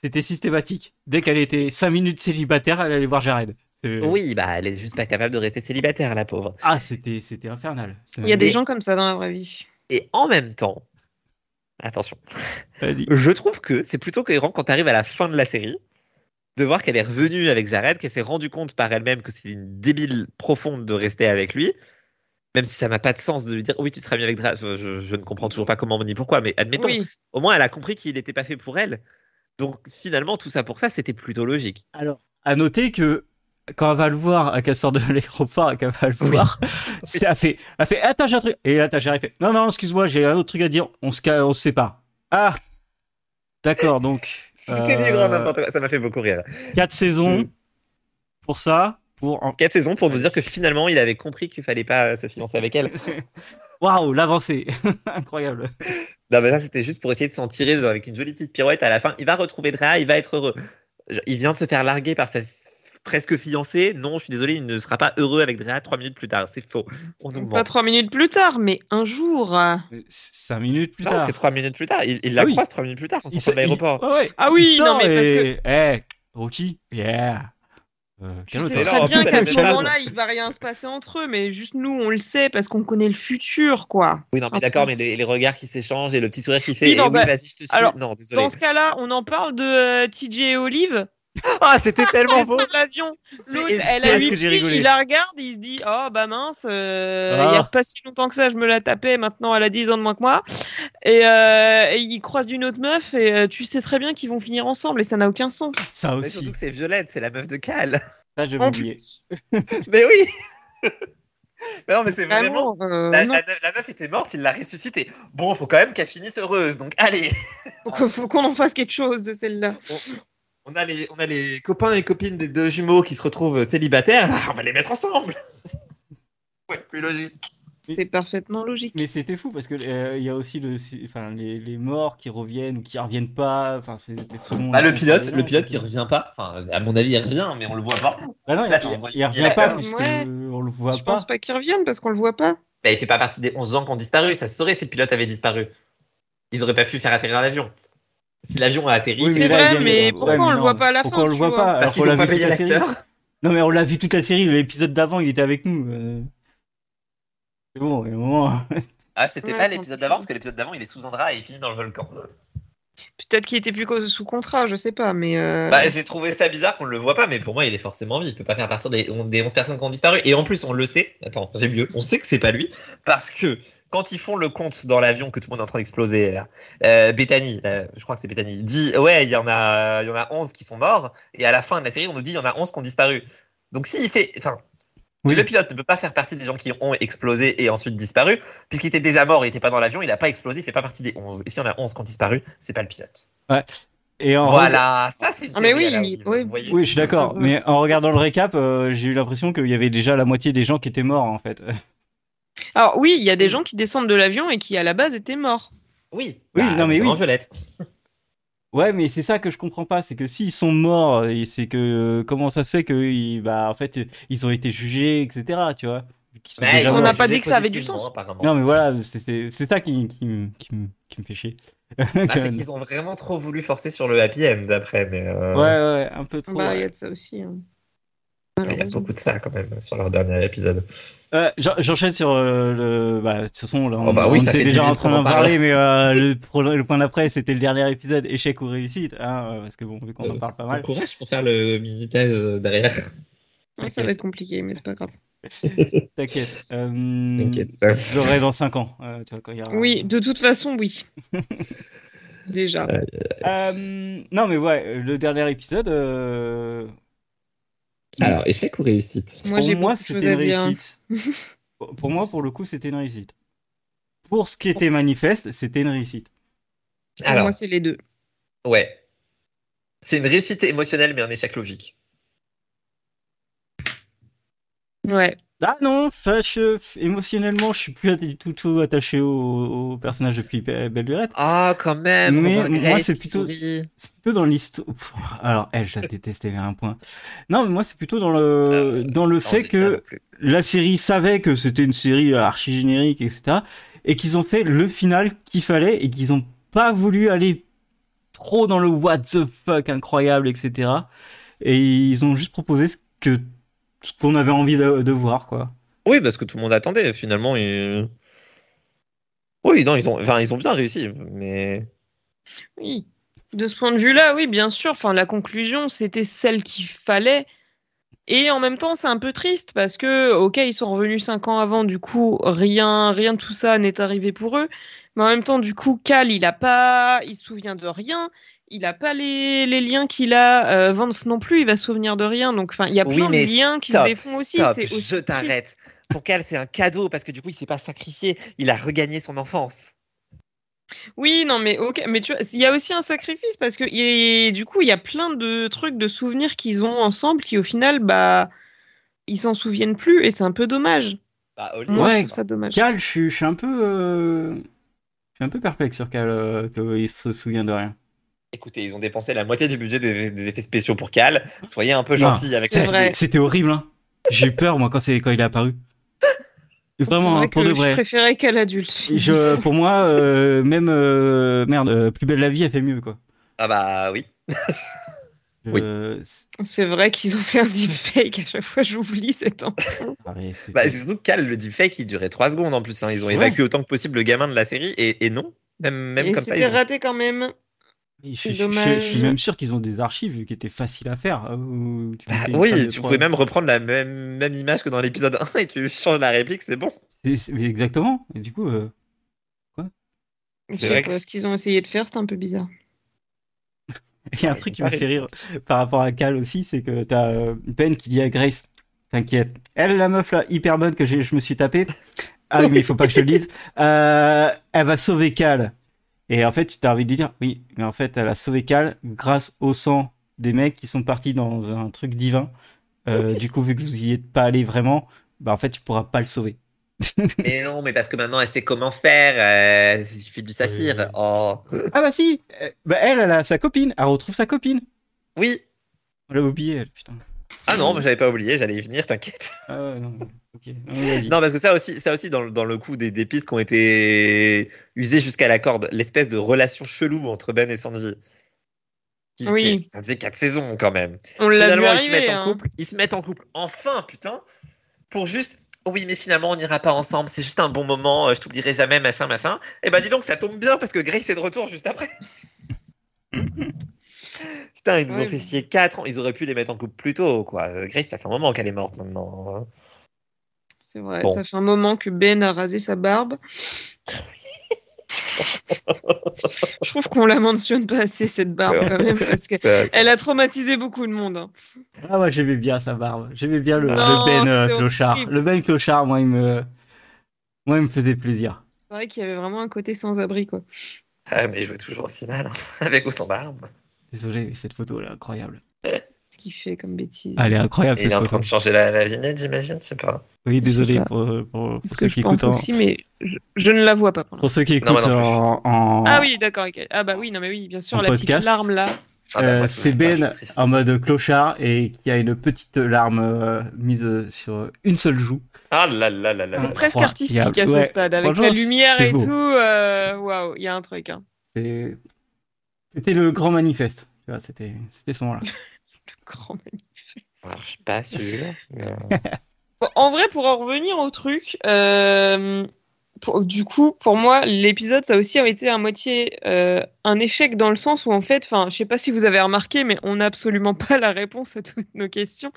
C'était systématique. Dès qu'elle était 5 minutes célibataire, elle allait voir Jared. C'est-
Oui, bah elle est juste pas capable de rester célibataire, la pauvre.
Ah, c'était, c'était infernal. C'est-
Il y a des
Mais-
gens comme ça dans la vraie vie.
Et en même temps, attention,
Vas-y.
je trouve que c'est plutôt cohérent quand t'arrives à la fin de la série de voir qu'elle est revenue avec Jared, qu'elle s'est rendue compte par elle-même que c'est une débile profonde de rester avec lui. Même si ça n'a pas de sens de lui dire oui, tu seras mieux avec Dra. Je, je- je ne comprends toujours pas comment ni pourquoi, mais admettons,
Oui.
au moins elle a compris qu'il n'était pas fait pour elle. Donc finalement, tout ça pour ça, c'était plutôt logique.
Alors, à noter que quand elle va le voir, à qu'elle sort de [laughs] l'aéroport, et qu'elle va le
Oui.
voir, c'est, elle fait, elle fait, attends, j'ai un truc. Et là, t'as Jared fait, non, non, excuse-moi, j'ai un autre truc à dire, on se, ca- on se sépare. Ah! D'accord, donc,
C'était du
Euh,
grand n'importe quoi. Ça m'a fait beaucoup rire.
quatre saisons
Mm.
pour ça, pour en-
quatre saisons pour nous dire que finalement il avait compris qu'il fallait pas se fiancer avec elle.
Waouh, l'avancée [laughs] Incroyable.
Non, mais ça c'était juste pour essayer de s'en tirer avec une jolie petite pirouette à la fin. Il va retrouver Drea, il va être heureux. Il vient de se faire larguer par sa f- presque fiancée. Non, je suis désolé, il ne sera pas heureux avec Drea trois minutes plus tard. C'est faux. On nous ment.
Pas trois minutes plus tard, mais un jour. Ah
Cinq minutes plus
Non,
tard.
Ah, c'est trois minutes plus tard. Il, il la
Ah oui.
croise trois minutes plus tard. On
Il
sort de
sa- il-
l'aéroport.
Ouais, ouais.
Ah
Il
oui, non,
sort
mais parce que
et- Eh, Rocky Yeah euh,
tu
calme-toi.
sais
là, en
très bien
plus,
qu'à
elle
ce
est malade.
moment-là, il va rien se passer entre eux, mais juste nous, on le sait parce qu'on connaît le futur, quoi.
Oui, non, mais
Ah,
d'accord, mais les, les regards qui s'échangent et le petit sourire qui fait.
Oui,
eh
non,
oui,
bah,
vas-y, je te suis.
alors,
non, désolé.
Dans ce cas-là, on en parle de euh, TJ et Olive
Ah, c'était tellement [laughs]
Elle
beau.
sort de l'avion.
C'est
L'autre,
efficace
elle a
que
eu
j'ai
pris,
rigolé.
il la regarde, il se dit Oh bah mince, euh, il
Ah.
n'y a pas si longtemps que ça, je me la tapais, maintenant elle a 10 ans de moins que moi. Et, euh, et il croise une autre meuf, et euh, tu sais très bien qu'ils vont finir ensemble, et ça n'a aucun sens.
Ça
Mais
aussi.
surtout que c'est Violette, c'est la meuf de Cal. [laughs]
Ça, je vais
En
oublier.
Mais oui [laughs] Mais non, mais c'est
Vraiment,
vraiment.
euh,
La,
non.
la- la meuf était morte, il l'a ressuscitée. Bon, faut quand même qu'elle finisse heureuse, donc allez
faut qu'on- faut qu'on en fasse quelque chose de celle-là.
on a, les, on a les copains et copines des deux jumeaux qui se retrouvent célibataires, [laughs] on va les mettre ensemble [laughs] Ouais, plus logique.
C'est parfaitement logique.
Mais c'était fou parce que euh, il y a aussi le, enfin les, les morts qui reviennent ou qui reviennent pas. Enfin c'était selon.
Bah,
la
le pilote, le
saison.
pilote qui revient pas, enfin, à mon avis, il revient, mais on le voit pas.
Bah non,
Là,
il,
on
il- il revient
voit-
pas
Ouais.
puisque euh, on le voit
Je
pas.
pense pas qu'ils reviennent parce qu'on le voit pas.
Bah, il fait pas partie des 11 ans qui ont disparu, ça se saurait si le pilote avait disparu. Ils auraient pas pu faire atterrir l'avion. Si l'avion a atterri,
Oui,
C'est
là, il
vrai,
y a-
mais
ouais,
pourquoi on le
non.
voit pas à la
Pourquoi
fin,
on le
tu
voit
vois
pas alors
parce qu'ils
qu'on
ont
l'a
pas
vu toute
payé
la série.
l'acteur.
Non mais on l'a vu toute la série. L'épisode d'avant, il était avec nous. euh. C'est bon, il y a un moment.
Ah, c'était
Ouais,
pas
c'est
l'épisode
un peu
d'avant,
chaud.
parce que l'épisode d'avant, il est sous un drap et il finit dans le volcan.
Peut-être qu'il était plus co- sous contrat, je sais pas, mais. euh,
Bah, j'ai trouvé ça bizarre qu'on le voit pas, mais pour moi, il est forcément en vie. Il peut pas faire partir des, on- des 11 personnes qui ont disparu. Et en plus, on le sait. Attends, j'ai mieux. On sait que c'est pas lui. Parce que quand ils font le compte dans l'avion que tout le monde est en train d'exploser, là, euh, Bethany, là, je crois que c'est Bethany, dit Ouais, il y, en a- il y en a 11 qui sont morts. Et à la fin de la série, on nous dit Il y en a 11 qui ont disparu. Donc, s'il fait. Enfin.
Oui.
Le pilote ne peut pas faire partie des gens qui ont explosé et ensuite disparu, puisqu'il était déjà mort, il était pas dans l'avion, il n'a pas explosé, il fait pas partie des 11. Et si on a 11 qui ont disparu, c'est pas le pilote.
Et en
Voilà, ça c'est une
Ah, mais
théorie,
oui,
là,
oui,
Olive,
oui.
vous voyez.
Oui, je suis d'accord.
Euh,
Mais en regardant le récap, euh, j'ai eu l'impression qu'il y avait déjà la moitié des gens qui étaient morts en fait.
Alors oui, il y a
Mm.
des gens qui descendent de l'avion et qui à la base étaient morts.
Oui, Bah,
Oui, non, mais
en
oui.
violette.
Ouais, mais c'est ça que je comprends pas, c'est que s'ils sont morts, et c'est que euh, comment ça se fait que ils- bah en fait euh, ils ont été jugés, etc. Tu vois Qu'ils sont
Ouais,
déjà
Bah,
on
ils l'ont
morts.
n'a pas
jugé
dit que ça avait du
positivement,
sens.
apparemment.
Non mais voilà, c'est- c'est c'est ça qui qui me- qui me qui me fait chier. [laughs]
Bah, c'est qu'ils ont vraiment trop voulu forcer sur le happy end après, mais euh,
Ouais ouais, un peu trop.
Bah, il y
ouais.
a de ça aussi. hein.
Bah, il y a
Malheureusement.
beaucoup de ça quand même sur leur dernier épisode.
Euh, j'en- J'enchaîne sur euh, le bah de toute façon là, on,
Oh, bah oui,
on
ça
était
fait
déjà
10
en
minutes
train
qu'on
d'en
en parle.
parler, mais euh, le pro- le point d'après c'était le dernier épisode échec ou réussite, hein, euh, parce que bon vu qu'on en
Euh,
parle pas
Bon
mal.
courage pour faire le minitage euh, derrière.
Ouais, Ah, ça va être compliqué, mais c'est pas grave.
T'inquiète. Euh,
T'inquiète.
Je l'aurai dans 5 ans. euh, tu vois, quand il y aura-
Oui, de toute façon,
[laughs]
oui. Déjà.
Euh, non, mais ouais, le dernier épisode, euh,
Alors, échec ou réussite
Moi,
pour
j'ai
moi,
beaucoup de choses
c'était une
à dire. [laughs]
réussite. Pour- pour moi, pour le coup, c'était une réussite. Pour ce qui était manifeste, c'était une réussite.
Pour
Alors,
moi, c'est les deux.
ouais. C'est une réussite émotionnelle, mais un échec logique.
Ouais.
Ah non, enfin, je- émotionnellement, je suis plus du tout, tout attaché au, au personnage depuis Be- Belle Lurette.
Ah, quand même.
Mais
Robert
moi,
Grace
c'est
qui
plutôt-
sourit.
C'est plutôt dans l'histoire. Pff, Alors, elle, je la détestais vers un point. Non, mais moi, c'est plutôt dans le,
Euh,
dans le
non,
fait
j'ai
que.
pas non plus.
la série savait que c'était une série archi générique, etc. Et qu'ils ont fait le final qu'il fallait et qu'ils ont pas voulu aller trop dans le what the fuck incroyable, etc. Et ils ont juste proposé ce que ce qu'on avait envie de, de voir, quoi.
Oui, parce que tout le monde attendait finalement. et- euh, Oui, non, ils ont, enfin, ils ont bien réussi, mais.
Oui. De ce point de vue-là, oui, bien sûr. Enfin, la conclusion, c'était celle qu'il fallait. Et en même temps, c'est un peu triste parce que, ok, ils sont revenus cinq ans avant, du coup, rien, rien de tout ça n'est arrivé pour eux. Mais en même temps, du coup, Cal, il a pas, il se souvient de rien. Il a pas les, les liens qu'il a. Euh, Vance non plus, il va se souvenir de rien. Donc, enfin, il y a
Oui,
plein
mais
de liens qui se
Stop,
défont aussi.
stop,
C'est aussi
je t'arrête. Pour Cal, c'est un cadeau parce que du coup, il s'est pas sacrifié. Il a regagné son enfance.
Oui, non, mais ok, mais tu vois, il y a aussi un sacrifice parce que il- du coup, il y a plein de trucs, de souvenirs qu'ils ont ensemble qui, au final, bah, ils s'en souviennent plus et c'est un peu dommage.
Bah, Olive,
Moi,
Ouais.
je trouve ça dommage.
Cal, je suis, je suis un peu, euh, je suis un peu perplexe sur Cal euh, qu'il se souvient de rien.
écoutez, ils ont dépensé la moitié du budget des, des effets spéciaux pour Cal. Soyez un peu
Non,
gentil avec
c'est
ça.
vrai.
C'était horrible. Hein. J'ai eu peur moi quand c'est quand il est apparu.
[laughs]
Vraiment,
C'est
hein, pour
que
de vrai.
Je préférais qu'à l'adulte.
Je, pour moi, euh, même euh, merde, euh, plus belle la vie, elle fait mieux quoi.
Ah bah oui.
Euh, c'est-
[laughs] C'est vrai qu'ils ont fait un deepfake. À chaque fois, j'oublie cet an.
ah, mais c'est-
Bah, c'est surtout que Cal, le deepfake, il durait 3 secondes en plus. hein. Ils ont
Ouais.
évacué autant que possible le gamin de la série et, et non. Même, même
Et
comme ça,
c'était
ils ont-
raté quand même.
Et Je, je- je-
Dommage.
je suis même sûr qu'ils ont des archives qui étaient faciles à faire. euh, où tu
Bah
mettais une
oui,
phrase de
tu
trois-
pouvais même reprendre la même, même image que dans l'épisode 1 et tu changes la réplique, c'est bon.
C'est- c'est- mais exactement. Et du coup, euh,
Je
C'est
sais
vrai que
pas, ce qu'ils ont essayé de faire, c'est un peu bizarre.
il y a un
Ouais,
truc
c'est
qui m'a
pas
fait rire
réussi.
par rapport à Cal aussi, c'est que t'as euh, Ben qui dit à Grace, t'inquiète, elle la meuf là hyper bonne que j'ai- je me suis tapée. Ah oui, mais il faut pas que je te le dise. Euh, elle va sauver Cal. Et en fait, tu t'as envie de lui dire, oui, mais en fait, elle a sauvé Cal grâce au sang des mecs qui sont partis dans un truc divin. Euh, du coup, vu que vous y êtes pas allé vraiment, bah en fait, tu pourras pas le sauver.
Mais non, mais parce que maintenant elle sait comment faire, euh, il suffit du saphir.
Oui.
Oh.
Ah bah si, euh, bah elle, elle a sa copine, elle retrouve sa copine.
Oui.
On l'a oublié, elle, putain.
Ah non, mais j'avais pas oublié, j'allais y venir, t'inquiète.
Ah ouais, non, ok. Non, mais vas-y.
Non, parce que ça aussi, ça aussi dans, le- dans le coup des, des pistes qui ont été usées jusqu'à la corde, l'espèce de relation chelou entre Ben et Sandvie. Qui-
Oui.
qui- ça faisait 4 saisons quand même.
On l'a vu
Finalement, ils se
arriver.
mettent en
hein.
couple. Ils se mettent en couple. Enfin, putain. Pour juste. oh Oui, mais finalement, on n'ira pas ensemble. C'est juste un bon moment. euh, Je t'oublierai jamais, machin, machin. Et ben, dis donc, ça tombe bien parce que Grace est de retour
[laughs]
juste après. putain, ils nous ont
Ouais.
fait chier 4 ans. Ils auraient pu les mettre en couple plus tôt, quoi. Euh, Grace, ça fait un moment qu'elle est morte maintenant. hein.
C'est vrai,
Bon.
ça fait un moment que Ben a rasé
[laughs]
sa barbe. Je trouve qu'on la mentionne pas assez, cette barbe, quand même, parce que
Ça-
elle a traumatisé beaucoup de monde. hein.
Ah ouais, j'aimais bien sa barbe. J'aimais bien le, le
Non,
Ben euh,
c'est
Clochard.
horrible.
Le Ben Clochard, moi, il me, moi, il me faisait plaisir.
C'est vrai qu'il y avait vraiment un côté sans-abri, quoi.
Ah, mais je jouait toujours aussi mal, hein, [laughs] avec ou sans barbe.
Désolé, mais cette photo, elle est incroyable.
Ce qu'il fait comme bêtise.
Elle est incroyable,
Et il est
cette
en
photo.
train de changer la, la vignette, j'imagine, je sais pas.
Oui, désolé
Je sais pas.
pour, pour- pour
Ce
ceux
que
qui
je
écoutent
pense
en...
aussi, mais je, je ne la vois pas pour l'instant.
Pour ceux qui
Non, moi
écoutent
non plus.
en, en-
Ah oui, d'accord. ok. Ah bah oui, non mais oui, bien sûr,
En
la petite
podcast.
larme là.
Ah, bah,
euh,
moi, ça
c'est
me fait pas, je
Ben
suis triste.
en mode clochard et qui a une petite larme euh, mise sur une seule joue.
Ah là là là là.
Ouais.
là.
Presque
Trois. Il
artistique
y a-
à ce
ouais.
stade, avec
Franchement,
la lumière
c'est
et
beau.
tout. euh, Waouh, il y a un truc. Hein.
C'est- C'était le grand manifeste. Tu vois, c'était, c'était ce
[laughs]
moment-là.
Grand
Alors, je suis pas
[laughs]
sûr. mais-
Bon, en vrai, pour en revenir au truc, euh, pour- du coup, pour moi, l'épisode, ça aussi a été à moitié euh, un échec dans le sens où, en fait, enfin, je sais pas si vous avez remarqué, mais on n'a absolument [laughs] pas la réponse à toutes nos questions.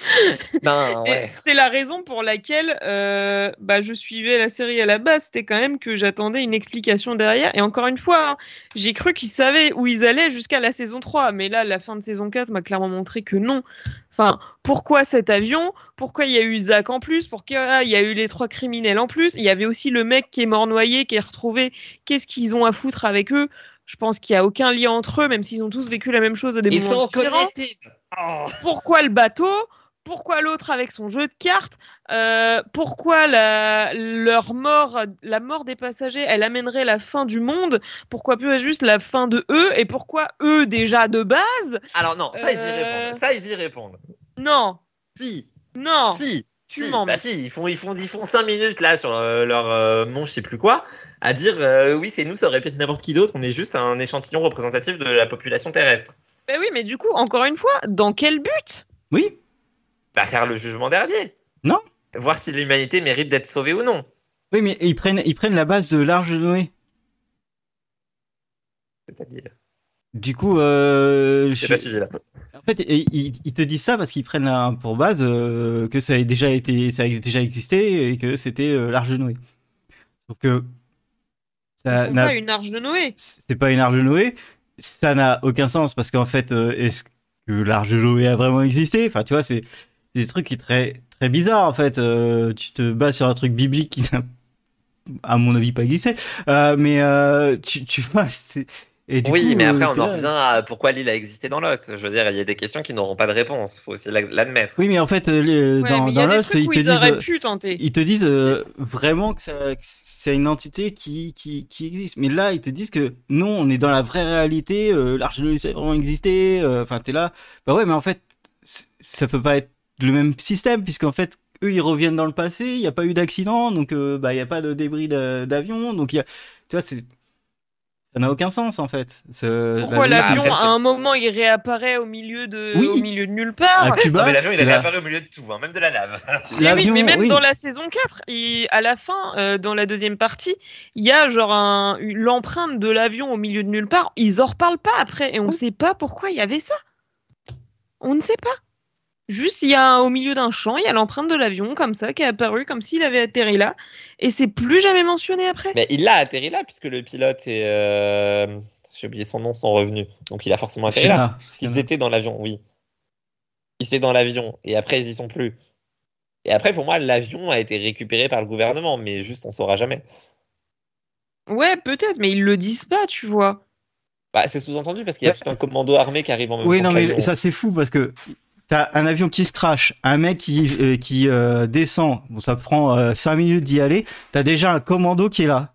Non,
Et
Ben, ouais.
C'est la raison pour laquelle euh, bah, je suivais la série à la base. C'était quand même que j'attendais une explication derrière. Et encore une fois, hein, j'ai cru qu'ils savaient où ils allaient jusqu'à la saison 3. Mais là, la fin de saison 4 m'a clairement montré que non. Enfin, pourquoi cet avion Pourquoi il y a eu Zach en plus Pourquoi il y a eu les trois criminels en plus Il y avait aussi le mec qui est mort noyé, qui est retrouvé. Qu'est-ce qu'ils ont à foutre avec eux je pense qu'il n'y a aucun lien entre eux, même s'ils ont tous vécu la même chose à des
Ils
moments
sont
différents
connectés. Oh.
pourquoi le bateau pourquoi l'autre avec son jeu de cartes Euh, Pourquoi la, leur mort, la mort des passagers, elle amènerait la fin du monde Pourquoi pas juste la fin de eux Et pourquoi eux déjà de base
Alors non, ça ils y
Euh.
répondent. Ça ils y répondent.
Non,
Si,
non,
si.
tu
si.
mens.
Bah
mec.
si, ils font, ils font, ils font cinq minutes là sur euh, leur euh, mon je sais plus quoi, à dire euh, oui c'est nous, ça aurait pu être n'importe qui d'autre, on est juste un échantillon représentatif de la population terrestre.
Bah oui, mais du coup, encore une fois, dans quel but
Oui,
Bah faire le jugement dernier.
Non.
Voir si l'humanité mérite d'être sauvée ou non.
oui, mais ils prennent, ils prennent la base de l'arche de Noé.
C'est-à-dire.
Du coup, euh,
J'ai
je-
pas suivi là.
En fait, et- ils ils te disent ça parce qu'ils prennent un- pour base euh, que ça a déjà été, ça a déjà existé et que c'était euh, l'arche de Noé. Sauf que ça
Pourquoi
n'a-
une arche de Noé
c'est pas une arche de Noé, ça n'a aucun sens parce qu'en fait, euh, est-ce que l'arche de Noé a vraiment existé Enfin, tu vois, c'est c'est des trucs qui sont très très bizarres en fait. Euh, tu te bases sur un truc biblique qui n'a, à mon avis, pas existé. Euh, mais euh, tu tu vois, [laughs] c'est et du
oui,
coup,
mais après
euh,
on
t'es
en
là.
revient à pourquoi l'île a existé dans Lost. Je veux dire, il y a des questions qui n'auront pas de réponse. Faut aussi l'a- l'admettre.
Oui, mais en fait, euh, les-
Ouais,
dans,
mais il y
dans
a des
Lost,
trucs
ils
où
te
ils
disent
auraient
euh,
pu tenter.
ils te disent euh, vraiment que, ça- que c'est une entité qui, qui, qui existe. Mais là, ils te disent que non, on est dans la vraie réalité, euh, l'arche de Noé, ça a vraiment existé, euh, enfin, t'es là. Bah ouais, mais en fait, c- ça peut pas être le même système, puisqu'en fait, eux, ils reviennent dans le passé, il n'y a pas eu d'accident, donc euh, bah, il n'y a pas de débris d'a- d'avion, donc il y a... Tu vois, c'est... Ça n'a aucun sens en fait. Ce-
Pourquoi
la-
l'avion,
Bah, après,
à
c'est-
un moment, il réapparaît au milieu de,
Oui. Ah,
au milieu de nulle part
à Cuba
Ah, Non, mais l'avion, il
Bah, tu
est
l'as-
réapparu au milieu de tout, hein, même de la lave.
Mais Eh oui,
l'avion,
mais même
oui.
dans la saison 4, il- à la fin, euh, dans la deuxième partie, il y a genre un- une- l'empreinte de l'avion au milieu de nulle part. Ils en reparlent pas après et on ne sait pas pourquoi il y avait ça. On ne sait pas. Juste, il y a au milieu d'un champ, il y a l'empreinte de l'avion comme ça qui est apparue comme s'il avait atterri là et c'est plus jamais mentionné après.
Mais il l'a atterri là, puisque le pilote et. euh, J'ai oublié son nom, sont revenus. Donc il a forcément atterri là.
Fiona,
Parce qu'ils
Fiona.
étaient dans l'avion, oui. Ils étaient dans l'avion, et après, ils y sont plus. Et après, pour moi, l'avion a été récupéré par le gouvernement, mais juste, on saura jamais.
Ouais, peut-être, mais ils le disent pas, tu vois.
Bah, c'est sous-entendu parce qu'il y a
Ouais.
tout un commando armé qui arrive en même
Oui,
temps.
non,
que
mais
l'avion.
ça c'est fou parce que t'as un avion qui se crache, un mec qui, euh, qui euh, descend, bon, ça prend 5 minutes d'y aller, t'as déjà un commando qui est là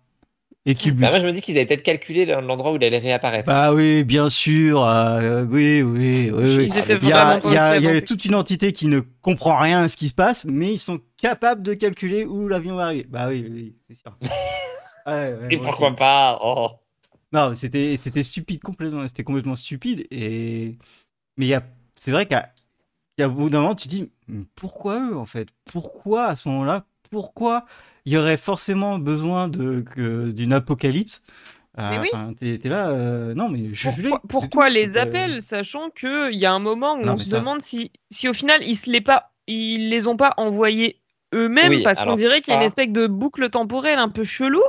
et qui bute.
Bah, moi, je me dis qu'ils avaient peut-être calculé l'endroit où il allait réapparaître.
Bah oui, bien sûr, euh, oui, oui, oui, oui.
Ils étaient
Il y a,
vraiment pas
il y a-
aussi
il y a
avancés.
toute une entité qui ne comprend rien à ce qui se passe, mais ils sont capables de calculer où l'avion va arriver. Bah oui, oui, c'est
[laughs]
sûr. Ouais, ouais,
et
moi
pourquoi
aussi.
pas oh.
Non, mais c'était c'était stupide complètement, c'était complètement stupide et mais il y a c'est vrai qu'à qu'à bout d'un moment tu dis mais pourquoi eux en fait Pourquoi à ce moment-là Pourquoi il y aurait forcément besoin de que- d'une apocalypse Euh,
Mais oui.
enfin, t'es t'es là euh, non mais je suis
Pourquoi, pourquoi les appels, sachant que il y a un moment où
euh, Non,
on
mais
se
ça-
demande si, si au final ils se les pas, ils les ont pas envoyés eux-mêmes
Oui,
parce qu'on
alors
dirait qu'il y a une
ça-
espèce de boucle temporelle un peu chelou.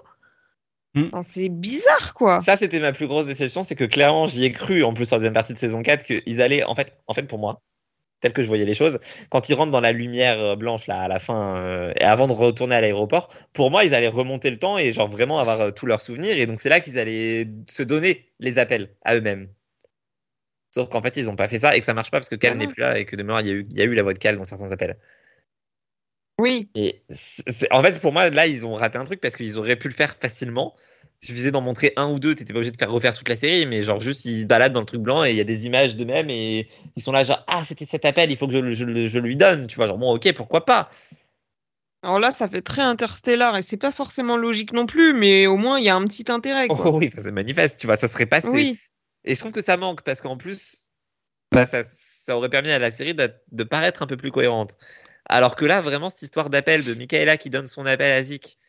Hmm.
Enfin, c'est bizarre quoi.
Ça, c'était ma plus grosse déception, c'est que clairement, j'y ai cru, en plus, en deuxième partie de saison 4, qu'ils allaient, en fait, en fait, pour moi, tel que je voyais les choses, quand ils rentrent dans la lumière euh, blanche, là, à la fin, euh, et avant de retourner à l'aéroport, pour moi, ils allaient remonter le temps et, genre, vraiment avoir euh, tous leurs souvenirs. Et donc, c'est là qu'ils allaient se donner les appels à eux-mêmes. Sauf qu'en fait, ils n'ont pas fait ça et que ça marche pas parce que Cal
Ah non.
n'est plus là et que de mémoire, il y, a eu- il y a eu la voix de Cal dans certains appels.
Oui.
Et c'est- c'est- en fait, pour moi, là, ils ont raté un truc parce qu'ils auraient pu le faire facilement. Il suffisait d'en montrer un ou deux, t'étais pas obligé de faire refaire toute la série, mais genre juste ils se baladent dans le truc blanc et il y a des images d'eux-mêmes et ils sont là, genre ah, c'était cet appel, il faut que je, le- je le- je lui donne, tu vois, genre bon, ok, pourquoi pas.
Alors là, ça fait très interstellar et c'est pas forcément logique non plus, mais au moins il y a un petit intérêt.
Oh
Quoi.
[laughs] oui, enfin, c'est manifeste, tu vois, ça serait passé.
oui.
Et je trouve que ça manque parce qu'en plus, bah, ça, ça aurait permis à la série d'être- de, paraître un peu plus cohérente. Alors que là, vraiment, cette histoire d'appel de Michaela qui donne son appel à Zik,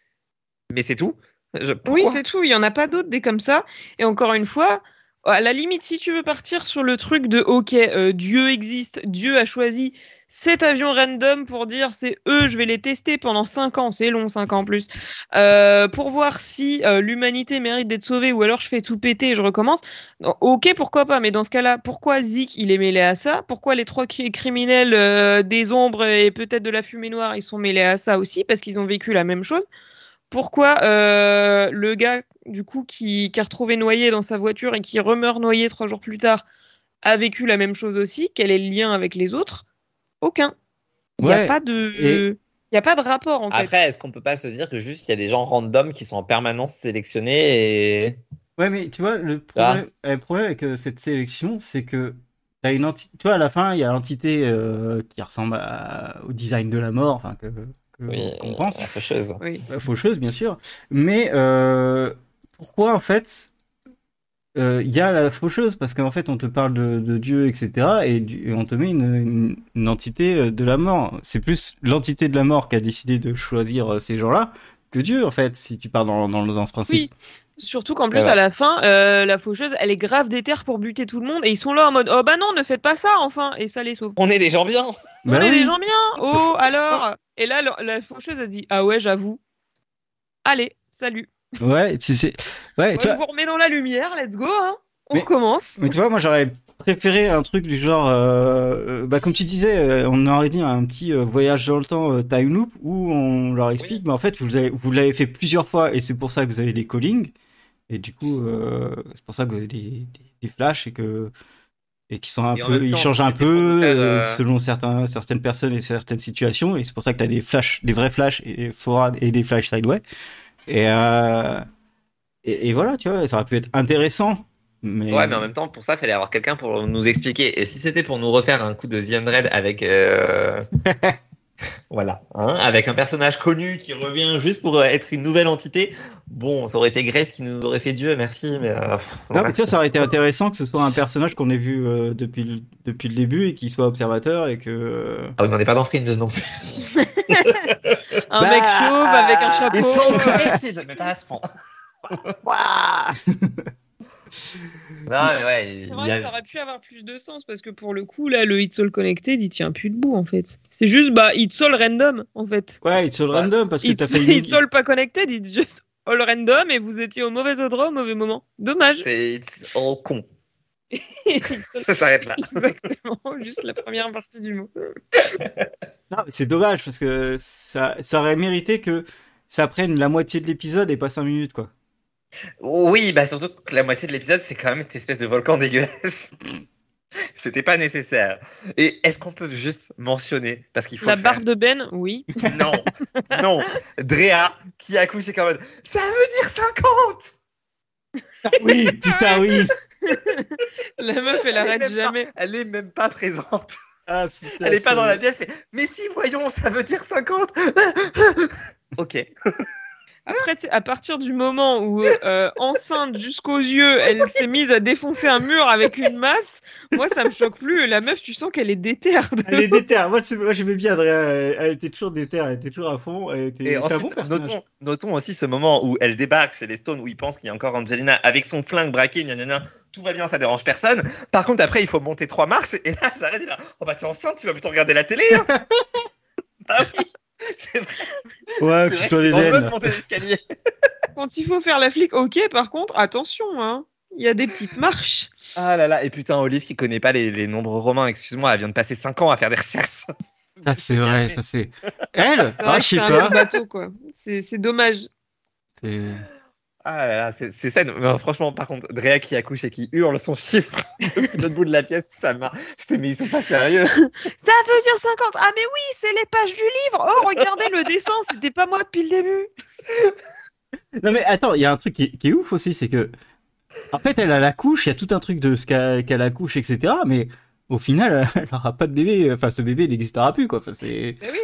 mais c'est tout. Je-
Oui,
pourquoi
c'est tout. Il y en a pas d'autres des comme ça. Et encore une fois, à la limite, si tu veux partir sur le truc de OK, euh, Dieu existe, Dieu a choisi cet avion random pour dire c'est eux, je vais les tester pendant 5 ans, c'est long, 5 ans en plus, euh, pour voir si euh, l'humanité mérite d'être sauvée ou alors je fais tout péter et je recommence. Non, ok, pourquoi pas, mais dans ce cas-là, pourquoi Zik il est mêlé à ça Pourquoi les trois cri- criminels euh, des ombres et peut-être de la fumée noire ils sont mêlés à ça aussi parce qu'ils ont vécu la même chose pourquoi euh, le gars du coup qui, qui a retrouvé noyé dans sa voiture et qui remeurt noyé trois jours plus tard a vécu la même chose aussi Quel est le lien avec les autres Aucun. Il n'y
Ouais.
a pas de, il y a pas de rapport en fait.
Après, est-ce qu'on peut pas se dire que juste il y a des gens random qui sont en permanence sélectionnés et
Ouais, mais tu vois, le problème, euh, le problème avec euh, cette sélection, c'est que t'as une enti- tu vois, à la fin, il y a l'entité euh, qui ressemble à- au design de la mort, enfin, que, que-
oui,
qu'on pense,
la faucheuse
Oui.
Euh, faucheuse, bien sûr, mais euh, pourquoi, en fait, euh, il y a la faucheuse? Parce qu'en fait, on te parle de, de Dieu, etc., et, du- et on te met une, une- une entité euh, de la mort. C'est plus l'entité de la mort qui a décidé de choisir euh, ces gens-là que Dieu, en fait, si tu pars dans, dans, dans ce principe.
Surtout qu'en plus
Voilà.
à la fin, euh, la faucheuse, elle est grave déterre pour buter tout le monde et ils sont là en mode oh bah non, ne faites pas ça enfin et ça les sauve.
On est des gens bien.
On
Bah
est
oui.
des gens bien. Oh
[laughs]
alors. Et là, le- la faucheuse a dit ah ouais, j'avoue. Allez, salut.
Ouais, tu sais- ouais,
Moi,
tu vois,
je vous remets dans la lumière. Let's go. hein. On
Mais-
recommence.
mais tu vois, moi j'aurais préféré un truc du genre, euh, euh, bah comme tu disais, euh, on aurait dit un petit euh, voyage dans le temps euh, time loop où on leur explique, mais en fait vous avez- vous l'avez fait plusieurs fois et c'est pour ça que vous avez des callings et du coup euh, c'est pour ça que vous avez des, des, des flashs et que et qui sont un
Et en
peu,
même
ils
temps,
changent
si
un
c'était pour nous
peu
faire,
euh,
euh,
selon certains certaines personnes et certaines situations et c'est pour ça que t'as des flashs, des vrais flashs et forward et des flashs sideway et euh, et, et voilà, tu vois, ça aurait pu être intéressant. Mais...
Ouais, mais en même temps, pour ça, fallait avoir quelqu'un pour nous expliquer. Et si c'était pour nous refaire un coup de The Undead avec euh, [laughs] Voilà, hein, avec un personnage connu qui revient juste pour euh, être une nouvelle entité. Bon, ça aurait été Grace qui nous aurait fait Dieu, merci, mais. euh, pff,
Non, mais
merci.
tu vois, ça aurait été intéressant que ce soit un personnage qu'on ait vu euh, depuis, le- depuis le début et qui soit observateur et que. euh,
Ah oui, mais on n'est pas dans Fringe non plus.
Un
Bah,
mec chauve avec un
Ils
chapeau.
sont connected, mais pas à ce point. Non, mais ouais, il
C'est
y
vrai
a-
que ça aurait pu avoir plus de sens parce que pour le coup, là, le It's All Connected, il tient plus debout en fait. C'est juste, bah, It's All Random en fait.
Ouais, it's all
Ouais.
random parce que t'as
It's,
fait. une-
[laughs] it's All Pas Connected, It's Just All Random et vous étiez au mauvais endroit au mauvais moment.
[laughs]
Dommage.
c'est it's all con. [laughs]
It's
Ça s'arrête là.
all- Exactement, juste la première partie du mot.
Non, mais c'est dommage parce que ça, ça aurait mérité que ça prenne la moitié de l'épisode et pas 5 minutes,
[laughs]
quoi.
Oui, bah surtout que la moitié de l'épisode, c'est quand même cette espèce de volcan dégueulasse. C'était pas nécessaire. Et est-ce qu'on peut juste mentionner Parce qu'il faut.
La
le faire.
barre de Ben, oui.
Non, non. Drea qui accouche c'est quand même. Ça veut dire 50
Oui, putain,
[laughs]
oui.
La meuf, elle arrête
même pas-
jamais.
Elle est même pas présente.
Ah, putain,
Elle est pas
c'est-
dans la pièce. et, Mais si, voyons, ça veut dire 50 [laughs] Ok.
Après, tu sais, à partir du moment où, euh, enceinte jusqu'aux yeux, elle s'est mise à défoncer un mur avec une masse, moi, ça me choque plus. La meuf, tu sens qu'elle est déterre. de
Elle est déterre. Moi, c'est- moi, j'aimais bien Adrien. Elle elle était toujours déterre. Elle était toujours à fond. Elle était.
Et
c'est un
ensuite,
bon personnage.
notons, notons aussi ce moment où elle débarque chez les Stones, où ils pensent qu'il y a encore Angelina avec son flingue braqué, gna gna gna, tout va bien, ça dérange personne. Par contre, après, il faut monter trois marches, et là, j'arrête, il a Oh bah t'es enceinte, tu vas plutôt regarder la télé hein. [laughs] Ah oui C'est vrai,
Ouais,
c'est vrai que
putain,
c'est
les
dangereux de
naines.
monter l'escalier.
Quand il faut faire la flic, ok, par contre, attention, hein. Il y a des petites marches.
[laughs] Ah là là, et putain, Olive qui connaît pas les, les nombres romains, excuse-moi, elle vient de passer 5 ans à faire des recherches. [laughs]
Ah, c'est vrai, ça c'est. Elle
[laughs] C'est vrai
Ah,
que
je
c'est
sais
un autre
pas.
bateau, quoi. C'est c'est dommage.
C'est-
Ah là là, c'est c'est ça. non, franchement, par contre, Drea qui accouche et qui hurle son [laughs] chiffre depuis l'autre bout de la pièce, ça m'a. J'étais, mais ils sont pas sérieux.
Ça veut dire 50. Ah, mais oui, c'est les pages du livre. Oh, regardez le dessin, c'était pas moi depuis le début.
Non mais attends, il y a un truc qui, qui est ouf aussi, c'est que en fait elle a la couche, il y a tout un truc de ce qu'a- qu'elle accouche, etc. Mais au final, [laughs] elle aura pas de bébé. Enfin, ce bébé il n'existera plus quoi. Enfin, c'est
Bah oui.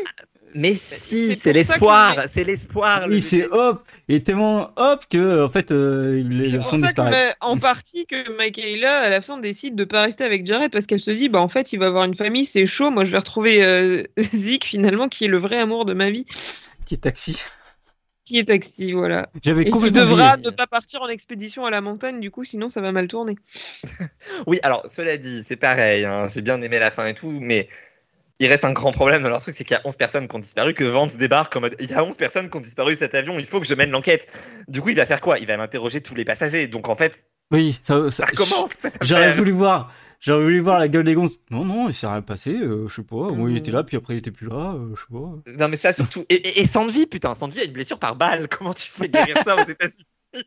Mais
c'est
si,
pour
c'est
ça
l'espoir,
que Ah, le mec-
c'est l'espoir. le
oui, c'est
bébé.
hop et tellement hop que en fait euh, il-
C'est
le
pour
fond
ça que,
disparaît.
bah, en partie que Michaela, à la fin, décide de pas rester avec Jared parce qu'elle se dit, bah en fait, il va avoir une famille, c'est chaud. Moi, je vais retrouver euh, [laughs] Zeke finalement, qui est le vrai amour de ma vie,
Qui est taxi. [laughs]
qui est Taxi, voilà.
J'avais
Et qui
complètement
devra
oublié.
ne pas partir en expédition à la montagne, du coup, sinon ça va mal tourner.
Oui, alors cela dit, c'est pareil. hein, J'ai bien aimé la fin et tout, mais il reste un grand problème dans leur truc, c'est qu'il y a 11 personnes qui ont disparu, que Vance débarque en mode il y a 11 personnes qui ont disparu de cet avion, il faut que je mène l'enquête. Du coup, il va faire quoi Il va interroger tous les passagers. Donc en fait,
Oui, ça,
ça
ça-
recommence. cette
J'aurais
affaire.
voulu voir. J'aurais voulu voir la gueule des gonzes. Non, non, il s'est rien passé, euh, je sais pas. Moi, il
Mhm.
était là, puis après, il était plus là, euh, je sais pas.
Non, mais ça surtout. Et, et, et Sandvi, putain, Sandvi a une blessure par balle. [laughs] Comment tu fais guérir ça aux États-Unis [laughs]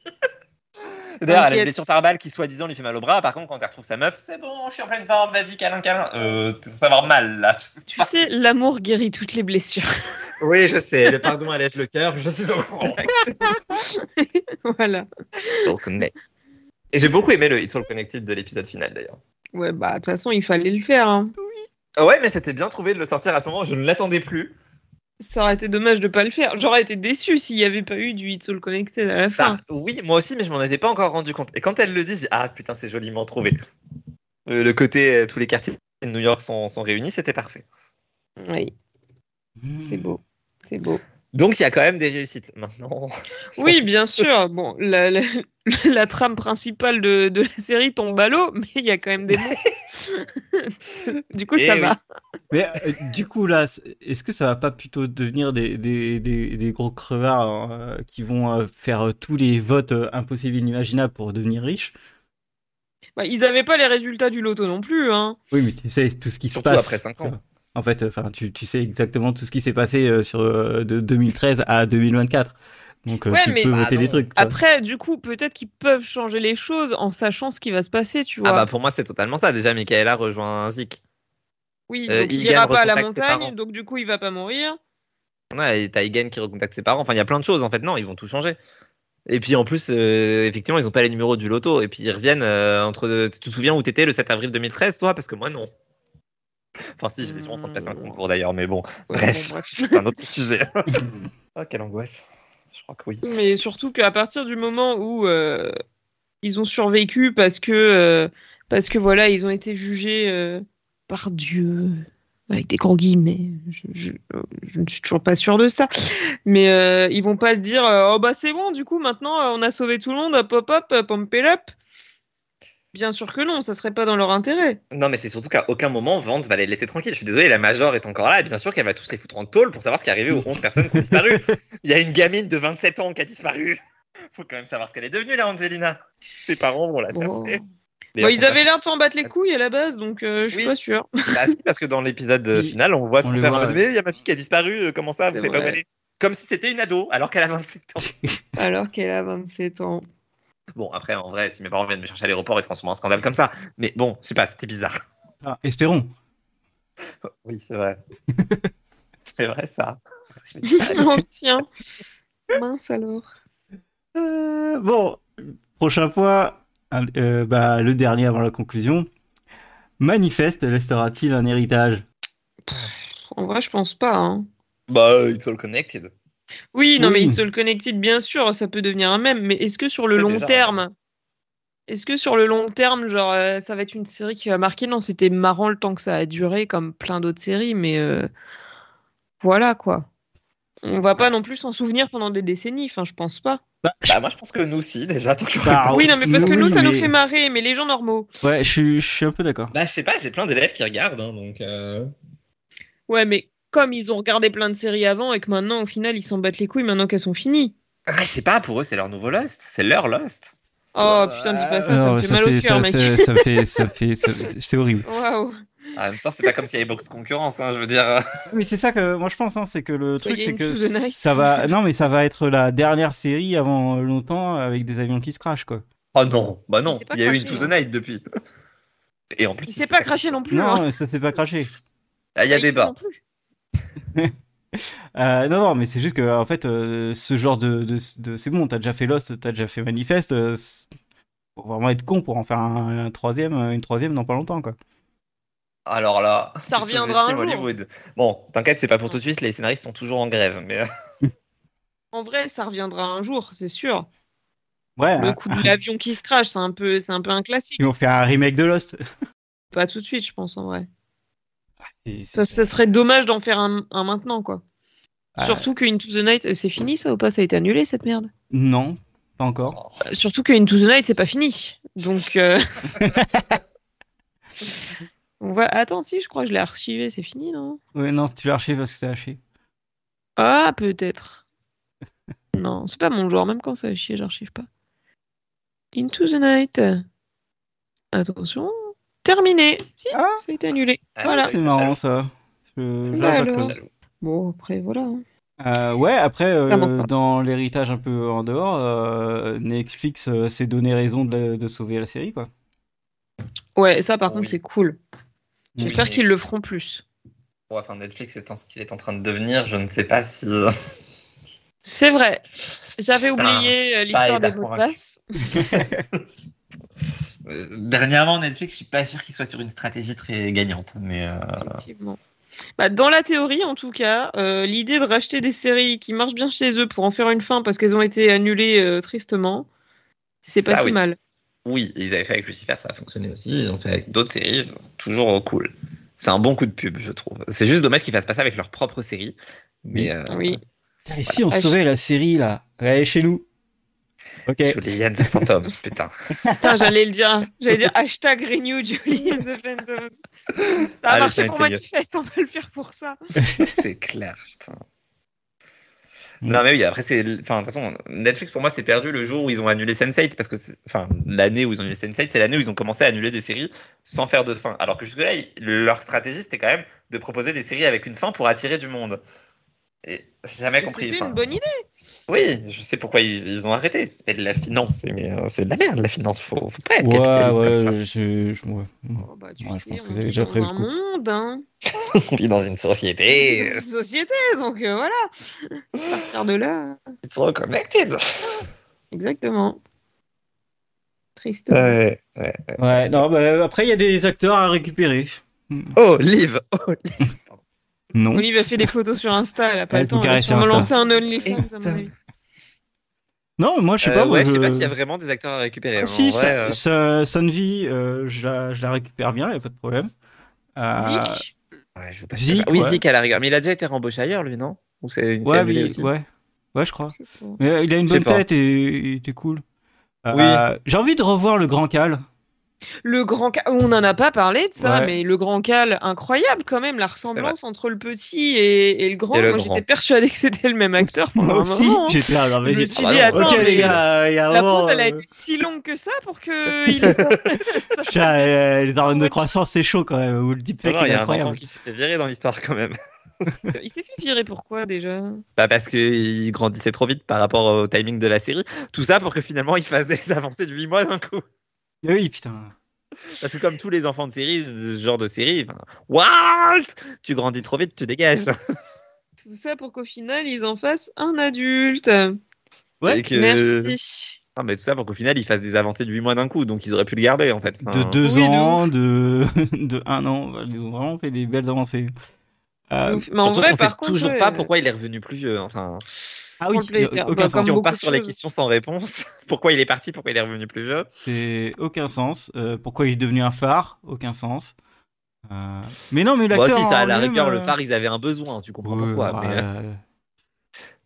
D'ailleurs, elle a une
T'inquiète.
blessure par balle qui, soi-disant, lui fait mal au bras. Par contre, quand elle retrouve sa meuf, c'est bon, je suis en pleine forme, vas-y, câlin, câlin. Euh, t'es censé avoir mal, là. [laughs] Je sais
Tu
pas.
sais, l'amour guérit toutes les blessures.
Oui, je sais, le pardon allège le cœur, je suis au courant.
[laughs] voilà.
Donc, mais- Et j'ai beaucoup aimé le It's All Connected de l'épisode final, d'ailleurs.
Ouais, bah de toute façon, il fallait le faire. hein.
Ah ouais, mais c'était bien trouvé de le sortir à ce moment, je ne l'attendais plus.
Ça aurait été dommage de pas le faire. J'aurais été déçu s'il y avait pas eu du It's All Connected à la fin.
Bah, oui, moi aussi, mais je m'en étais pas encore rendu compte. Et quand elle le dit, je dis, ah putain, c'est joliment trouvé. Euh, le côté, euh, tous les quartiers de New York sont, sont réunis, c'était parfait.
Oui, c'est beau. C'est beau.
Donc il y a quand même des réussites. Maintenant, [laughs]
Oui, bien sûr. Bon, la, [laughs] la- la trame principale de, de la série tombe à l'eau, mais il y a quand
[laughs]
même des mots. [laughs] du coup,
Eh
ça
oui.
va.
Mais euh, du coup, là, c'est- est-ce que ça va pas plutôt devenir des, des, des, des gros crevards euh, qui vont euh, faire euh, tous les votes euh, impossibles, inimaginables pour devenir riches
Bah, ils n'avaient pas les résultats du loto non plus. Hein.
Oui, mais tu sais tout ce qui se
Surtout
passe. Euh,
après cinq ans.
En fait, enfin, tu, tu sais exactement tout ce qui s'est passé euh, sur euh, de 2013 à 2024. Donc, euh,
Ouais,
tu
mais- bah
peux
Ah,
voter
non.
des trucs. quoi.
Après, du coup, peut-être qu'ils peuvent changer les choses en sachant ce qui va se passer, tu vois.
ah bah pour moi c'est totalement ça. Déjà, Michaela rejoint Zik.
oui,
euh,
donc il
Egan
ira pas à la
recontacte ses parents.
montagne, donc du coup, il va pas mourir.
Ouais, et t'as Egan qui recontacte ses parents. Enfin, il y a plein de choses en fait. Non, ils vont tout changer. Et puis en plus, euh, effectivement, ils ont pas les numéros du loto. Et puis ils reviennent euh, entre. Tu te souviens où t'étais le 7 avril 2013, toi Parce que moi non. Enfin, si, j'étais sûrement en train de passer un concours d'ailleurs, mais bon, bref, c'est
[laughs]
un autre sujet. oh, quelle angoisse. Je crois que oui.
Mais surtout qu'à partir du moment où euh, ils ont survécu parce que, euh, parce que voilà, ils ont été jugés euh, par Dieu, avec des gros guillemets, je, je, je ne suis toujours pas sûr de ça, mais euh, ils vont pas se dire euh, Oh bah c'est bon, du coup maintenant euh, on a sauvé tout le monde, hop hop hop, pump it up. Bien sûr que non, ça serait pas dans leur intérêt.
Non, mais c'est surtout qu'à aucun moment Vance va les laisser tranquilles. Je suis désolé, la Major est encore là, et bien sûr qu'elle va tous les foutre en tôle pour savoir ce qui est arrivé aux 11 personnes qui ont [laughs] disparu. Il y a une gamine de 27 ans qui a disparu. Faut quand même savoir ce qu'elle est devenue, là, Angelina. Ses parents vont la
Bon.
chercher.
Bon, ils
Ah, D'ailleurs,
avaient l'air de s'en battre les couilles à la base, donc euh, je suis
Oui.
pas
[laughs]
sûre.
Bah, si, parce que dans l'épisode euh,
Si.
final, on voit
On
son
le
père
voit,
en mode Mais il y a ma fille qui a disparu, euh, comment ça, vous
C'est
savez pas où
vrai.
elle est Comme si c'était une ado, alors qu'elle a 27 ans.
Alors qu'elle a 27 ans.
Bon, après, en vrai, si mes parents viennent me chercher à l'aéroport, ils feront sûrement un scandale comme ça. Mais bon, je sais pas, c'était bizarre.
Ah, espérons.
Oui,
[laughs]
c'est vrai. c'est vrai, ça. Je me dis,
Oh, tiens. Mince alors.
Euh, bon, prochain point, un- euh, bah, le dernier avant la conclusion. Manifeste laissera-t-il un héritage
En vrai, je pense pas. hein.
Bah, euh, it's all connected.
Oui, non,
Oui.
mais It's All Connected, bien sûr, ça peut devenir un mème, mais est-ce que sur le
C'est
long
déjà un
terme, est-ce que sur le long terme, genre, euh, ça va être une série qui va marquer Non, c'était marrant le temps que ça a duré, comme plein d'autres séries, mais euh, voilà quoi. On va pas non plus s'en souvenir pendant des décennies, enfin, je pense pas.
Bah, moi, je pense que nous aussi, déjà, tant qu'il y aura
Bah,
pas-
Ah
oui,
oui,
non, mais parce que
oui,
nous, ça nous
mais-
fait marrer, mais les gens normaux.
Ouais, je suis, je suis un peu d'accord.
Bah, je sais pas, j'ai plein d'élèves qui regardent, hein, donc. euh,
Ouais, mais comme ils ont regardé plein de séries avant et que maintenant, au final, ils s'en battent les couilles maintenant qu'elles sont finies.
Ah, je sais pas, pour eux, c'est leur nouveau Lost. C'est leur Lost.
Oh putain, dis pas ça, ça
Non,
me fait mal
c'est-
au cœur,
ça,
mec.
c'est- ça fait, ça fait, ça- c'est horrible.
Waouh.
Ah, En même temps, c'est pas comme s'il y avait beaucoup de concurrence, hein, je veux dire. euh,
Mais c'est ça que moi je pense, hein, c'est que le truc,
Soyez
c'est
une
que
to the night.
ça va, non, mais ça va être la dernière série avant longtemps avec des avions qui se crachent, quoi.
Oh non, bah
Il
non,
s'est pas
il y a eu une
craché, hein.
To The Night depuis. Et en plus,
Il
il
s'est
s'est-
pas craché [laughs] non plus. hein.
Non, ça s'est pas craché.
Ah, il y a
Ah, il
débat.
s'en plus.
Euh, non, non, mais c'est juste que en fait, euh, ce genre de, de, de- c'est bon, t'as déjà fait Lost, t'as déjà fait Manifest. euh, c'est- faut vraiment être con pour en faire un, un troisième, euh, une troisième dans pas longtemps, quoi.
Alors là,
Ça
tu
reviendra un
sous-estimes
jour.
Hollywood. Bon, t'inquiète, c'est pas pour tout de suite, les scénaristes sont toujours en grève. Mais euh,
En vrai, ça reviendra un jour, c'est sûr.
Ah.
Ouais.
Le
hein.
coup de l'avion qui se crache, c'est un peu, c'est un peu un classique.
Ils vont faire un remake de Lost.
Pas tout de suite, je pense en vrai.
C'est- c'est-
Ça, ça serait dommage d'en faire un, un maintenant, quoi.
Ah.
Surtout que Into the Night, euh, c'est fini ça ou pas Ça a été annulé cette merde.
Non, pas encore.
Euh, Surtout que Into the Night, c'est pas fini. Donc.
[laughs]
euh, [laughs] On va... Attends, si, je crois que je l'ai archivé, c'est fini, non
Ouais, non, tu l'archives parce que c'est haché.
Ah, peut-être. [laughs] Non, c'est pas mon genre, même quand ça a chier, j'archive pas. Into the Night. Attention. Terminé. Si,
Ah.
ça a été annulé.
Ah,
voilà.
oui.
C'est marrant ça. Je- je
Bah
[laughs]
vois pas
alors.
ça.
jaloux.
Bon, après, voilà. hein.
Euh, ouais, après, euh,
Ça manque pas.
dans l'héritage un peu en dehors, euh, Netflix euh, s'est donné raison de, la- de sauver la série, quoi.
Ouais, ça, par
Ah Oui.
contre, c'est cool. J'espère
Oui.
qu'ils le feront plus.
Bon, enfin, Netflix étant ce qu'il est en train de devenir, je ne sais pas si. euh,
C'est vrai. J'avais
Putain,
oublié euh,
je suis pas
l'histoire des
hyper
mots de
convaincu.
passe.
Euh, Dernièrement, Netflix, je suis pas sûr qu'il soit sur une stratégie très gagnante. Mais euh,
Effectivement. Bah, dans la théorie, en tout cas, euh, l'idée de racheter des séries qui marchent bien chez eux pour en faire une fin parce qu'elles ont été annulées euh, tristement, c'est pas
Ça,
si
oui.
mal.
oui, ils avaient fait avec Lucifer, ça a fonctionné aussi. Ils ont fait avec d'autres séries, c'est toujours cool. C'est un bon coup de pub, je trouve. C'est juste dommage qu'ils fassent pas ça avec leur propre série. Mais euh,
Oui.
Et si on
Ah, je-
sauvait la série, là Elle est chez nous. Ok.
Julian the Phantoms, putain.
Putain, j'allais le dire. J'allais dire hashtag renew Julie and the Phantoms. Ça a
Allez,
marché
ça
pour
a été mieux.
Manifest, on va le faire pour ça.
C'est clair, putain.
Mm.
Non mais oui, après c'est, enfin de toute façon, Netflix pour moi c'est perdu le jour où ils ont annulé Sense8 parce que, c'est- enfin l'année où ils ont annulé Sense8, c'est l'année où ils ont commencé à annuler des séries sans faire de fin. Alors que jusque-là, ils- leur stratégie c'était quand même de proposer des séries avec une fin pour attirer du monde. Et j'ai jamais compris.
C'était
enfin,
une bonne idée.
Oui, je sais pourquoi ils, ils ont arrêté. C'est de la finance, mais euh, c'est de la merde la finance. Faut, faut pas être
Ouais,
capitaliste comme ça.
ouais, je, je- ouais.
Oh, bah, tu
Ouais, je
sais,
pense que
on
vous avez
vit
déjà
dans
pris le
un
coup.
monde, hein.
On vit dans une société. euh,
C'est une société, donc euh, voilà. À partir de là,
It's all connected.
exactement. Triste.
Ouais, ouais.
Euh, Ouais, non, bah, après, il y a des acteurs à récupérer.
Oh, Liv Oh, Liv Pardon.
Non.
Olive a fait des photos sur Insta, elle a pas
Elle
le temps.
peut
Elle a
caresser
sûrement
Insta.
lancé un OnlyFans, à mon
Putain.
avis.
Non, moi je sais
Euh,
pas. moi,
ouais, je sais pas
je-
s'il y a vraiment des acteurs à récupérer.
Ah,
hein.
si,
En vrai,
ça,
euh,
ça- Sunvi, euh, je, la, je la récupère bien, y a pas de problème. Euh,
Zik.
ouais, je veux pas-
Zik,
oui,
ouais.
Zik à la rigueur. Mais il a déjà été rembauché ailleurs, lui, non Ou c'est une
ouais,
annulé
mais-
aussi
ouais, ouais, je crois.
Je sais pas.
Mais euh, il a une
Je sais
bonne
pas.
tête et il était cool. Euh, J'ai envie de revoir le grand cal.
Le grand cal, on n'en a pas parlé de ça,
Ouais.
mais le grand cal, incroyable quand même, la ressemblance entre le petit et, et le grand.
Et le
Moi,
grand.
j'étais persuadée que c'était le même acteur pendant
Moi
un
aussi,
moment. hein.
j'étais là. non, mais-
Je me suis
Ah bah
dit,
non,
attends,
ok,
mais
les gars, il y a un
la
moment,
pause, elle a
euh, [laughs]
été si longue que ça pour que [laughs] il ait ça. ça-
putain, euh, les hormones de croissance, c'est chaud quand même. Ou le
Non,
deepfake,
Ah non,
il
il
est
y a un enfant
incroyable.
qui s'est fait virer dans l'histoire quand même.
[laughs]
[laughs]
Il s'est fait virer pourquoi déjà
Bah parce qu'il grandissait trop vite par rapport au timing de la série. Tout ça pour que finalement il fasse [laughs] des avancées de 8 mois d'un coup.
Eh Oui, putain.
Parce que comme tous les enfants de série, ce genre de série, enfin, Walt Tu grandis trop vite, tu dégages.
Tout ça pour qu'au final, ils en fassent un adulte.
Ouais,
Et que-
Merci.
Non, mais tout ça pour qu'au final il fasse des avancées de 8 mois d'un coup. Donc ils auraient pu le garder en fait.
De
Enfin,
deux
Oui, de
ans, de... [laughs] de un an, bah, ils ont vraiment fait des belles avancées. Euh,
Ouf. Mais en
ah, surtout
vrai,
qu'on
par
sait
contre,
toujours
ouais,
pas pourquoi il est revenu plus vieux. Enfin,
ah
pour
oui,
le plaisir.
aucun
Bah,
sens.
comme
si on
beaucoup
part
de
sur les
choses.
questions sans réponse, [laughs] pourquoi il est parti, pourquoi il est revenu plus vieux
C'est aucun sens. Euh, pourquoi il est devenu un phare Aucun sens. Euh, Mais non, mais
Bah
l'acteur.
si, ça, à
en
la
lui-même,
rigueur,
euh,
le phare, ils avaient un besoin, tu comprends
ouais,
pourquoi.
ouais,
mais, euh,
euh,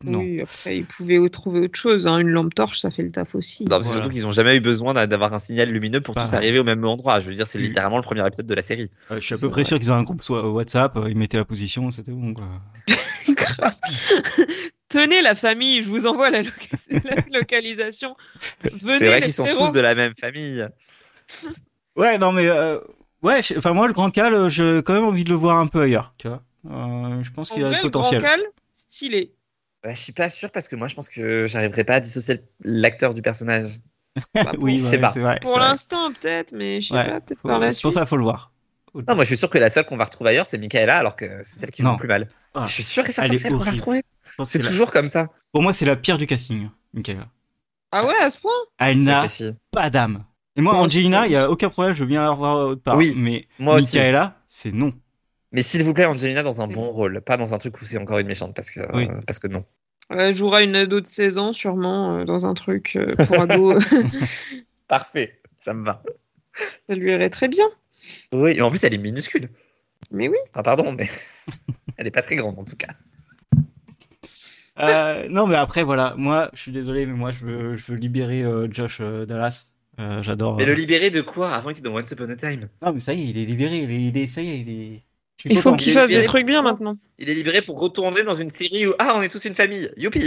Non.
Oui, après, ils pouvaient trouver autre chose. hein. Une lampe torche, ça fait le taf aussi.
Non, mais c'est
Voilà.
surtout qu'ils n'ont jamais eu besoin d'a- d'avoir un signal lumineux pour
Bah.
tous arriver au même endroit. Je veux dire, c'est
Oui.
littéralement le premier épisode de la série.
Euh, je suis à peu près sûr qu'ils ont un groupe soit WhatsApp, euh, ils mettaient la position, c'était bon. Quoi.
Tenez la famille, je vous envoie la, loca- [laughs] la localisation. Venez
C'est vrai
les
qu'ils sont
frérots.
tous de la même famille.
Ouais, non, mais. euh, Ouais, je- enfin, moi, le grand cal, euh, j'ai quand même envie de le voir un peu ailleurs. Tu vois Euh, je pense
En
qu'il a
vrai,
le
le grand
potentiel.
cal, stylé.
Bah, je suis pas sûr parce que moi, je pense que j'arriverai pas à dissocier l'acteur du personnage.
[laughs]
Bah, pour
oui,
je sais
ouais,
pas.
c'est vrai.
pour
c'est vrai.
l'instant, peut-être, mais je sais
Ouais,
pas, peut-être
Faut-
par la
C'est pour
suite.
ça, faut le voir.
Non, moi, je suis sûr que la seule qu'on va retrouver ailleurs, c'est Michaela, alors que c'est celle qui joue
Non.
le plus mal.
Ah.
Je suis sûr que c'est
Elle est
celle qu'on va
horrible.
retrouver.
Je pense que
C'est
c'est la-
toujours comme ça.
Pour moi, c'est la pire du casting, Michaela.
Ah ouais, à ce point
Elle n'a
Sacrifié.
pas d'âme. Et moi,
Non,
Angelina,
c'est-
il y a aucun problème, je veux bien la revoir autre part.
Oui,
mais
moi aussi.
Michaela, c'est non.
Mais s'il vous plaît, Angelina dans un bon rôle, pas dans un truc où c'est encore une méchante, parce que, euh,
Oui.
parce que non.
Elle jouera une ado de 16 ans, sûrement, euh, dans un truc euh, pour ado. [laughs]
Parfait, ça me va.
ça lui irait très bien.
Oui, et en plus, elle est minuscule.
Mais oui.
Ah, pardon, mais [laughs] elle est pas très grande en tout cas.
Euh, non, mais après, voilà, moi, je suis désolé, mais moi, je veux, je veux libérer euh, Josh euh, Dallas. Euh, J'adore.
Mais
euh,
le libérer de quoi Avant, il était dans Once Upon a Time.
Non, mais ça y est, il est libéré. Il est, il est- ça y est, il est. Je suis
Il faut
content.
qu'il
est
fasse des
libéré.
trucs bien maintenant.
Il est libéré pour retourner dans une série où ah on est tous une famille, youpi.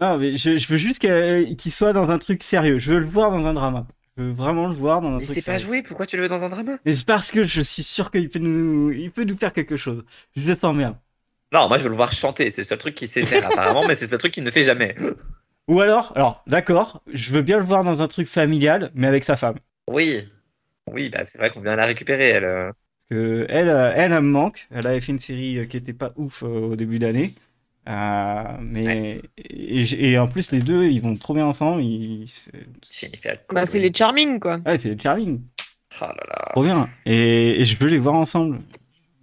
Non, mais je, je veux juste que- qu'il soit dans un truc sérieux. Je veux le voir dans un drama. Je veux vraiment le voir dans un
Mais
truc
c'est pas
sérieux.
joué, pourquoi tu le veux dans un drama
Mais c'est parce que je suis sûr qu'il peut nous, il peut nous faire quelque chose. Je le sens bien.
Non, moi je veux le voir chanter, c'est le seul truc qu'il sait faire apparemment, mais c'est le seul truc qu'il ne fait jamais.
Ou alors, alors, d'accord, je veux bien le voir dans un truc familial, mais avec sa femme.
[laughs] Oui, oui, bah c'est vrai qu'on vient la récupérer elle. euh.
Parce que elle, euh, elle, elle me manque. Elle avait fait une série euh, qui était pas ouf euh, au début d'année. Euh, mais et, j- et en plus les deux ils vont trop bien ensemble. Ils, c'est-
Jennifer
Bah, c'est
Connelly.
les charming, quoi.
ouais, c'est charming,
Oh là là.
trop bien. Et, et je veux les voir ensemble.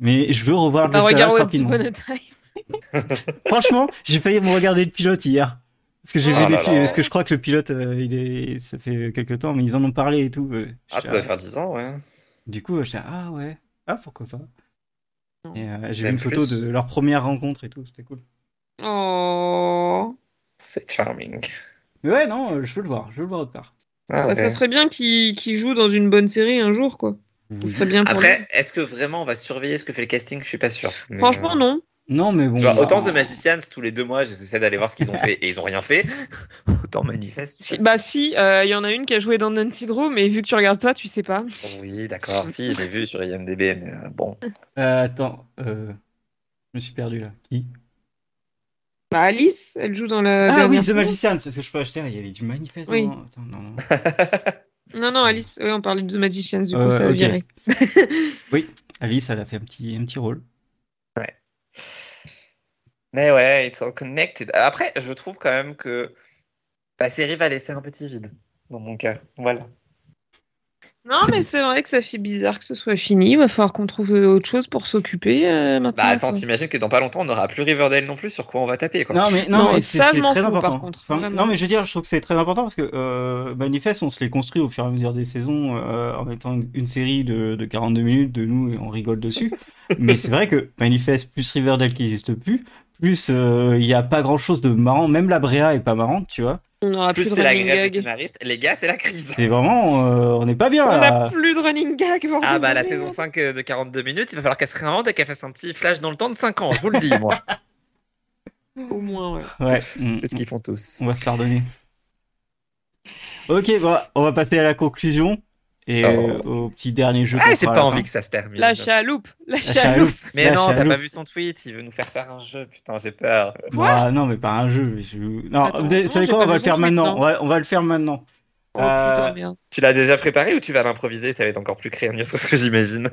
Mais je veux revoir
Bah,
Josh
regarde
Dallas
Once
rapidement.
Upon a Time.
Franchement, j'ai failli me regarder le pilote hier. Parce que j'ai
Oh
vu
là
des
Ah là.
filles, parce que je crois que le pilote, euh, il est, ça fait quelques temps, mais ils en ont parlé et tout. euh,
Ah
j'étais
ça
là-
doit faire 10 ans ouais.
Du coup, j'étais là, ah ouais, ah pourquoi pas. Et, euh, j'ai vu
Même
une photo
plus.
de leur première rencontre et tout, c'était cool.
Oh.
C'est charming.
Mais ouais, non, euh, je veux le voir, je veux le voir autre part.
Ah,
Bah,
ouais.
Ça serait bien qu'il qu'il joue dans une bonne série un jour, quoi. Ça serait bien pour lui.
Après, est-ce que vraiment on va surveiller ce que fait le casting Je suis pas sûr. Mais,
Franchement,
euh,
non.
Non, mais bon.
tu vois,
bah,
autant The Magicians, tous les deux mois, j'essaie d'aller voir ce qu'ils ont fait et ils ont rien fait. [laughs] Autant Manifest.
Si- bah si, euh, il y en a une qui a joué dans Nancy Drew, mais vu que tu regardes pas, tu sais pas.
Oui, d'accord. Si, j'ai vu sur IMDb, mais euh, bon.
euh, attends, euh, je me suis perdu là. Qui
Bah Alice, elle joue dans
Ah
la
oui,
dernière
The
saison.
Magician, c'est ce que je peux acheter. Il y avait du manifeste.
Oui.
non Attends, non, non.
Non, non, Alice, oui, on parlait de The Magicians, du coup,
Euh,
ça a
ok.
viré.
Alice, elle a fait un petit, un petit rôle.
Mais ouais, it's all connected. Après, je trouve quand même que la série va laisser un petit vide, dans mon cas. Voilà.
Non, mais c'est vrai que ça fait bizarre que ce soit fini. Il va falloir qu'on trouve euh, autre chose pour s'occuper euh, maintenant.
Bah attends,
quoi.
t'imagines que dans pas longtemps, on n'aura plus Riverdale non plus, sur quoi on va taper quoi.
Non mais non,
Non,
mais c'est
ça,
c'est
je m'en
très
fous, par
important.
contre,
Enfin,
vraiment.
non mais je veux dire, je trouve que c'est très important parce que euh, Manifest, on se l'est construit au fur et à mesure des saisons euh, en mettant une, une série de, de 42 minutes de nous et on rigole
[laughs]
dessus. mais c'est vrai que Manifest plus Riverdale qui n'existe plus, plus euh, il y n'y a pas grand chose de marrant. Même la Bréa est pas marrante, tu vois.
On n'aura plus,
plus
de
c'est la
running
grève
gag.
des scénaristes, les gars, c'est la crise.
C'est vraiment, euh, on n'est pas bien
On n'a
là.
plus de running gag. bordel
Ah bah
de
la
merde.
saison 5 de 42 minutes, il va falloir qu'elle se réinvente et qu'elle fasse un petit flash dans le temps de 5 ans, je vous le dis moi.
Au moins, ouais.
Ouais. Mm.
[laughs] C'est ce qu'ils font tous.
On va se pardonner. Ok, bah, on va passer à la conclusion et euh, au petit dernier jeu. qu'on
Ah, j'ai
fera à
pas
la
envie
fin. Ah,
que ça se termine.
La chaloupe. La,
La
chaloupe.
chaloupe.
Mais
La
non, t'as
chaloupe.
pas vu son tweet, il veut nous faire faire un jeu, putain, j'ai peur.
Bah, non, mais pas un jeu. mais je- Non,
Attends,
vous savez- vous savez
j'ai
quoi
pas
On va le
besoin
faire
de
maintenant.
maintenant.
On va, on va le faire maintenant.
Oh
Euh,
putain, merde.
Tu l'as déjà préparé ou tu vas l'improviser Ça va être encore plus créatif que ce que j'imagine.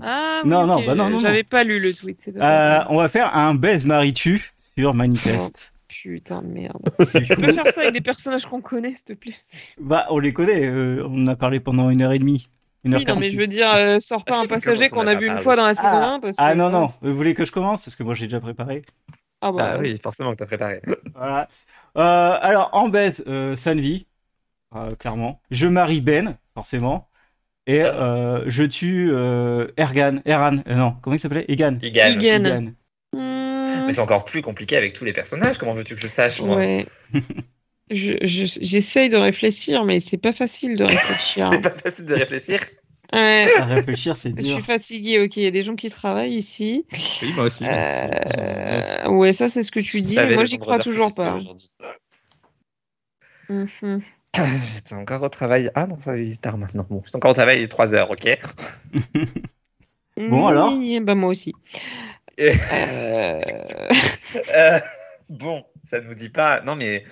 Ah,
Non,
oui,
non,
ok,
bah non, non,
J'avais pas lu le tweet. c'est pas
Euh,
grave.
on va faire un baise Maritu sur Manifest.
Putain de merde. Tu peux faire ça avec des personnages qu'on connaît, s'il te plaît [laughs]
bah, on les connaît. euh, on en a parlé pendant une heure et demie. Une heure
Oui, non, mais je veux
quarante-six.
dire, euh, sors pas
Ah,
un
si,
passager
comment
qu'on
ça,
a
on en a
vu une
parlé.
fois dans la saison 1. Parce
Ah
que-
non, non. Vous voulez que je commence Parce que moi, j'ai déjà préparé.
Ah bah,
Bah
ouais.
oui, forcément que t'as préparé.
Voilà. Euh, alors, en baise, euh, Sanvi, euh, clairement. Je marie Ben, forcément. Et euh, je tue euh, Ergan. Erhan. euh, non, comment il s'appelait Egan.
Il gagne.
Egan. Egan.
Egan.
Mmh,
Mais c'est encore plus compliqué avec tous les personnages, comment veux-tu que je sache moi
ouais. Je- je- J'essaye de réfléchir, mais c'est pas facile de réfléchir.
C'est pas facile de réfléchir.
[laughs] Ouais,
À réfléchir, c'est
[laughs] je suis
dur.
fatiguée, ok, il y a des gens qui travaillent ici.
Oui, moi aussi.
Euh, ouais, ça c'est ce que tu dis, mais moi j'y crois toujours pas. Mhm.
[coughs] J'étais encore au travail. Ah non, ça va, il est tard maintenant. Bon, j'étais encore au travail, il est 3 heures, ok
Bon, alors
Oui, Bah moi aussi.
Euh,
Euh,
Euh, Bon, ça ne nous dit pas. Non, mais.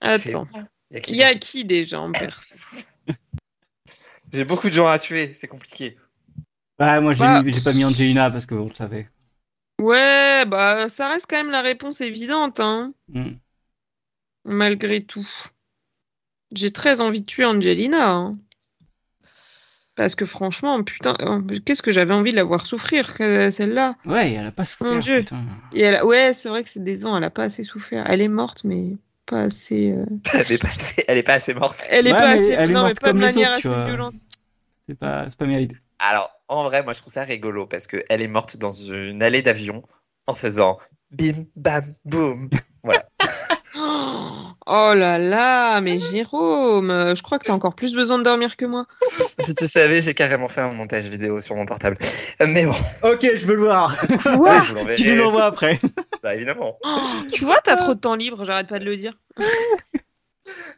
Attends,
Il y a qui-
il y a qui déjà en perso
[laughs] J'ai beaucoup de gens à tuer, c'est compliqué. [laughs]
Bah, moi, j'ai
Bah.
mis- j'ai pas mis Angelina parce qu'on le savait.
Ouais, bah ça reste quand même la réponse évidente, hein,
Mm.
malgré tout. J'ai très envie de tuer Angelina. hein. Parce que franchement, putain, oh, mais qu'est-ce que j'avais envie de la voir souffrir, que- celle-là.
Ouais, elle a pas souffert.
Mon Dieu.
putain.
Et elle, ouais, c'est vrai que c'est des ans, elle a pas assez souffert. Elle est morte, mais pas assez. euh,
Elle est pas assez, elle est pas assez morte.
Elle est
Ouais,
pas
mais
assez.
elle est
non, mais
morte
pas de
comme les
manière
autres, tu
assez
vois.
violente.
C'est pas, c'est pas mérité.
Alors, en vrai, moi, je trouve ça rigolo parce qu'elle est morte dans une allée d'avion en faisant bim, bam, boum. [laughs]
Oh oh là là, mais Jérôme, euh, je crois que t'as encore plus besoin de dormir que moi.
si tu savais, j'ai carrément fait un montage vidéo sur mon portable. Euh, Mais bon,
Ok, je veux le voir.
Quoi
je vous
tu nous
l'enverrai.
l'envoies après.
Bah, évidemment.
Oh, Tu vois, t'as trop de temps libre, j'arrête pas de le dire.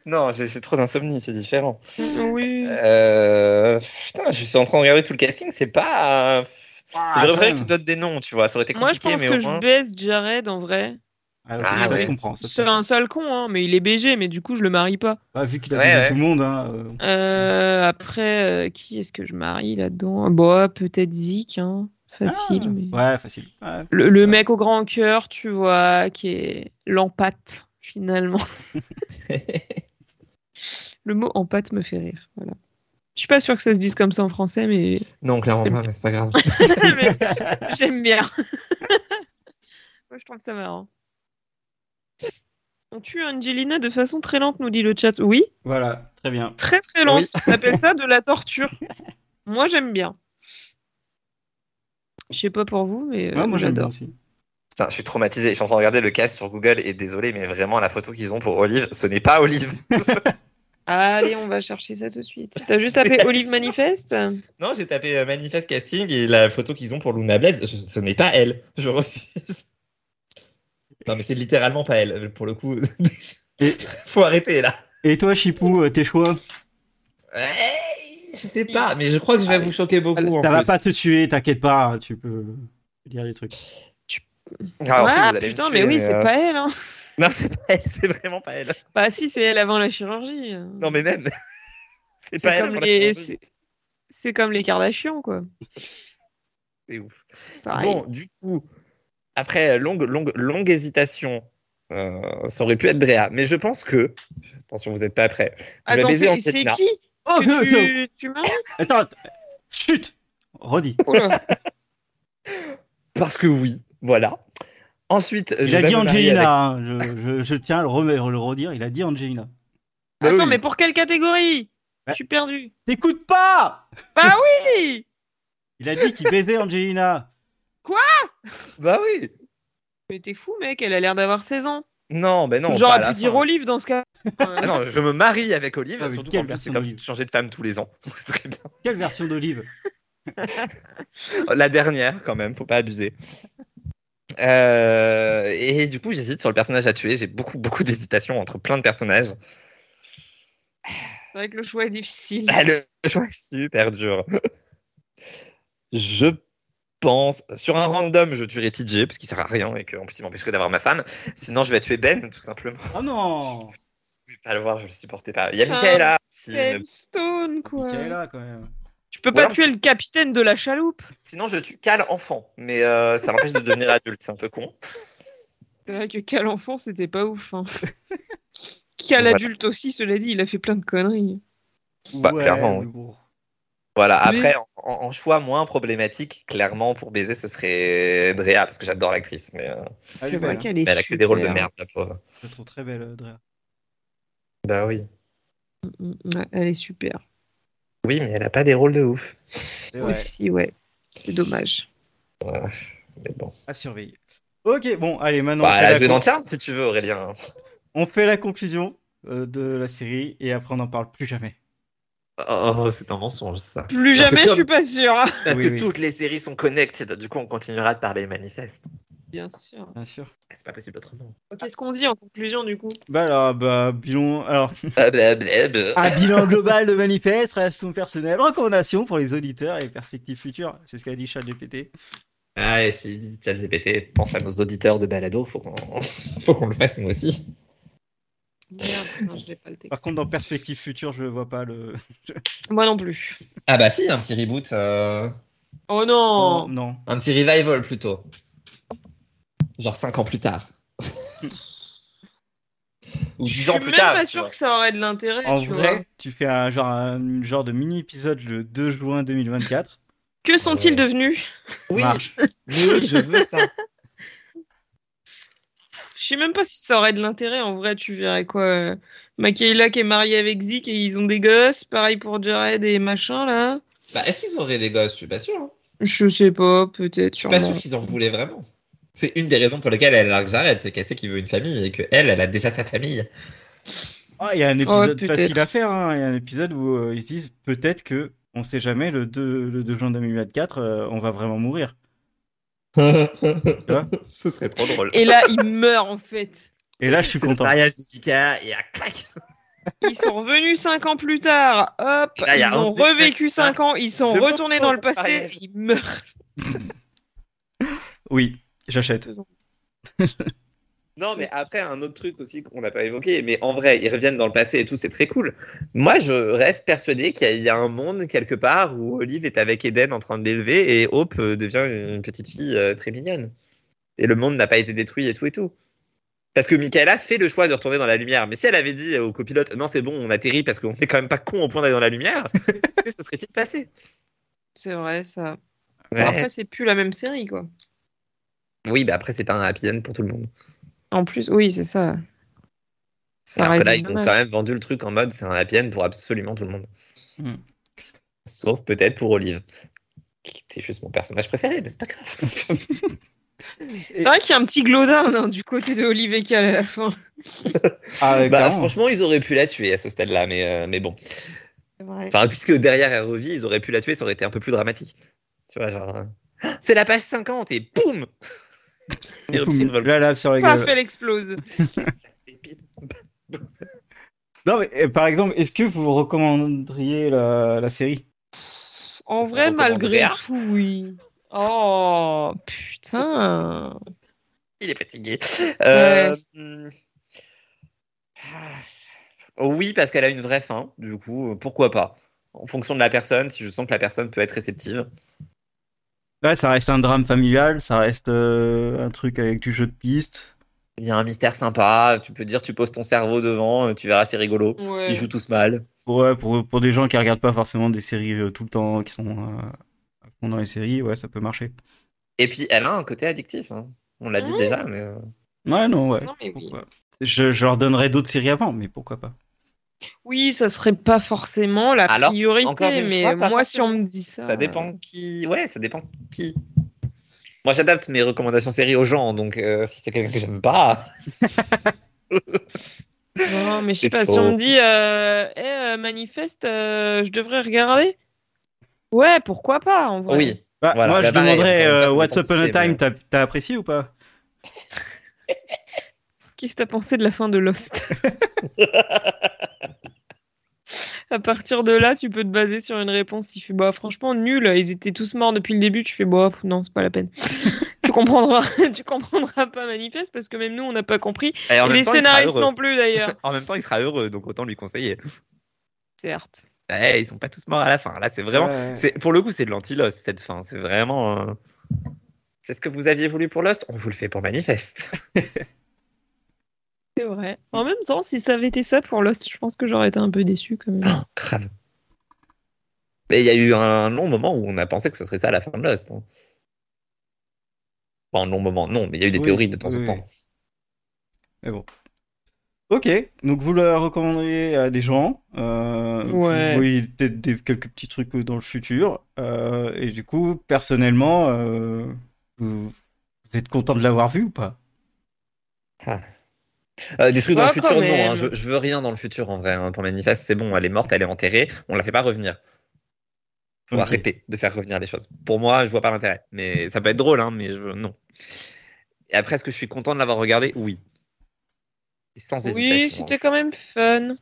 Non, j'ai j'ai trop d'insomnie, c'est différent.
Oui.
Euh, putain, je suis en train de regarder tout le casting, c'est pas. J'aurais préféré que tu
Ah, quand même.
donnes des noms, tu vois, ça aurait été
Moi, je
compliqué,
pense
mais
que
au
je
moins.
baise Jared en vrai.
Ah, ok,
Ah,
ça
ouais.
se comprend. ça se
C'est
comprend.
un sale con, hein, mais il est BG, mais du coup, je le marie pas.
Ah, vu qu'il a
Ouais,
baisé
ouais.
tout le monde. hein, euh,
Euh, après, euh, qui est-ce que je marie là-dedans Bah, peut-être Zik, hein. facile.
ah.
mais-
Ouais, facile. Ouais.
Le, le mec au grand cœur, tu vois, qui est l'empate,
[laughs]
finalement. Le mot empate me fait rire. Voilà. Je suis pas sûre que ça se dise comme ça en
[laughs]
français, mais, [laughs]
Non, clairement pas, mais c'est pas grave.
mais j'aime bien. [laughs] Moi, je trouve ça marrant. On tue Angelina de façon très lente, nous dit le chat. Oui,
Voilà, très bien.
très très lente. On appelle ça de la
[laughs]
torture. Moi, j'aime bien. Je sais pas pour vous, mais euh,
Ouais, moi, j'aime bien
j'adore.
aussi.
[laughs] Putain, je suis traumatisé, je suis en train de regarder le cast sur Google et désolé, mais vraiment, la photo qu'ils ont pour Olive, ce n'est pas Olive.
Allez, on va chercher ça tout de suite. T'as juste appelé
C'est
Olive
ça.
Manifeste
[laughs] non, j'ai tapé euh, Manifest Casting et la photo qu'ils ont pour Luna Blaze, je- ce n'est pas elle. Je [laughs] refuse. Non, mais c'est littéralement pas elle, pour le [laughs] coup.
Et-
Faut arrêter là.
Et toi, Chipou, euh, tes choix
Ouais, je sais pas, mais je crois
Ah,
que je vais vous choquer beaucoup. en
Ça va
plus.
pas te tuer, t'inquiète pas, tu peux dire des trucs.
Alors, si,
Ah
vous allez me
putain,
tuer,
mais oui, c'est
euh,
pas elle. Hein.
Non, c'est pas elle, c'est vraiment pas elle.
Bah si, c'est elle avant la chirurgie.
Non, mais même. [laughs] C'est pas
C'est
elle.
comme,
pour la
les...
chirurgie.
c'est- c'est comme les Kardashians, quoi.
C'est ouf.
Pareil.
Bon, du coup, après euh, longue, longue, longue hésitation, euh, ça aurait pu être Drea, mais je pense que. Attention, vous n'êtes pas prêts. Je vais
Attends,
baiser
c'est
Angelina. [laughs]
c'est qui
Oh
que
non, non.
tu, tu m'as
Attends, attends. chut, redis.
[laughs] Bah
Oula.
Parce que oui, voilà. Ensuite,
Il
je
a
vais
dit
me marier avec-
Angelina, hein. je, je- je tiens à le, rem- le redire, il a dit Angelina.
Bah
Attends,
oui.
mais pour quelle catégorie
Bah.
Je suis perdu.
T'écoutes pas
Bah oui
Il a dit qu'il baisait Angelina.
Bah oui.
Mais t'es fou, mec, elle a l'air d'avoir 16 ans.
Non, ben non. pas à
J'aurais
la
pu dire
fin.
Olive dans ce
[laughs]
cas. Euh,
Ah non, je me marie avec Olive,
Ah oui,
surtout
quelle
qu'en plus, c'est
personne
comme si
Olive.
tu changeais de femme tous les ans. [laughs] c'est très bien.
Quelle version d'Olive
La dernière, quand même, faut pas abuser. Euh, et du coup, j'hésite sur le personnage à tuer. J'ai beaucoup, beaucoup d'hésitations entre plein de personnages. [laughs]
C'est vrai que le choix est
[laughs]
difficile.
Ah, le choix est super dur. Je pense. Sur un random, je tuerai TJ, parce qu'il sert à rien et qu'en plus, il m'empêcherait d'avoir ma femme. Sinon, je vais tuer Ben, tout simplement.
Oh non
[laughs] Je vais pas le voir, je le supportais pas. Il y a Michaela. si- euh,
C'est Stone, quoi.
Michaela, quand même.
Tu peux
Ou
pas
alors,
tuer le capitaine de la chaloupe.
Sinon, je tue Cal enfant, mais euh, ça l'empêche de devenir adulte, c'est un peu con.
C'est vrai que Cal enfant, c'était pas ouf. Hein. Cal
Voilà.
adulte aussi, cela dit, il a fait plein de conneries.
Bah, clairement,
mais
oui.
bon.
Voilà,
Oui.
après, en, en- en choix moins problématique, clairement, pour baiser, ce serait Drea, parce que j'adore l'actrice, mais euh,
Elle est
C'est
belle,
vrai
hein.
qu'elle est
mais elle a que des rôles de
super.
merde, la pauvre.
Je la trouve très belle, euh, Drea.
Bah oui.
Mm, mm, ouais, Elle est super.
Oui, mais elle a pas des rôles de ouf.
C'est vrai.
Aussi, ouais. C'est dommage.
Voilà. Mais bon.
À surveiller. Ok, bon, allez, maintenant,
Bah,
on,
elle a
fait
joué
la
dans
con-
Charm, si tu veux, Aurélien.
on fait la conclusion euh, de la série et après, on n'en parle plus jamais.
Oh, c'est un mensonge, ça.
Plus
Parce que
jamais, je
comme-
suis pas sûre. [laughs] hein.
Parce
Oui,
que
oui.
toutes les séries sont connected, du coup, on continuera de parler manifeste.
Bien sûr.
Bien sûr.
C'est pas possible autrement.
Qu'est-ce qu'on dit en conclusion du coup
Bah, alors, bah, bilan. Alors,
[laughs] Ah, bah, bah, bah.
[laughs] un bilan global de manifeste, réaction personnelle, recommandations pour les auditeurs et les perspectives futures. C'est ce qu'a dit Charles GPT.
Ah, et si dit ChatGPT pense à nos auditeurs de balado, faut qu'on [laughs] faut qu'on le fasse nous aussi.
Merde, non, je l'ai pas le texte.
Par contre, dans perspective future, je vois pas le.
Moi non plus.
Ah bah si, un petit reboot, euh,
Oh non
Non.
un petit revival plutôt. Genre 5 ans
[laughs]
plus tard. Ou
Je
10
suis
ans
même
plus tard.
pas
tu
sûr
vois.
que ça aurait de l'intérêt.
En
tu
vrai,
vois.
tu fais un genre, un genre de mini-épisode le 2 juin 2024.
Que sont-ils
Ouais.
devenus
Oui,
Marche.
mais oui, je
[laughs]
veux ça.
Je sais même pas si ça aurait de l'intérêt. En vrai, tu verrais quoi euh, Michaela qui est mariée avec Zeke et ils ont des gosses. Pareil pour Jared et machin là.
Bah, est-ce qu'ils auraient des gosses Je suis pas sûr. hein.
Je sais pas, peut-être.
Je suis pas
sûrement.
sûr qu'ils en voulaient vraiment. C'est une des raisons pour lesquelles elle largue Jared, c'est qu'elle sait qu'il veut une famille et que elle, elle a déjà sa famille.
Ah, il y a un épisode
Oh, peut-être.
facile à faire. hein. Il y a un épisode où euh, ils disent peut-être que, on sait jamais, le 2, le 2 juin 2024, euh, on va vraiment mourir.
[laughs] Ce serait trop drôle.
Et là, ils meurent en fait.
Et là, je suis
C'est
content.
Le mariage de Pika et à clac.
Ils sont revenus cinq ans plus tard. Hop,
Là, y
ils
a un
ont
des-
revécu cinq ans. Ils sont
Je
retournés dans le
propose un
passé.
mariage.
Ils meurent.
Oui, j'achète.
Non, mais après, un autre truc aussi qu'on n'a pas évoqué, mais en vrai, ils reviennent dans le passé et tout, c'est très cool. Moi, je reste persuadé qu'il y a- il y, a un monde quelque part où Olive est avec Eden en train de l'élever et Hope euh, devient une petite fille euh, très mignonne. Et le monde n'a pas été détruit et tout et tout. Parce que Michaela fait le choix de retourner dans la lumière. Mais si elle avait dit au copilote, non, c'est bon, on atterrit parce qu'on n'est quand même pas con au point d'aller dans la lumière, [laughs] que se serait-il passé
C'est vrai, ça.
Ouais.
Après, c'est plus la même série, quoi.
Oui, bah après, c'est pas un happy end pour tout le monde.
En plus, oui, c'est ça. Ça
Alors
reste
que là, ils ont
dommage.
quand même vendu le truc en mode c'est un happy end pour absolument tout le monde.
Hmm.
Sauf peut-être pour Olive, qui était juste mon personnage préféré, mais c'est pas [laughs] grave.
C'est vrai qu'il y a un petit glodin hein, du côté de Olivier Cal à la fin.
Ah, euh,
bah,
clairement.
franchement, ils auraient pu la tuer à ce stade-là, mais, euh, mais bon.
C'est vrai.
Enfin, puisque derrière elle revit, ils auraient pu la tuer, ça aurait été un peu plus dramatique. Tu vois, genre. euh, Ah, [gasps] C'est la page 50 et boum Éruption de volcan.
Là, là, sur la
Paf,
gueule.
elle explose.
C'est pile.
Non, mais, euh, par exemple, est-ce que vous recommanderiez la, la série
En
Est-ce qu'on
vrai, malgré
recommanderait
tout, oui. Oh, putain.
Il est fatigué. Euh, ah, Oui, parce qu'elle a une vraie fin, du coup, euh, pourquoi pas En fonction de la personne, si je sens que la personne peut être réceptive.
Ouais, ça reste un drame familial, ça reste euh, un truc avec du jeu de piste.
Il y a un mystère sympa, tu peux dire tu poses ton cerveau devant, euh, tu verras c'est rigolo.
Ouais.
Ils jouent tous mal.
Ouais, pour, pour des gens qui regardent pas forcément des séries euh, tout le temps, qui sont euh, à fond dans les séries, ouais, ça peut marcher.
Et puis elle a un côté addictif. hein. On l'a dit
Ouais.
déjà, mais euh,
Ouais, non, ouais.
Non, mais oui.
Pourquoi je, je leur donnerais d'autres séries avant, mais pourquoi pas
Oui, ça serait pas forcément la
Alors,
priorité,
encore une
mais
fois, pas
moi, si on me
forcément.
dit ça. euh.
ça dépend qui. Ouais, ça dépend qui. Moi j'adapte mes recommandations séries aux gens, donc euh, si c'est quelqu'un que j'aime pas.
Non, mais je sais
C'est
pas, si
faux.
on me dit euh, Eh, euh, manifeste, euh, je devrais regarder. Ouais, pourquoi pas en vrai.
Oui.
Bah,
Voilà,
Moi,
bah,
je
pareil,
demanderais
encore une fois,
euh,
ça dépend
What's
qui
Up on a
c'est, mais-
Time, t'as- t'as apprécié ou pas
Qu'est-ce que t'as pensé de la fin de Lost À partir de là, tu peux te baser sur une réponse. Il fait bah franchement nul, ils étaient tous morts depuis le début. Tu fais bah pff, non, c'est pas la peine. tu comprendras, [laughs] tu comprendras pas manifeste parce que même nous on n'a pas compris.
Et en
Et
même
les
temps, il sera
scénaristes
heureux.
non plus
[laughs]
d'ailleurs.
En même temps, il sera heureux, donc autant lui conseiller.
Certes.
Ouais, ils sont pas tous morts à la fin. Là, c'est vraiment.
Ouais.
C'est pour le coup, c'est de l'anti-Lost cette fin. C'est vraiment. euh, C'est ce que vous aviez voulu pour Lost. On vous le fait pour Manifeste.
C'est vrai. En même temps, si ça avait été ça pour Lost, je pense que j'aurais été un peu déçu quand même.
[laughs] Oh, grave. Mais il y a eu un long moment où on a pensé que ce serait ça à la fin de Lost. hein. Enfin, un long moment, non, mais il y a eu des
Oui,
théories de temps
oui,
en temps.
Mais bon. Ok, donc vous le recommanderiez à des gens. Euh,
Ouais.
vous voyez peut-être des- quelques petits trucs dans le futur. Euh, et du coup, personnellement, euh, vous, vous êtes content de l'avoir vu ou pas
Euh, des trucs dans
Oh,
le
quand
futur, non.
même.
hein. je, je veux rien dans le futur en vrai. hein. Pour Manifeste, c'est bon, elle est morte, elle est enterrée, on la fait pas revenir. Faut
Ok.
arrêter de faire revenir les choses. Pour moi, je vois pas l'intérêt. Mais ça peut être drôle, hein, mais je... non. Et après, est-ce que je suis content de l'avoir regardé Oui. Et Sans hésitation.
Oui, c'était quand même fun.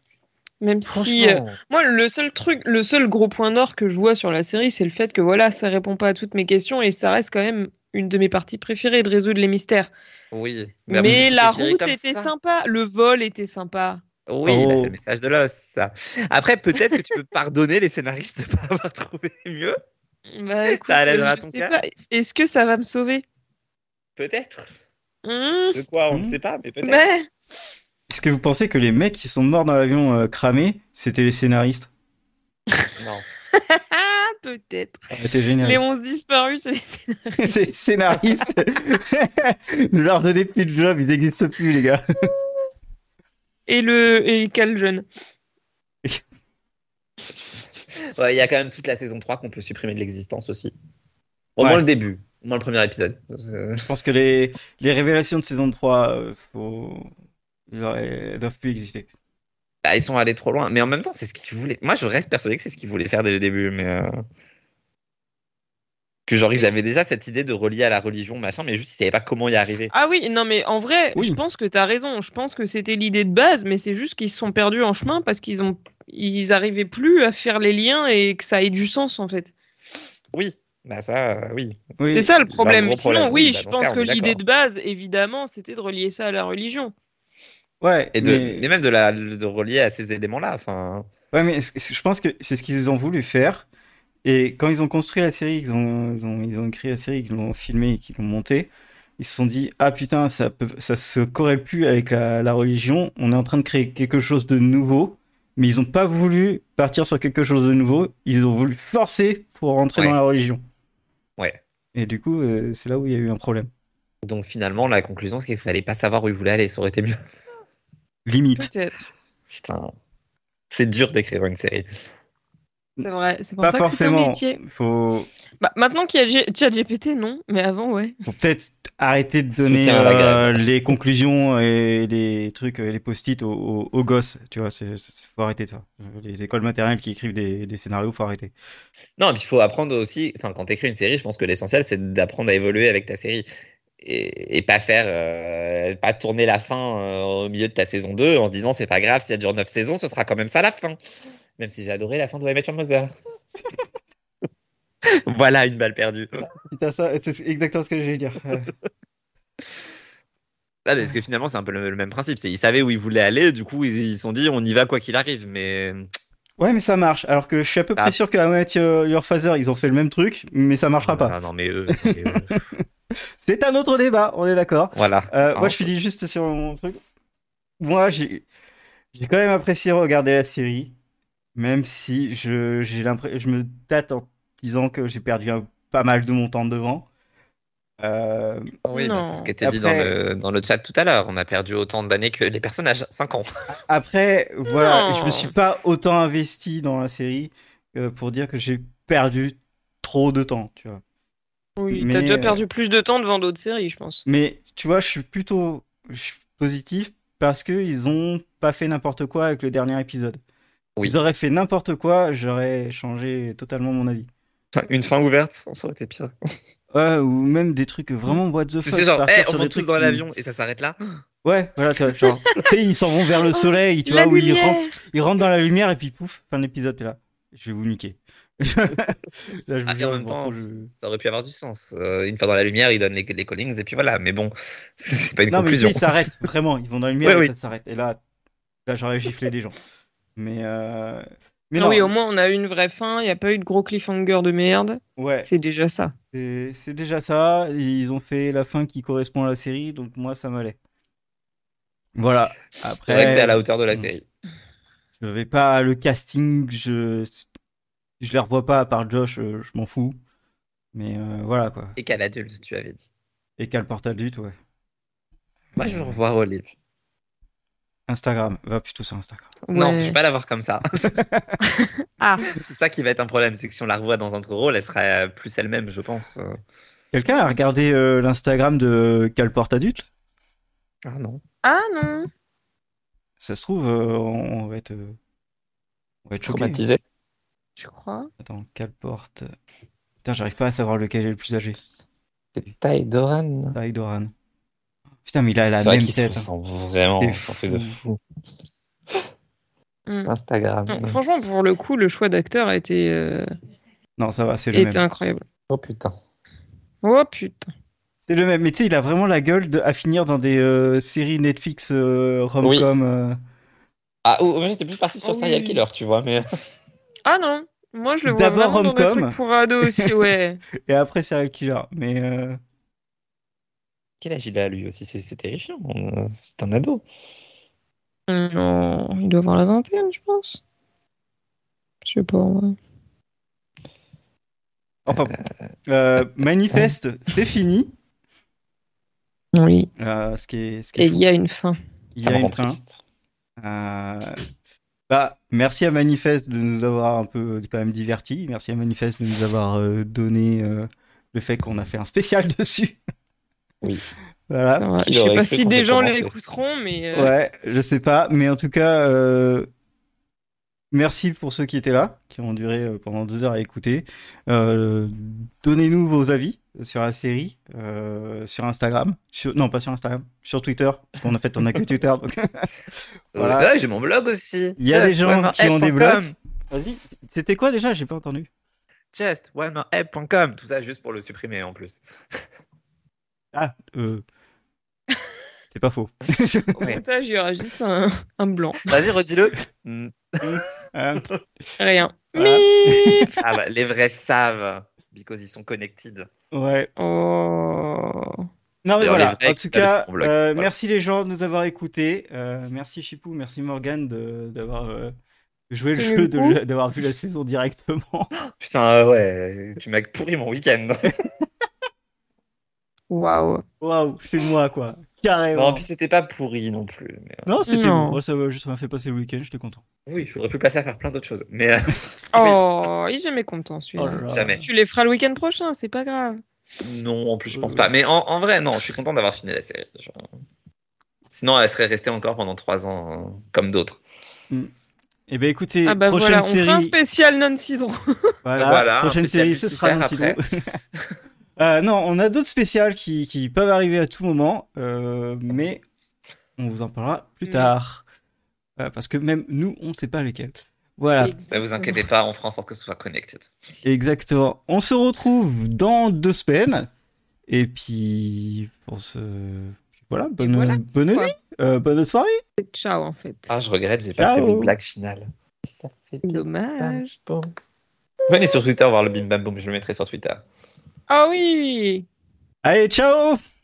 Même si euh,
Franchement,
Moi, le seul truc, le seul gros point d'or que je vois sur la série, c'est le fait que voilà, ça répond pas à toutes mes questions et ça reste quand même une de mes parties préférées de résoudre les mystères.
oui.
Mais,
après,
la
des séries
route
comme
était
ça.
sympa, le vol était sympa.
Oui, bah,
Oh.
c'est le message de l'os, ça. Après, peut-être que tu peux pardonner les scénaristes de pas avoir trouvé mieux.
Bah, écoute,
Ça allègera
je
ton
sais
cœur.
pas, Est-ce que ça va me sauver
Peut-être.
Mmh,
De quoi, on ne
Mhm.
sait pas, mais peut-être.
Mais
Est-ce que vous pensez que les mecs qui sont morts dans l'avion euh, cramé, c'était les scénaristes
Non.
ah, peut-être.
C'était
Les
génial.
11 disparus, c'est
[laughs]
les- [laughs]
C'est les scénaristes. [laughs] ne leur donnez plus de job, ils n'existent plus, les gars.
et le et quel jeune.
Ouais, il y a quand même toute la saison 3 qu'on peut supprimer de l'existence aussi. Au
Ouais.
moins le début, au moins le premier épisode. Euh,
Je pense que les, les révélations de saison 3, euh, faut... ils auraient- elles doivent plus exister.
bah, ils sont allés trop loin, mais en même temps, c'est ce qu'ils voulaient. Moi, je reste persuadé que c'est ce qu'ils voulaient faire dès le début, mais. euh, Que genre, ils avaient déjà cette idée de relier à la religion, machin, mais juste ils savaient pas comment y arriver.
Ah oui, non mais en vrai,
Oui.
je pense que t'as raison. Je pense que c'était l'idée de base, mais c'est juste qu'ils se sont perdus en chemin parce qu'ils ont ils arrivaient plus à faire les liens et que ça ait du sens en fait.
Oui, bah ça, euh, oui.
Oui.
c'est ça le
Bah,
problème.
gros
Sinon,
problème.
oui,
bah,
je
dans ce
pense
cas, on
que
est d'accord.
l'idée de base, évidemment, c'était de relier ça à la religion.
Ouais,
Et, de,
mais-
et même de, la, de relier à ces éléments-là. Enfin,
Ouais, mais c- c- je pense que c'est ce qu'ils ont voulu faire. Et quand ils ont construit la série, qu'ils ont, ils ont, ils ont écrit la série, qu'ils l'ont filmée et qu'ils l'ont montée, ils se sont dit Ah putain, ça, peut, ça se corrèle plus avec la, la religion, on est en train de créer quelque chose de nouveau. Mais ils n'ont pas voulu partir sur quelque chose de nouveau, ils ont voulu forcer pour rentrer dans
Ouais.
la religion.
ouais.
Et du coup, euh, c'est là où il y a eu un problème.
Donc finalement, la conclusion, c'est qu'il fallait pas savoir où ils voulaient aller, ça aurait été mieux. [laughs]
Limite.
Peut-être.
Putain. C'est dur d'écrire une série.
C'est vrai. C'est pour
Pas
ça que c'est un
forcément.
métier.
Faut,
Bah, maintenant qu'il y a G- ChatGPT, non, mais avant, ouais.
faut peut-être arrêter de donner
Soutien à la
euh,
grève.
les conclusions et les trucs, euh, les post-it aux, aux- aux gosses. Tu vois, c'est, c'est- faut arrêter ça. Les écoles maternelles qui écrivent des, des scénarios, faut arrêter.
Non, et puis il faut apprendre aussi, enfin quand tu écris une série, je pense que l'essentiel c'est d'apprendre à évoluer avec ta série et, et pas faire, euh, pas tourner la fin euh, au milieu de ta saison 2 en se disant c'est pas grave, s'il y a déjà 9 saisons, ce sera quand même ça la fin. Même si j'ai adoré la fin de I Met Your Mother. [laughs] voilà une balle perdue.
Putain, ça, c'est exactement ce que j'allais dire.
Ah, parce que finalement c'est un peu le, le même principe, c'est ils savaient où ils voulaient aller, du coup ils ils se sont dit on y va quoi qu'il arrive, mais
[laughs] Ouais, mais ça marche. Alors que je suis à peu près
Ah.
euh, sûr qu'à Mathieu Your Father, ils ont fait le même truc, mais ça marchera pas.
Ah, non mais eux, c'est-
C'est un autre débat, on est d'accord.
Voilà.
Euh,
Hein.
moi, je finis juste sur mon truc. Moi, j'ai j'ai quand même apprécié regarder la série, même si je, j'ai l'impré- je me tâte en disant que j'ai perdu un- pas mal de mon temps devant. Euh,
Oui, bah,
Non.
c'est ce qui était dit dans
Après-
le, dans le chat tout à l'heure. On a perdu autant d'années que les personnages. 5 ans.
Après, voilà,
Non.
je me suis pas autant investi dans la série euh, pour dire que j'ai perdu trop de temps, tu vois.
Oui,
Mais,
t'as déjà
euh,
perdu plus de temps devant d'autres séries, je pense.
Mais tu vois, je suis plutôt je suis positif parce que ils ont pas fait n'importe quoi avec le dernier épisode.
Oui.
Ils auraient fait n'importe quoi, j'aurais changé totalement mon avis.
Une fin ouverte, ça aurait été pire.
Ouais, ou même des trucs vraiment what the fuck.
C'est genre,
partir
Eh,
sur
on
des
monte tous
trucs
dans
qui-
l'avion et ça s'arrête là.
Ouais, voilà, tu vois,
[laughs]
genre, tu sais, ils s'en vont
Oh,
vers le soleil, tu vois, où ils rentrent, ils rentrent dans la lumière et puis pouf, fin de l'épisode, t'es là. Je vais vous niquer. [laughs] Là, je vous
Ah, et
jure,
en
je
même
vous
temps,
retrouve.
ça aurait pu avoir du sens. Euh, une fois dans la lumière, ils donnent les, les callings et puis voilà. Mais bon, [laughs] c'est pas une
Non, mais tu sais,
conclusion.
ils s'arrêtent, vraiment. Ils
[laughs]
vont dans la lumière
Ouais,
et ça
oui.
s'arrête. Et là, là j'aurais giflé des gens. Mais, euh... mais
Ah
non,
oui, au moins on a eu une vraie fin, il n'y a pas eu de gros cliffhanger de merde.
ouais,
C'est déjà ça.
c'est c'est déjà ça. Ils ont fait la fin qui correspond à la série, donc moi, ça m'allait. Voilà.
C'est vrai que c'est à
Après,
la hauteur de la
Mm.
série.
je vais pas le casting. Je je les revois pas à part Josh, euh, je m'en fous. Mais euh, voilà quoi.
Et qu'à l'adulte, tu avais dit.
Et qu'elle porte adulte, ouais.
Moi, je veux revoir Olive.
Instagram, va plutôt sur Instagram.
Non,
Ouais.
je vais pas la voir
[laughs]
comme ça.
[laughs] Ah.
C'est ça qui va être un problème, c'est que si on la revoit dans un autre rôle, elle sera plus elle-même, je pense. Euh,
Quelqu'un a regardé euh, l'Instagram de qu'elle porte adulte
Ah non.
Ah non
Ça se trouve, euh, on on va être, euh, on va être choqué.
Traumatisée.
Je crois.
Attends, quelle porte Putain, j'arrive pas à savoir lequel est le plus âgé.
C'est Ty Doran.
Taï Doran. Putain, mais il a la
C'est vrai
même
qu'ils se
tête. hein.
ressemblent
C'est
vraiment. C'est un truc de fou. Ah,
Mm.
Instagram.
Non, franchement, pour le coup, le choix d'acteur a été, euh,
Non, ça va, c'est le
était
même.
incroyable.
Oh putain.
Oh putain.
C'est le même, mais tu sais, il a vraiment la gueule de, à finir dans des euh, séries Netflix euh, rom-com. euh.
Ah, oh, moi j'étais plus parti sur
Oh,
Serial
oui.
Killer, tu vois, mais. euh,
Ah non Moi, je le vois
D'abord
vraiment dans des
rom-com.
trucs pour ados
[laughs]
aussi, ouais.
et après Serial Killer. Mais euh,
[laughs] Quel âge il a lui aussi C'est c'est terrifiant. On- C'est un ado.
Non, il doit avoir la vingtaine, je pense. Je sais pas, ouais.
enfin, bon.
[laughs]
Euh, manifeste, c'est fini.
Oui.
Euh, ce qui est, ce qui est
Et
fou.
il y a une fin.
Il y
Ça me
a
rend
une fin.
triste.
Euh, Bah, merci à Manifest de nous avoir un peu euh, quand même divertis. Merci à Manifest de nous avoir euh, donné euh, le fait qu'on a fait un spécial [laughs] dessus.
Oui.
Voilà.
Ça va.
qui
Je sais
l'aurait
pas
cru
si
quand
des
j'ai
gens
commencé
l'écouteront, mais. euh,
Ouais, je sais pas, mais en tout cas, euh, merci pour ceux qui étaient là, qui ont duré euh, pendant deux heures à écouter. Euh, Donnez-nous vos avis sur la série, euh, sur Instagram, sur- non pas sur Instagram, sur Twitter. parce qu'on en fait, on a que Twitter. donc- Voilà.
Euh, ouais, j'ai mon blog aussi.
Il y a des gens qui ont des
JustOneMoreHelp.com.
[laughs] Vas-y. C'était quoi déjà J'ai pas entendu.
JustOneMoreHelp.com. Tout ça juste pour le supprimer en plus.
Ah, euh... c'est pas faux. [laughs]
au montage, il y aura juste un, un blanc.
Vas-y, redis-le. Mm.
Euh,
Rien.
Voilà.
Mip
Ah bah, les vrais savent, because ils sont connected.
ouais.
Oh.
Non mais
D'ailleurs,
voilà.
les vrais
En tout
qui t'as
cas,
des problèmes,
euh,
voilà.
merci les gens de nous avoir écoutés. Euh, merci Chipou, merci Morgan d'avoir euh, joué le
Tenu
jeu,
le
de
coup.
la- d'avoir vu la saison directement.
Putain, euh, ouais, tu m'as pourri mon week-end.
[laughs] Waouh.
Waouh, c'est moi quoi,
non,
carrément.
en plus, c'était pas pourri non plus. mais, euh,
Non, c'était
Non.
bon. Oh, ça va, ça m'a fait passer le week-end, j'étais content.
Oui, j'aurais pu passer à faire plein d'autres choses. Mais euh,
Oh, il est jamais content
Eh ben, Oh
celui-là.
là là.
Jamais.
Tu les feras le week-end prochain, c'est pas grave.
non, en plus, je pense pas. Mais en, en vrai, non, je suis content d'avoir fini la série. genre. Sinon, elle serait restée encore pendant trois ans, euh, comme d'autres.
Eh ben écoutez,
ah bah
prochaine
voilà, on fera un
série.
spécial non-cidron.
Voilà,
Voilà, un
prochaine
spécial
série, ce sera
Lucifer
Nancy [laughs] Euh, non, on a d'autres spéciales qui, qui peuvent arriver à tout moment, euh, mais on vous en parlera plus
Mais-
tard. Euh, parce que même nous, on ne sait pas lesquels. Voilà,
Ne vous inquiétez pas, on fera en sorte que ce soit connected.
exactement. On se retrouve dans deux semaines. Et puis, on se... Voilà, bonne,
voilà,
bonne
quoi.
nuit, euh, bonne soirée.
Ciao en fait.
Ah, je regrette, j'ai pas fait
Ciao.
une blague finale. Ça fait bien.
Dommage.
Bon. Venez sur Twitter voir le bim bam boum, je le mettrai sur Twitter.
Ah oui
Allez, ciao Ah.